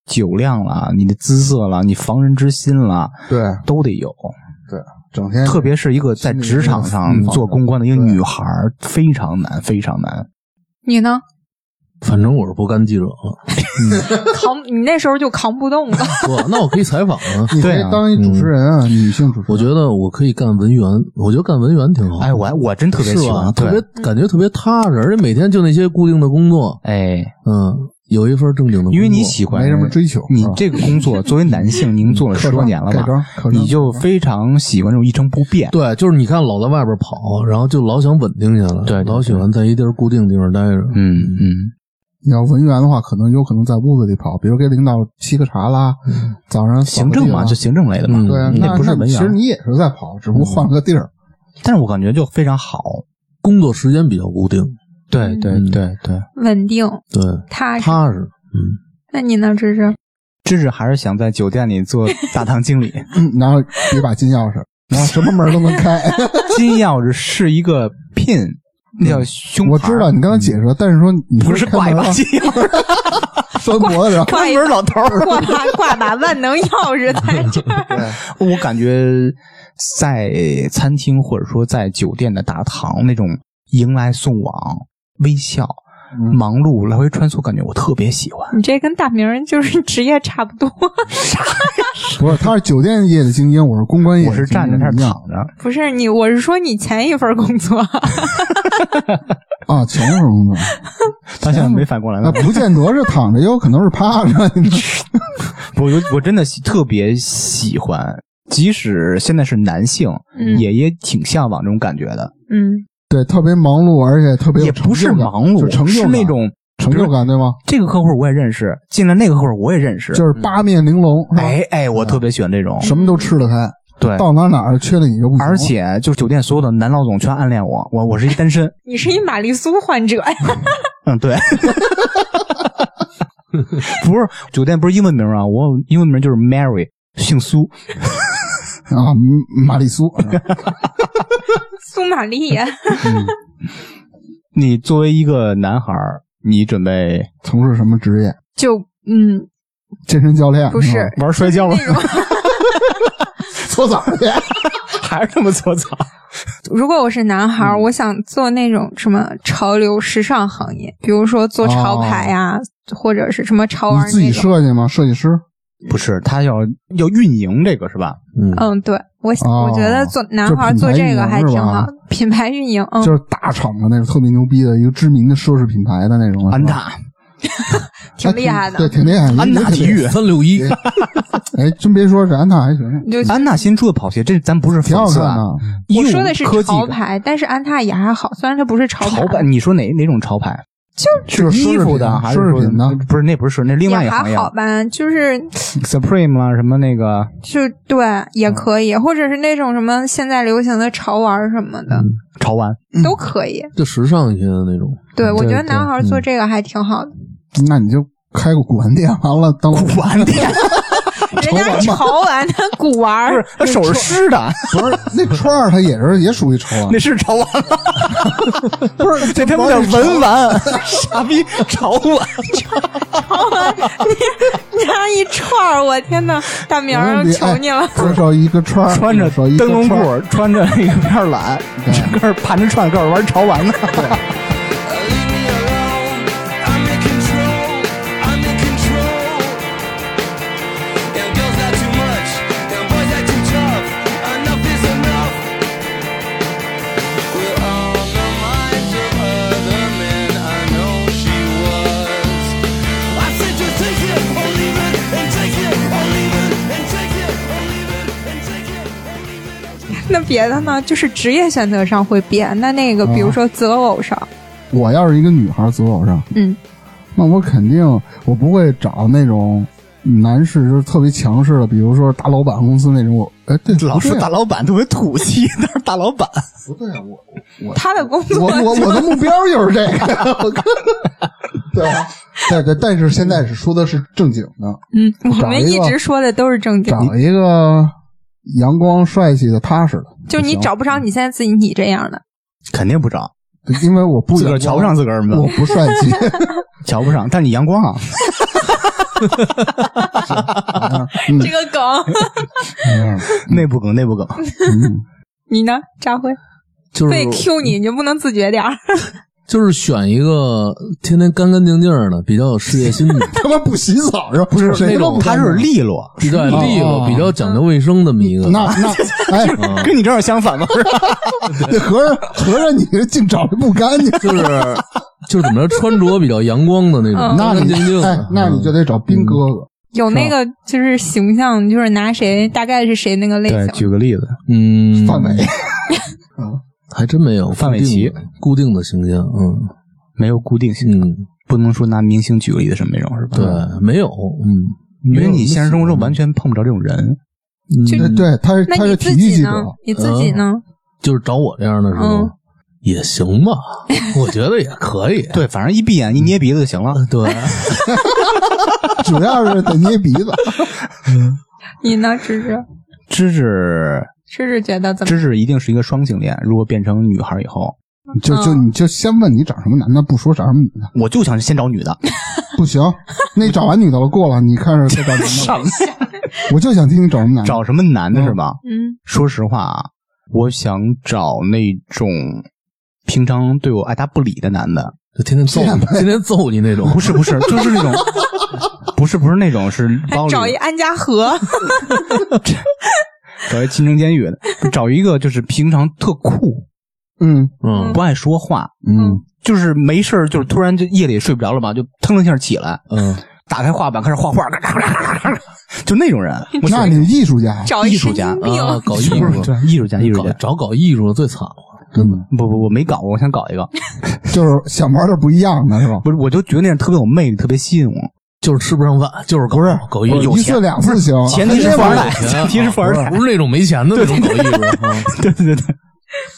酒量啦，你的姿色啦，你防人之心啦，对，都得有。整天特别是一个在职场上做公关的一个女孩儿，非常难，非常难。你呢？反正我是不干记者啊了，扛你那时候就扛不动了。 我那我可以采访啊。 嗯你可对以啊当一主持人啊，女性主持人。我觉得我可以干文员，我觉得干文员挺好。哎，我还我真特别是啊喜吧？欢，特别对，感觉特别踏实，而且每天就那些固定的工作，哎，嗯，有一份正经的工作。因为你喜欢，没什么追求你是吧这个工作作为男性，您做了十多年了改装吧？改装你就非常喜欢这种一成不变。对，就是你看老在外边跑，然后就老想稳定下来，对对对老喜欢在一地儿固定地方待着。嗯嗯，你要文员的话，可能有可能在屋子里跑，比如给领导沏个茶啦，早上扫嗯行个地政嘛，啦就行政类的嘛嗯，啊对啊，你那这不是那文其实员。嗯你也是在跑，只不过换了个地儿。但是我感觉就非常好。工作时间比较固定，对对嗯对对， 稳定对，踏实，踏实。那你呢？芝芝，芝芝还是想在酒店里做大堂经理。嗯然后一把金钥匙，然后什么门都能开。金钥匙是一个 pin，那叫胸牌。我知道你刚才解释了，但是说你不是挂开一门把了金钥匙， 拴脖子上，挂一门老头儿。挂把挂把万能钥匙在这儿。我感觉在餐厅或者说在酒店的大堂那种迎来送往、微笑，忙碌来回穿梭，感觉我特别喜欢。你这跟大明儿就是职业差不多，不是，他是酒店业的精英，我是公关业的我是精英站着，他是一躺样着。不是你，我是说你前一份工 作，啊，前一份 工作，他现在没反过来那呢。不见得是躺着，也有可能是趴着。我我我真的喜特别喜欢，即使现在是男性，嗯也也挺向往这种感觉的。嗯，对，特别忙碌，而且特别有也不是成就感忙就碌，成就是感那种成就感，对吗？这个客户我也认识，进来那个客户我也认识，就是嗯八面玲珑，是吧哎哎，我特别喜欢这种。什么都吃得开，对，到哪哪儿缺了你就不行。而且就是酒店所有的男老总全暗恋我，我我是一单身。你是一玛丽苏患者呀？ 嗯，对。 不是酒店不是英文名啊，我英文名就是 Mary，姓苏，啊，嗯玛丽苏，苏玛丽，你作为一个男孩儿，你准备从事什么职业？ 就嗯，健身教练不是玩摔跤了，那种。搓澡去， 还是这么搓澡？ 如果我是男孩儿，嗯我想做那种什么潮流时尚行业，比如说做潮牌呀，或者是什么潮玩哦你儿自己那种。设计吗？设计师不是，他要要运营这个是吧？嗯，嗯，对我、哦我觉得做男孩儿就做是品牌这个还运营是挺吧好，品牌运营，嗯，就是大厂的那种特别牛逼的一个知名的奢侈品牌的那种，安踏，挺厉害对，的。挺厉害。安踏体育，三六一， 哎，真别说是安踏还行，你就安踏新出的跑鞋，这咱不是挺好讽刺看啊。的。一我五说的是科技潮牌，但是安踏也还好，虽然它不是潮牌，潮牌，你说哪哪种潮牌？就是是衣奢侈服品的还是奢侈说品的，不是，那不是，那另外一也个行还业啊好吧，就是，Supreme 啦，什么那个，就对也可以，或者是那种什么现在流行的潮玩儿什么的、潮玩，都可以。就时尚一些的那种。对，我觉得对男孩儿做这个还挺好的。那你就开个古玩店完了，当嗯古 玩店，人家潮玩的古玩不是，他儿手是湿的，不是那串儿，它也是也属于潮啊玩那。是潮玩吗？ 不是，这他妈叫文玩， 傻逼潮玩，那一串儿，我天呐，大明儿，得求你了，多少一个串儿，穿着多少一个灯笼裤串儿，穿着那个片儿懒，跟着盘着串，跟着玩潮玩呢。 Leave me alone. I'm in control. I'm in control. Young girls are too much. Young boys are too tough. Enough is enough. We're on the minds of other men. I know she was. I said just take it or leave it, and take it or leave it, and take it or leave it, and take it or leave it. 那别的呢？就是职业选择上会变，那那个比如说择偶上，我要是一个女孩儿择偶上，嗯，那我肯定我不会找那种男士，就是特别强势的，比如说大老板公司那种。我哎，对，老不对说啊大老板特别土 气，那是大老板，不对啊，我他的工我作 我我的目标就是这个。我看对啊，对对，但是现在是说的是正经的，嗯，个我们一直说的都是正经，找一个阳光帅气的、踏实的，就你找不着你现在自己你这样的，肯定不找，对因为我不自个儿阳瞧光不上，自个儿我吗？不帅气。瞧不上，但你阳光啊，嗯这个梗，内部梗，内部梗。嗯你呢，扎辉？就是被 Q 你，你就不能自觉点儿？就是选一个天天干干净净的，比较有事业心的，他妈不洗澡是吧？不是谁那他妈种不他干是净利落，比较利哦落，比较讲究卫生这么一个。那那哎，跟 你正好相反嘛。那合着合着你这净找这不干净，就是就是怎么着，穿着比较阳光的那种，嗯那干干你净净哎的，。那你就就得找兵哥哥。有那个就是形象，就是拿谁大概是谁那个类对，型，举个例子，嗯，范伟还真没有范玮琪固定的形象，嗯没有固定性，嗯，不能说拿明星举个例子是没种是吧？对，没有，嗯，因为你现实生活中完全碰不着这种人。就嗯对对，他是那他你是体自育己记呢者，？你自己呢？就是找我这样的是嗯吗？也行吧，我觉得也可以。对，反正一闭眼一捏鼻子就行了。嗯 对，主要是得捏鼻子。你呢，芝芝？芝芝，芝芝觉得怎么？芝芝一定是一个双性恋。如果变成女孩以后，就就嗯你就先问你找什么男的，不说找什么女的，我就想先找女 的。不行。 那找完女的了过了，你看着 再找什么男的。我就想听你找什么男的。找什么男的是吧？嗯说实话啊，我想找那种平常对我爱答不理的男的。就天天揍你， 天天揍你 那种。不是不是，就是那种，不是不是那种，是包里找一安家和，找一亲城监狱的，找一个就是平常特酷，嗯嗯不爱说话，嗯就是没事儿，就是突然就夜里睡不着了吧，就腾楞一下起来，嗯，打开画板开始画画， 咔嚓咔嚓咔嚓，就那种人。我喜那欢你艺术家， 找一神经病。啊，搞艺不是术，对艺术家，艺术搞家。找搞艺术的最惨了，真的。不不，我没搞过，我想搞一个。嗯就是想玩点不一样的，是吧？不是，我就觉得那样特别有魅力，特别吸引我。就是吃不上饭，就是不是搞艺术一，次两次行，前提是富二代，哦不是前提是富二代。不是那种没钱的那种搞艺术。啊 对对对，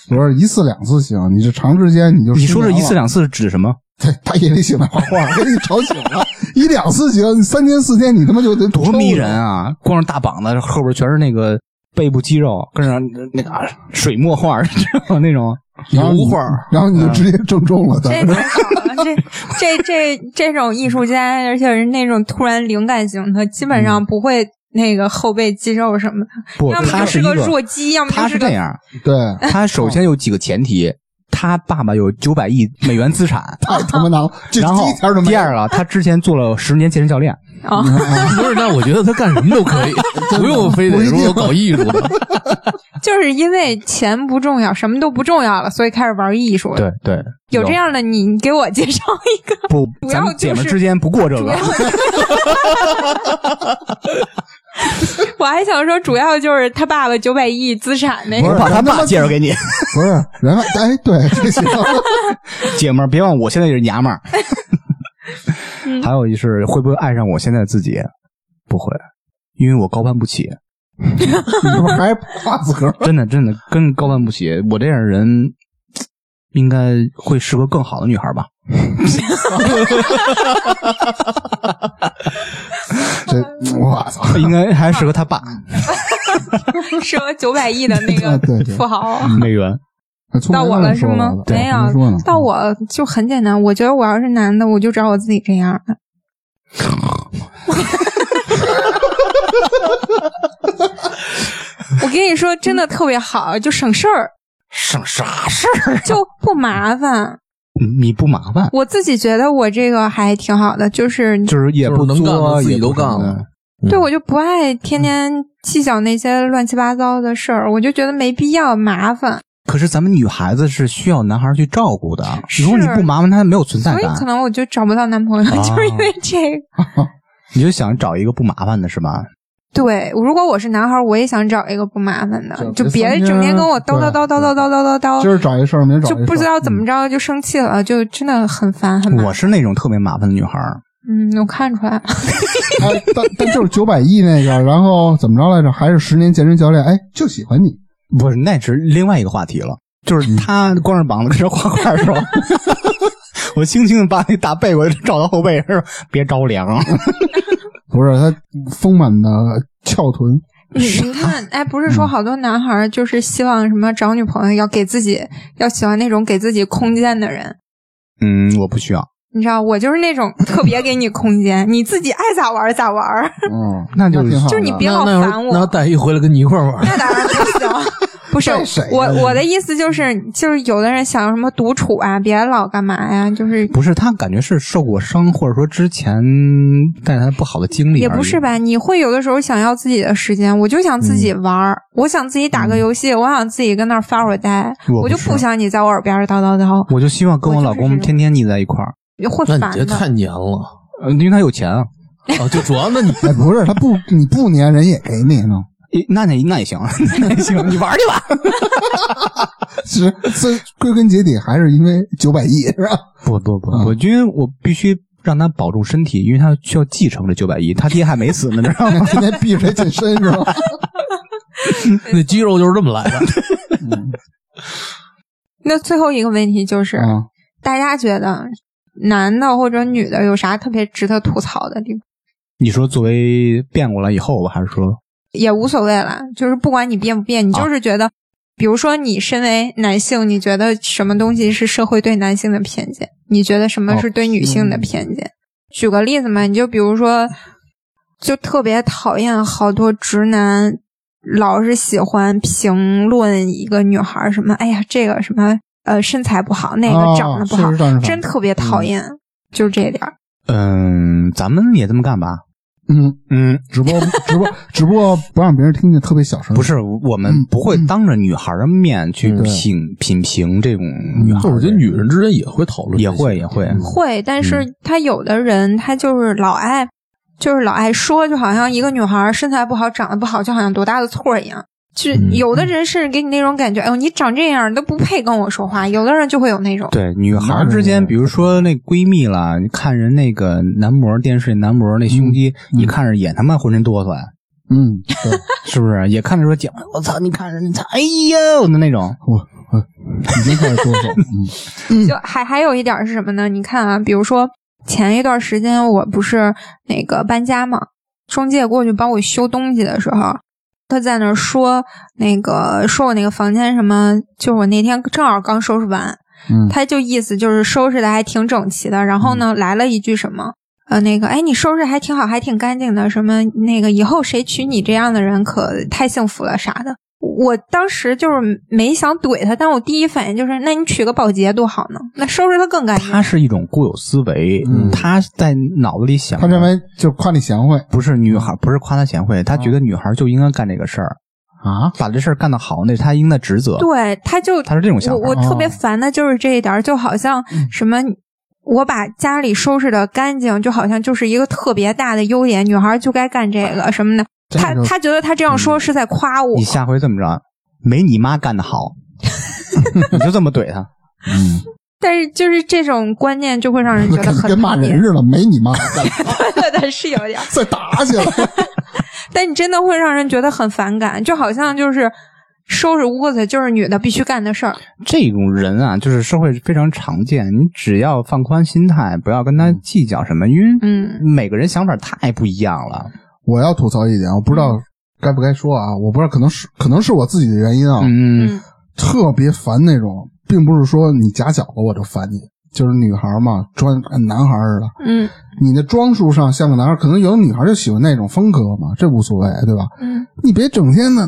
不是一次两次行，你这长时间你就你说这失眠一了次两次是指什么？对，他夜里醒来画画，给你吵醒了。一两次行，你三天四天你他妈就得多迷人啊！啊！光是大膀子，后边全是那个背部肌肉，跟上那个啊水墨画，知道吗那 种。然后你油画，嗯然后你就直接正中了他。这太好了，这这这这种艺术家，而且是那种突然灵感型的，基本上不会那个后背肌肉什么的，不，要么他就是一个弱鸡，要么他就是是这个 哦样，对，他首先有几个前提：他爸爸有九百亿美元资 产，太哎他妈难了。这然后第一条就没第有二个，他之前做了十年健身教练，啊， 不是，那我觉得他干什么都可 以，不用非得说搞艺术的。就是因为钱不重要，什么都不重要了，所以开始玩艺术了。对对，有这样的你，你给我介绍一个。不？主咱要们姐就们是之间不过这主个要， 我还想说，主要就是他爸爸九百亿资产那我个，把他爸介绍给 你，不是人家哎，对，这行。姐们儿别忘我现在也是娘们 儿。还有就是会不会爱上我现在自己？不会，因为我高攀不起。你这不还夸自个儿？ 真的真的跟高攀不起。我这样人应该会适合更好的女孩吧？这 我操！应该哎还适合他爸嗯是吧？九百亿的那啊个 对对富豪。美元。从到来我没了有是说吗我？的没还有说呢，到我就很简单。我觉得我要是男的，我就找我自己这样的。 我跟你说，真的特别好，就省事儿，省啥事啊就不麻烦。你不麻烦，我自己觉得我这个还挺好的，就是就是也不就是能干的作自己也不都干了什么的对我就不爱天天计较那些乱七八糟的事儿，我就觉得没必要麻烦，可是咱们女孩子是需要男孩去照顾的，是如果你不麻烦，她没有存在所以感可。能我就找不到男朋友， 啊就是因为这个。你就想找一个不麻烦的是吧？对，如果我是男孩儿，我也想找一个不麻烦的，就就别别三整天天跟我叨叨叨叨叨叨叨叨今叨，儿找一事儿，明儿找一就事儿不知道怎么着就生气了，就真的很烦，很麻我烦。是那种特别麻烦的女孩儿，嗯，我看出来了，哎，但但就是九百亿那个，然后怎么着来着？还是十年健身教练？哎，就喜欢你。不是那是另外一个话题了。就是她光着膀子跟这画画是吧？ 我轻轻的把那大被我照到后背是吧？别着凉。啊不是他丰满的翘 臀，你你看，哎，不是说好多男孩儿就是希望什么找女朋友要给自己要喜欢那种给自己空间的人，嗯，我不需要。你知道，我就是那种特别给你空间，你自己爱咋玩儿咋玩儿，嗯，那就挺好的。就是你别那老那要烦是我。那要带一回来跟你一块儿玩儿，那当然不 行。不是带谁呀我我的意思就是就是有的人想要什么独处啊，别老干嘛呀，就是不是他感觉是受过伤，或者说之前带来不好的经历，也不是？吧？你会有的时候想要自己的时间，我就想自己玩儿，我想自己打个游戏，我想自己跟那儿发会儿呆，我我就不想你在我耳边叨叨叨，我就希望跟我老我就公是这种天天腻在一块儿，会那烦你这的。太黏了呃，因为他有钱啊。啊！就主要那你哎，不是他不， 你不粘人也给你呢。诶那那那也行， 那也行，你玩去吧。是，这归根结底还是因为九百亿 是吧？不不不，我因为我必须让他保重身体，因为他需要继承这九百亿，他爹还没死呢，知 道吗？天天逼着他健身是吧？ 那肌肉就是这么来 的。嗯那最后一个问题就是，啊，大家觉得男的或者女的有啥特别值得吐槽的地方？你说作为变过来以后吧，还是说也无所谓了，就是不管你变不变，你啊就是觉得，比如说你身为男性，你觉得什么东西是社会对男性的偏见？你觉得什哦么是对女性嗯的偏见？举个例子嘛，你就比如说，就特别讨厌好多直男，老是喜欢评论一个女孩儿什么，哎呀，这个什么呃身材不好，那啊个长得不好，是是嗯长得不好真特别讨厌，就是这点儿。嗯，咱们也这么干吧。嗯，嗯，只不过只不过只不过不让别人听见特别小声，不是，我们不会当着女孩儿的面去品品评这种女孩但儿。我觉得女人之间也会讨论这些，也会也会嗯会，但是他有的人他就是老爱，就是老爱说，就好像一个女孩儿身材不好、长得不好，就好像多大的错儿一样。就嗯有的人是给你那种感觉，哎呦，你长这样都不配跟我说话。有的人就会有那种，对女孩儿之间，比如说那闺蜜啦，你看人那个男模电视男模那胸肌，你看着也他妈浑身哆嗦呀，嗯，对，是不是？也看着说姐，我操，你看着你操，哎呦的那种。我我已经开始哆嗦，嗯就还还有一点儿是什么呢？你看啊，比如说前一段时间我不是那个搬家嘛，中介过去帮我修东西的时候，他在那儿说那个说我那个房间什么，就是我那天正好刚收拾完，嗯他就意思就是收拾的还挺整齐的，然后呢来了一句什么。呃，那个，哎，你收拾还挺好，还挺干净的。什么那个，以后谁娶你这样的人可太幸福了啥的。我当时就是没想怼他，但我第一反应就是，那你娶个保洁多好呢，那收拾他更干净。她是一种固有思维，嗯她在脑子里想着，他认为就是夸你贤惠不是女孩儿，不是夸她贤惠，她觉得女孩儿就应该干这个事儿，啊，把这事儿干得好，那是她应该的职责。对，他就她是这种想法。我我特别哦烦的就是这一点儿，就好像嗯什么。我把家里收拾的干净，就好像就是一个特别大的优点，女孩就该干这个什 么的。他他觉得他这样说嗯是在夸我你，下回这么着，没你妈干得好，你就这么怼她。嗯，但是就是这种观念就会让人觉得很 跟骂讨厌人似的，没你妈干， 对对，是有点儿。再打起来，但你真的会让人觉得很反感，就好像就是收拾屋子就是女的必须干的事儿。这种人啊，就是社会非常常见。你只要放宽心态，不要跟他计较什么，因为嗯每个人想法太不一样了。我要吐槽一点，我不知嗯道该不该说啊，我不知道，可能是可能是我自己的原因啊，嗯，嗯特别烦那种，并不是说你假小子我就烦你，就是女孩嘛，装跟男孩似的，嗯你的装束上像个男孩，可能有的女孩就喜欢那种风格嘛，这无所谓，对吧？嗯，你别整天的，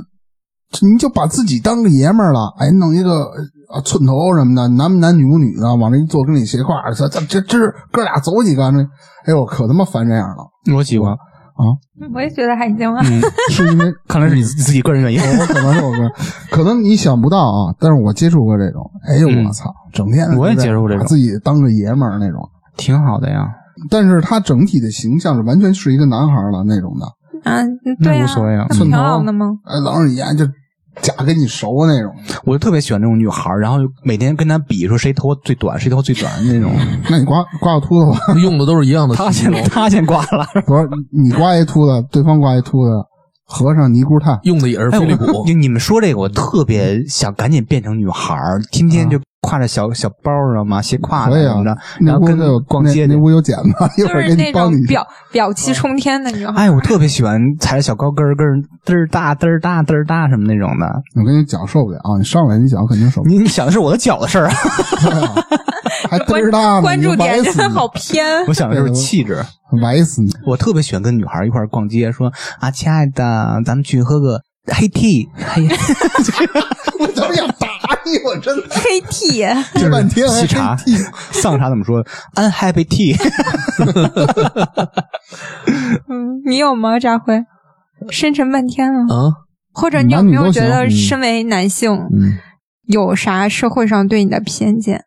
你就把自己当个爷们儿了，哎，弄一个啊寸头什么的，男不男女不女的，往这一坐，跟你斜挎着，这这这这哥俩走你干这，哎呦，可他妈烦这样了，我喜欢。嗯我也觉得还行啊。是因为看来是你自己 个人原因。我可能是我哥， 可能你想不到啊，但是我接触过这种，哎呦嗯我操，整天我也接触过这种把自己当个爷们儿那种，挺好的呀，但是他整体的形象是完全是一个男孩儿了那种的，嗯，对那啊，无所谓啊那不挺好的吗？哎，老是眼就假跟你熟那种，我就特别喜欢这种女孩儿，然后每天跟她比说谁头发最短，谁头发最 短那种。那你刮刮个秃子吧，用的都是一样的她剃先头，她先挂了，不是你刮一秃子，对方刮一秃子，和尚尼姑炭，用的也是哎，飞利我 浦你。你们说这个，我特别想赶紧变成女孩儿，天天就挎着小小包儿，知道吗？斜挎可着以什啊么的，，那然后屋跟子有逛那街去那。屋有剪子，一哦就会儿是给你那帮种你去。表表气冲天的女孩。哎，我特别喜欢踩着小高跟儿，跟人嘚儿大嘚儿大嘚儿大什么那种的。我跟你讲受不了，你上来你脚肯定受不了，你你想的是我的脚的事儿啊，还嘚 关儿大呢，关你注就崴点死真的你好偏 我。想的就是气质。崴 死你。我特别喜欢跟女孩儿一块儿逛街，说啊，亲爱的，咱们去喝个黑 tea。哎呀，我他妈想打你，我真的黑 T，憋半天还喜茶真 替，丧茶怎么说？unhappy tea。嗯，你有吗？扎辉，深沉半天了。啊，或者你有男女没有都觉行得，嗯身为男性，嗯，有啥社会上对你的偏见？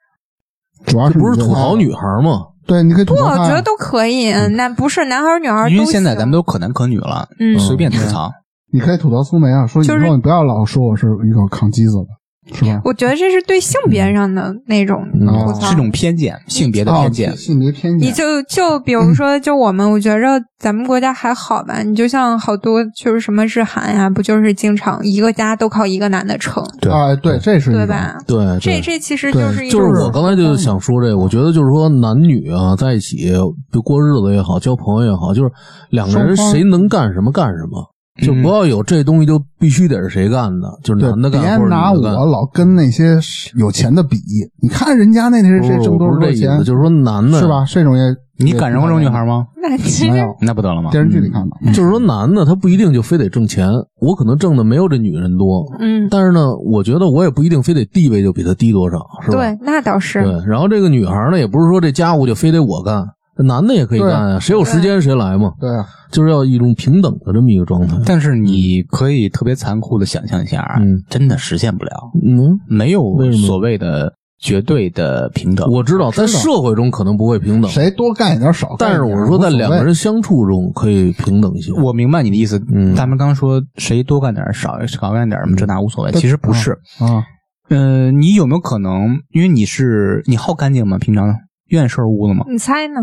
主要这是不是你吐觉得槽女孩吗？对，你可以吐不，槽啊我他。觉得都可以。那不是男孩儿女孩儿因都为行。现在咱们都可男可女了，嗯随 便吐槽。你可以吐槽苏梅啊，说以就是后你不要老说我是一个扛机子的，是吧？我觉得这是对性别上的那种嗯吐哦槽，是种偏见，性别的哦偏见。性别偏你见，就就比如说，就我们，我觉着咱们国家还好吧。你就像好多就是什么日韩呀、不就是经常一个家都靠一个男的撑，对啊，对，这是一对种吧？对，对这这其实对就是一就种是我刚才就想说这个，我觉得就是说男女啊在一起，就过日子也好，交朋友也好，就是两个人双方谁能干什么干什么，就不要有这东西就必须得是谁干的，就是对男，的干别嗯或者女的拿干。我老跟那些有钱的比，你看人家那是不谁是挣多我少多不是少这意钱思，，就是说男的是吧？？这种也你赶上过这种女孩吗？那其没实有？那不得了吗？电视剧里看的，就是说男的他不一定就非得挣钱，我可能挣的没有这女人多，嗯，但是呢，我觉得我也不一定非得地位就比她低多少，是吧？对，那倒是对，然后这个女孩呢，也不是说这家务就非得我干，男的也可以干啊，谁有时间谁来嘛，对啊，就是要一种平等的这么一个状态。但是你可以特别残酷的想象一下啊，嗯真的实现不了，嗯，没有为什么所谓的绝对呃的平等。我知道，在知道社会中可能不会平等，谁多干一点少干嗯但一是点，我是说，无所在两谓个人相处中可以平等一些。我明白你的意思，嗯咱们刚说谁多干点儿少少干点儿什嗯么这那无所谓，其实不是。啊，嗯、你有没有可能，因为你是你好干净吗？平常愿意收拾屋子吗？你猜呢？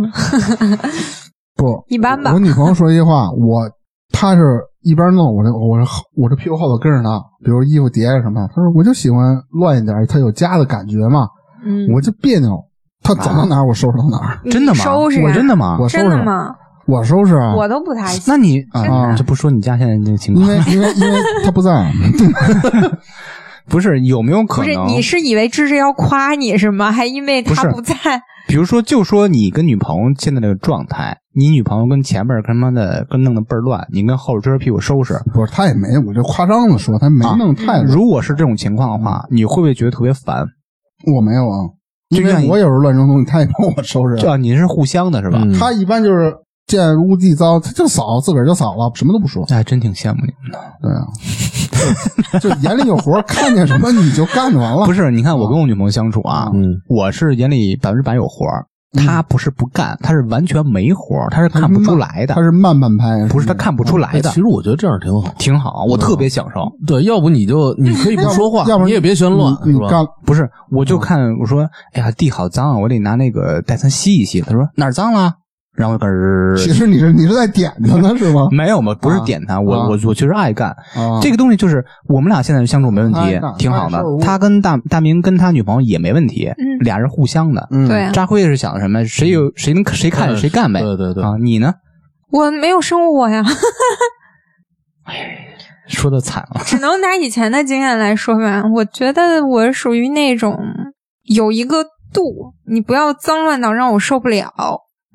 不一般吧我女朋友说一句话，我她是一边弄我这我这我这屁股后头跟着她，比如衣服叠着什么，她说我就喜欢乱一点，她有家的感觉嘛，嗯，我就别扭，她走到哪儿我收拾到哪儿，你真的吗？收拾呀我真的吗？我收真拾的，吗？我收拾啊，我都不太那你啊这不说你家现在这个情因嗯况，为因为因为她不在，啊 不是有没有可不是，能？你是以为这是要夸你是吗？还因为他不在，比如说，就说你跟女朋友现在这个状态，你女朋友跟前面他妈的跟弄得倍儿乱，你跟后边追着屁股收嗯拾。不是她也没我这夸张的说，她没啊弄太乱，如果是这种情况的话，你会不会觉得特别烦？我没有啊，嗯就因为愿意我有时候乱扔东西，她也帮我收拾这啊，啊，您是互相的是吧？嗯她一般就是见屋地糟，她就扫，自个儿就扫了，什么都不说。那还真挺羡慕你们的。对 啊，就就眼里有活儿，看见什么你就干就完了。不是，你看我跟我女朋友相处啊，啊嗯，我是眼里百分之百有活儿，她不是不干，她是完全没活儿，她是看不出来的嗯他。是慢半拍，不是她看不出来哎的其，实我觉得这样挺好。挺好，我特别享受。对，要不你就你可以不说话，要不然你也别嫌乱，你是你吧？干不是，我嗯就看我说，哎呀，地好脏啊，我得拿那个戴森吸一吸。她说哪儿脏了？然后我就开始其实你是你是在点他呢是吗？啊没有嘛，不是点他，我啊我我确实爱干啊嗯这个东西，就是我们俩现在相处没问爱题干，挺好爱的事儿。他跟大大明跟他女朋友也没问题，嗯俩人互相的。嗯，对啊，扎辉是想什么？谁有谁能谁看着谁干呗。对对对啊，你呢？我没有生活呀，说的惨啊了，只能拿以前的经验来说吧。我觉得我属于那种有一个度，你不要脏乱到让我受不了，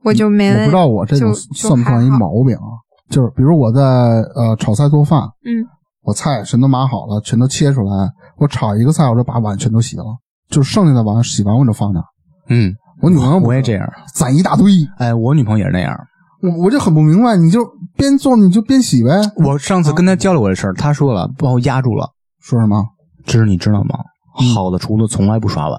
我就没我不问知道我这种就算不算一毛病啊？就是比如我在呃炒菜做饭，嗯，我菜全都码好了，全都切出来，我炒一个菜我就把碗全都洗了，就剩下的碗洗完我就放那儿。嗯，我女朋友不我也是这样。攒一大堆，哎，我女朋友也是那样。我我就很不明白，你就边做你就边洗呗，我上次跟啊她交流过这事儿，她说了，把我压住了。说什么？芝，你知道吗？好的厨子从 来不刷碗。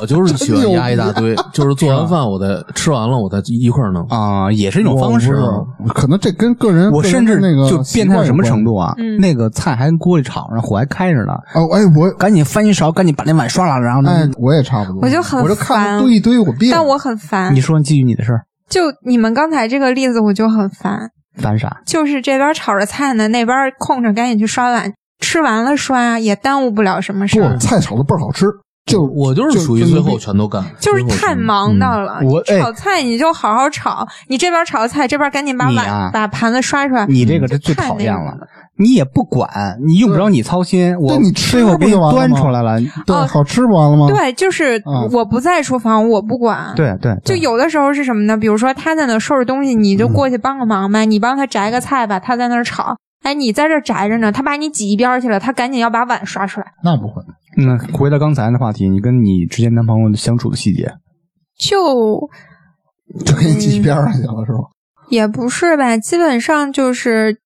我就是喜欢压一大堆， 就是做完饭我再吃完了我再一块儿弄。啊，也是一种方式啊。我不是可能这跟个人，我个人甚至那个就变态到什么程度？度啊？嗯那个菜还跟锅里炒着，火还开着呢，哦，哎，我赶紧翻一勺，赶紧把那碗刷了，然后呢？哎，我也差不多，我就很我就看烦堆一堆，我别扭。但我很烦你。说基于你的事儿，就你们刚才这个例子，我就很烦。烦啥？就是这边炒着菜呢，那边空着赶紧去刷碗，吃完了刷也耽误不了什么事儿不，，菜炒的倍儿好吃，就我就是属于最后全都干，就是最后太全都忙到了。嗯我你炒菜你就好好炒，你这边炒菜，这边赶紧把你碗、啊把盘子刷出来。你这个就这最太讨那厌个了。你也不管，你用不着你操心。我对你吃最后不给你就完了端吗出来了。对，哦好吃不完了吗？，对，就是啊我不在厨房，我不管。。嗯对对，就对嗯有的时候是什么呢？比如说他在那收拾东西，你就过去帮个忙呗，你帮他摘个菜吧，他在那儿炒。哎，你在这儿摘着呢，他把你挤一边儿去了，他赶紧要把碗刷出来。那不会，那回到刚才的话题，你跟你之前男朋友相处的细节，就就给你挤一边儿上去了是吧？也不是吧，基本上就是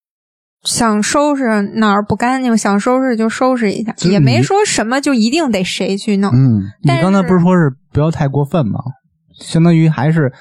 想收拾哪儿不干净，想收拾就收拾一下，是也你没说什么就一定得谁去弄。嗯，你但刚才是不是说是不要太过分吗？相当于还是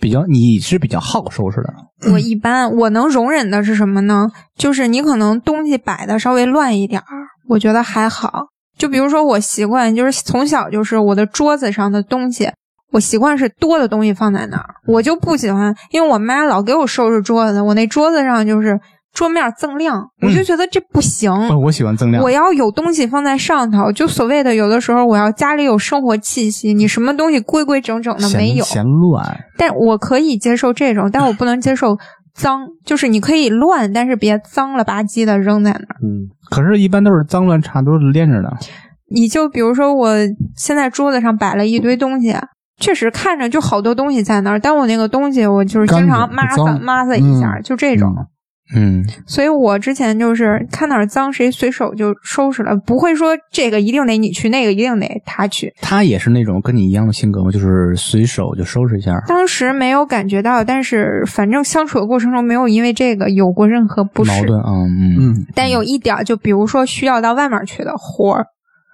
比较，你是比较好收拾的。我一般我能容忍的是什么呢？就是你可能东西摆的稍微乱一点儿，我觉得还好。就比如说我习惯，就是从小就是我的桌子上的东西，我习惯是多的东西放在那儿，我就不喜欢，因为我妈老给我收拾桌子，我那桌子上就是桌面锃亮，我嗯就觉得这不行。哦我喜欢增量我，要有东西放在上头，就所谓的有的时候我要家里有生活气息，你什么东西规规整整的嫌没有，嫌乱。但我可以接受这种，但我不能接受脏， 就是你可以乱，但是别脏了吧唧的扔在那儿。嗯，可是，一般都是脏乱差都是连着的。你就比如说，我现在桌子上摆了一堆东西，确实看着就好多东西在那儿，但我那个东西我就是经常抹干净擦脏嗯抹擦一下，就这种。嗯，所以我之前就是看哪儿脏谁随手就收拾了，不会说这个一定得你去，那个一定得他去。他也是那种跟你一样的性格吗？就是随手就收拾一下。当时没有感觉到，但是反正相处的过程中没有因为这个有过任何不适矛。盾啊，嗯嗯，但有一点儿，就比如说需要到外面去的活儿，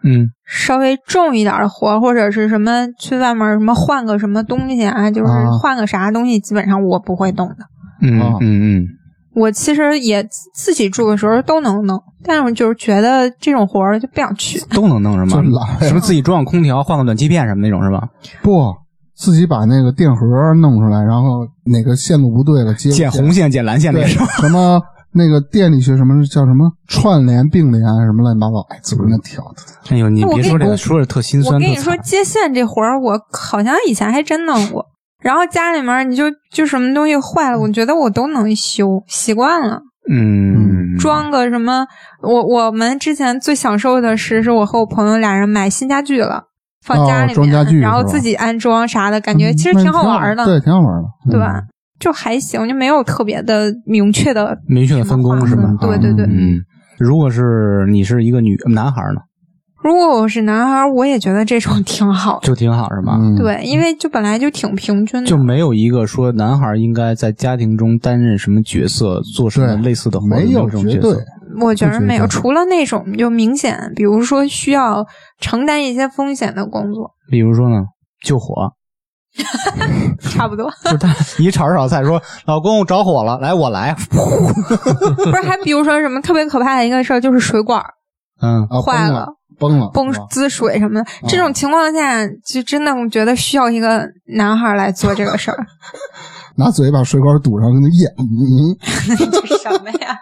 嗯稍微重一点儿的活儿，或者是什么去外面什么换个什么东西啊，就是啊换个啥东西，基本上我不会动的。嗯哦嗯嗯我其实也自自己住的时候都能弄，但是我就是觉得这种活儿就不想去。嗯，都能弄是就吗是懒？什么自己装上空调，换个暖气片什么那种是吧？不自己把那个电盒弄出来，然后哪个线路不对了接剪红线、剪蓝线那对种。什么。那个电力学什么叫什么串联并联什么乱七八糟，哎，自个儿那挑的，哎呦，你我别跟说这你个，说着特心我酸。跟你特说，惨接线这活儿，我好像以前还真弄过。然后家里面你就就什么东西坏了，我觉得我都能修，习惯了。嗯，装个什么？我我们之前最享受的是，是我和我朋友俩人买新家具了，放家里面，哦装家具然后是吧自己安装啥的，感觉嗯其实挺好玩的，对，挺好玩的，嗯对吧？就还行，就没有特别的明确的明确的分工是吧？划分对对对。嗯，如果是你是一个女男孩呢，如果我是男孩儿，我也觉得这种挺好的，就挺好是吧？嗯，对，因为就本来就挺平均的，就没有一个说男孩应该在家庭中担任什么角色，做什么对类似的活，没有有这种绝角对色。我觉得没有，不觉得除了那种就明显，比如说需要承担一些风险的工作，比如说呢，救火，差不多。 就是他你炒着炒菜说：“老公着火了，来我 来。不是，还比如说什么特别可怕的一个事儿，就是水 管儿”嗯，啊，坏崩了了，崩了，崩是吧嗯滋水什么的，这种情况下，就真的我觉得需要一个男孩来做这个 事儿。 拿嘴把水管堵上，跟那咽，嗯嗯这什么 呀？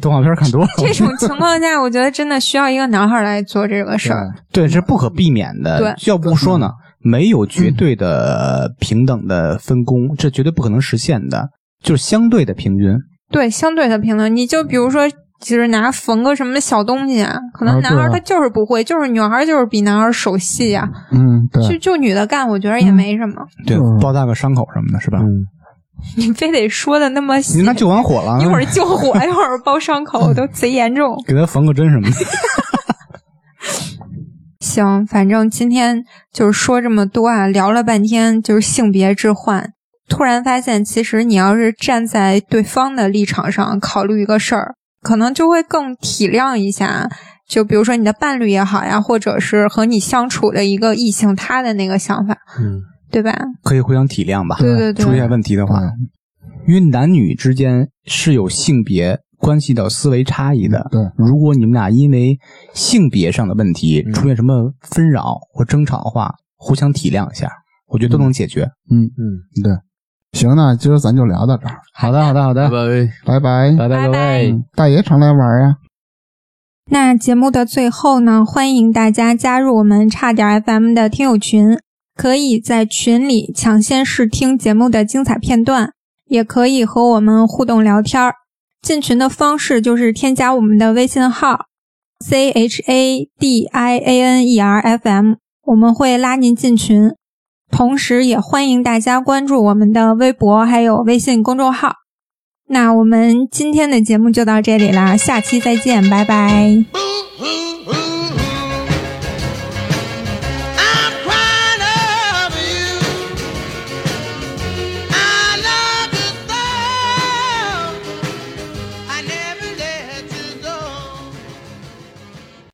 动画片看多了，这种情况下，我觉得真的需要一个男孩来做这个事儿。对，是不可避免的。对，要不说呢，没有绝对的平等的分工，这绝对不可能实现的，就是相对的平均。对，相对的平等，你就比如说。就是拿缝个什么小东西啊，可能啊男孩对啊他就是不会，就是女孩就是比男孩手细呀、嗯，对，就就女的干，我觉得也没什么。对嗯，包大个伤口什么的，是吧？嗯你非得说的那么细你，那救完火了，嗯一会儿救火，一会儿包伤口，都贼严重。给他缝个针什么的。行，反正今天就是说这么多啊，聊了半天就是性别置换。突然发现，其实你要是站在对方的立场上考虑一个事儿，可能就会更体谅一下。就比如说你的伴侣也好呀，或者是和你相处的一个异性，他的那个想法，嗯，对吧？可以互相体谅吧。对对 对出现问题的话，因为男女之间是有性别关系到思维差异的。对如果你们俩因为性别上的问题嗯出现什么纷扰或争吵的话，互相体谅一下，我觉得都能解决。嗯，嗯，行，那今儿咱就聊到这儿，好的，好的，好的拜拜，拜拜，拜拜各位嗯大爷常来玩呀。那节目的最后呢，欢迎大家加入我们差点 FM 的听友群，可以在群里抢先试听节目的精彩片段，也可以和我们互动聊天儿。进群的方式就是添加我们的微信号 c h a d i a n e r f m，我们会拉您进群。同时，也欢迎大家关注我们的微博还有微信公众号。那我们今天的节目就到这里啦，下期再见，拜拜。 Boo hoo hoo.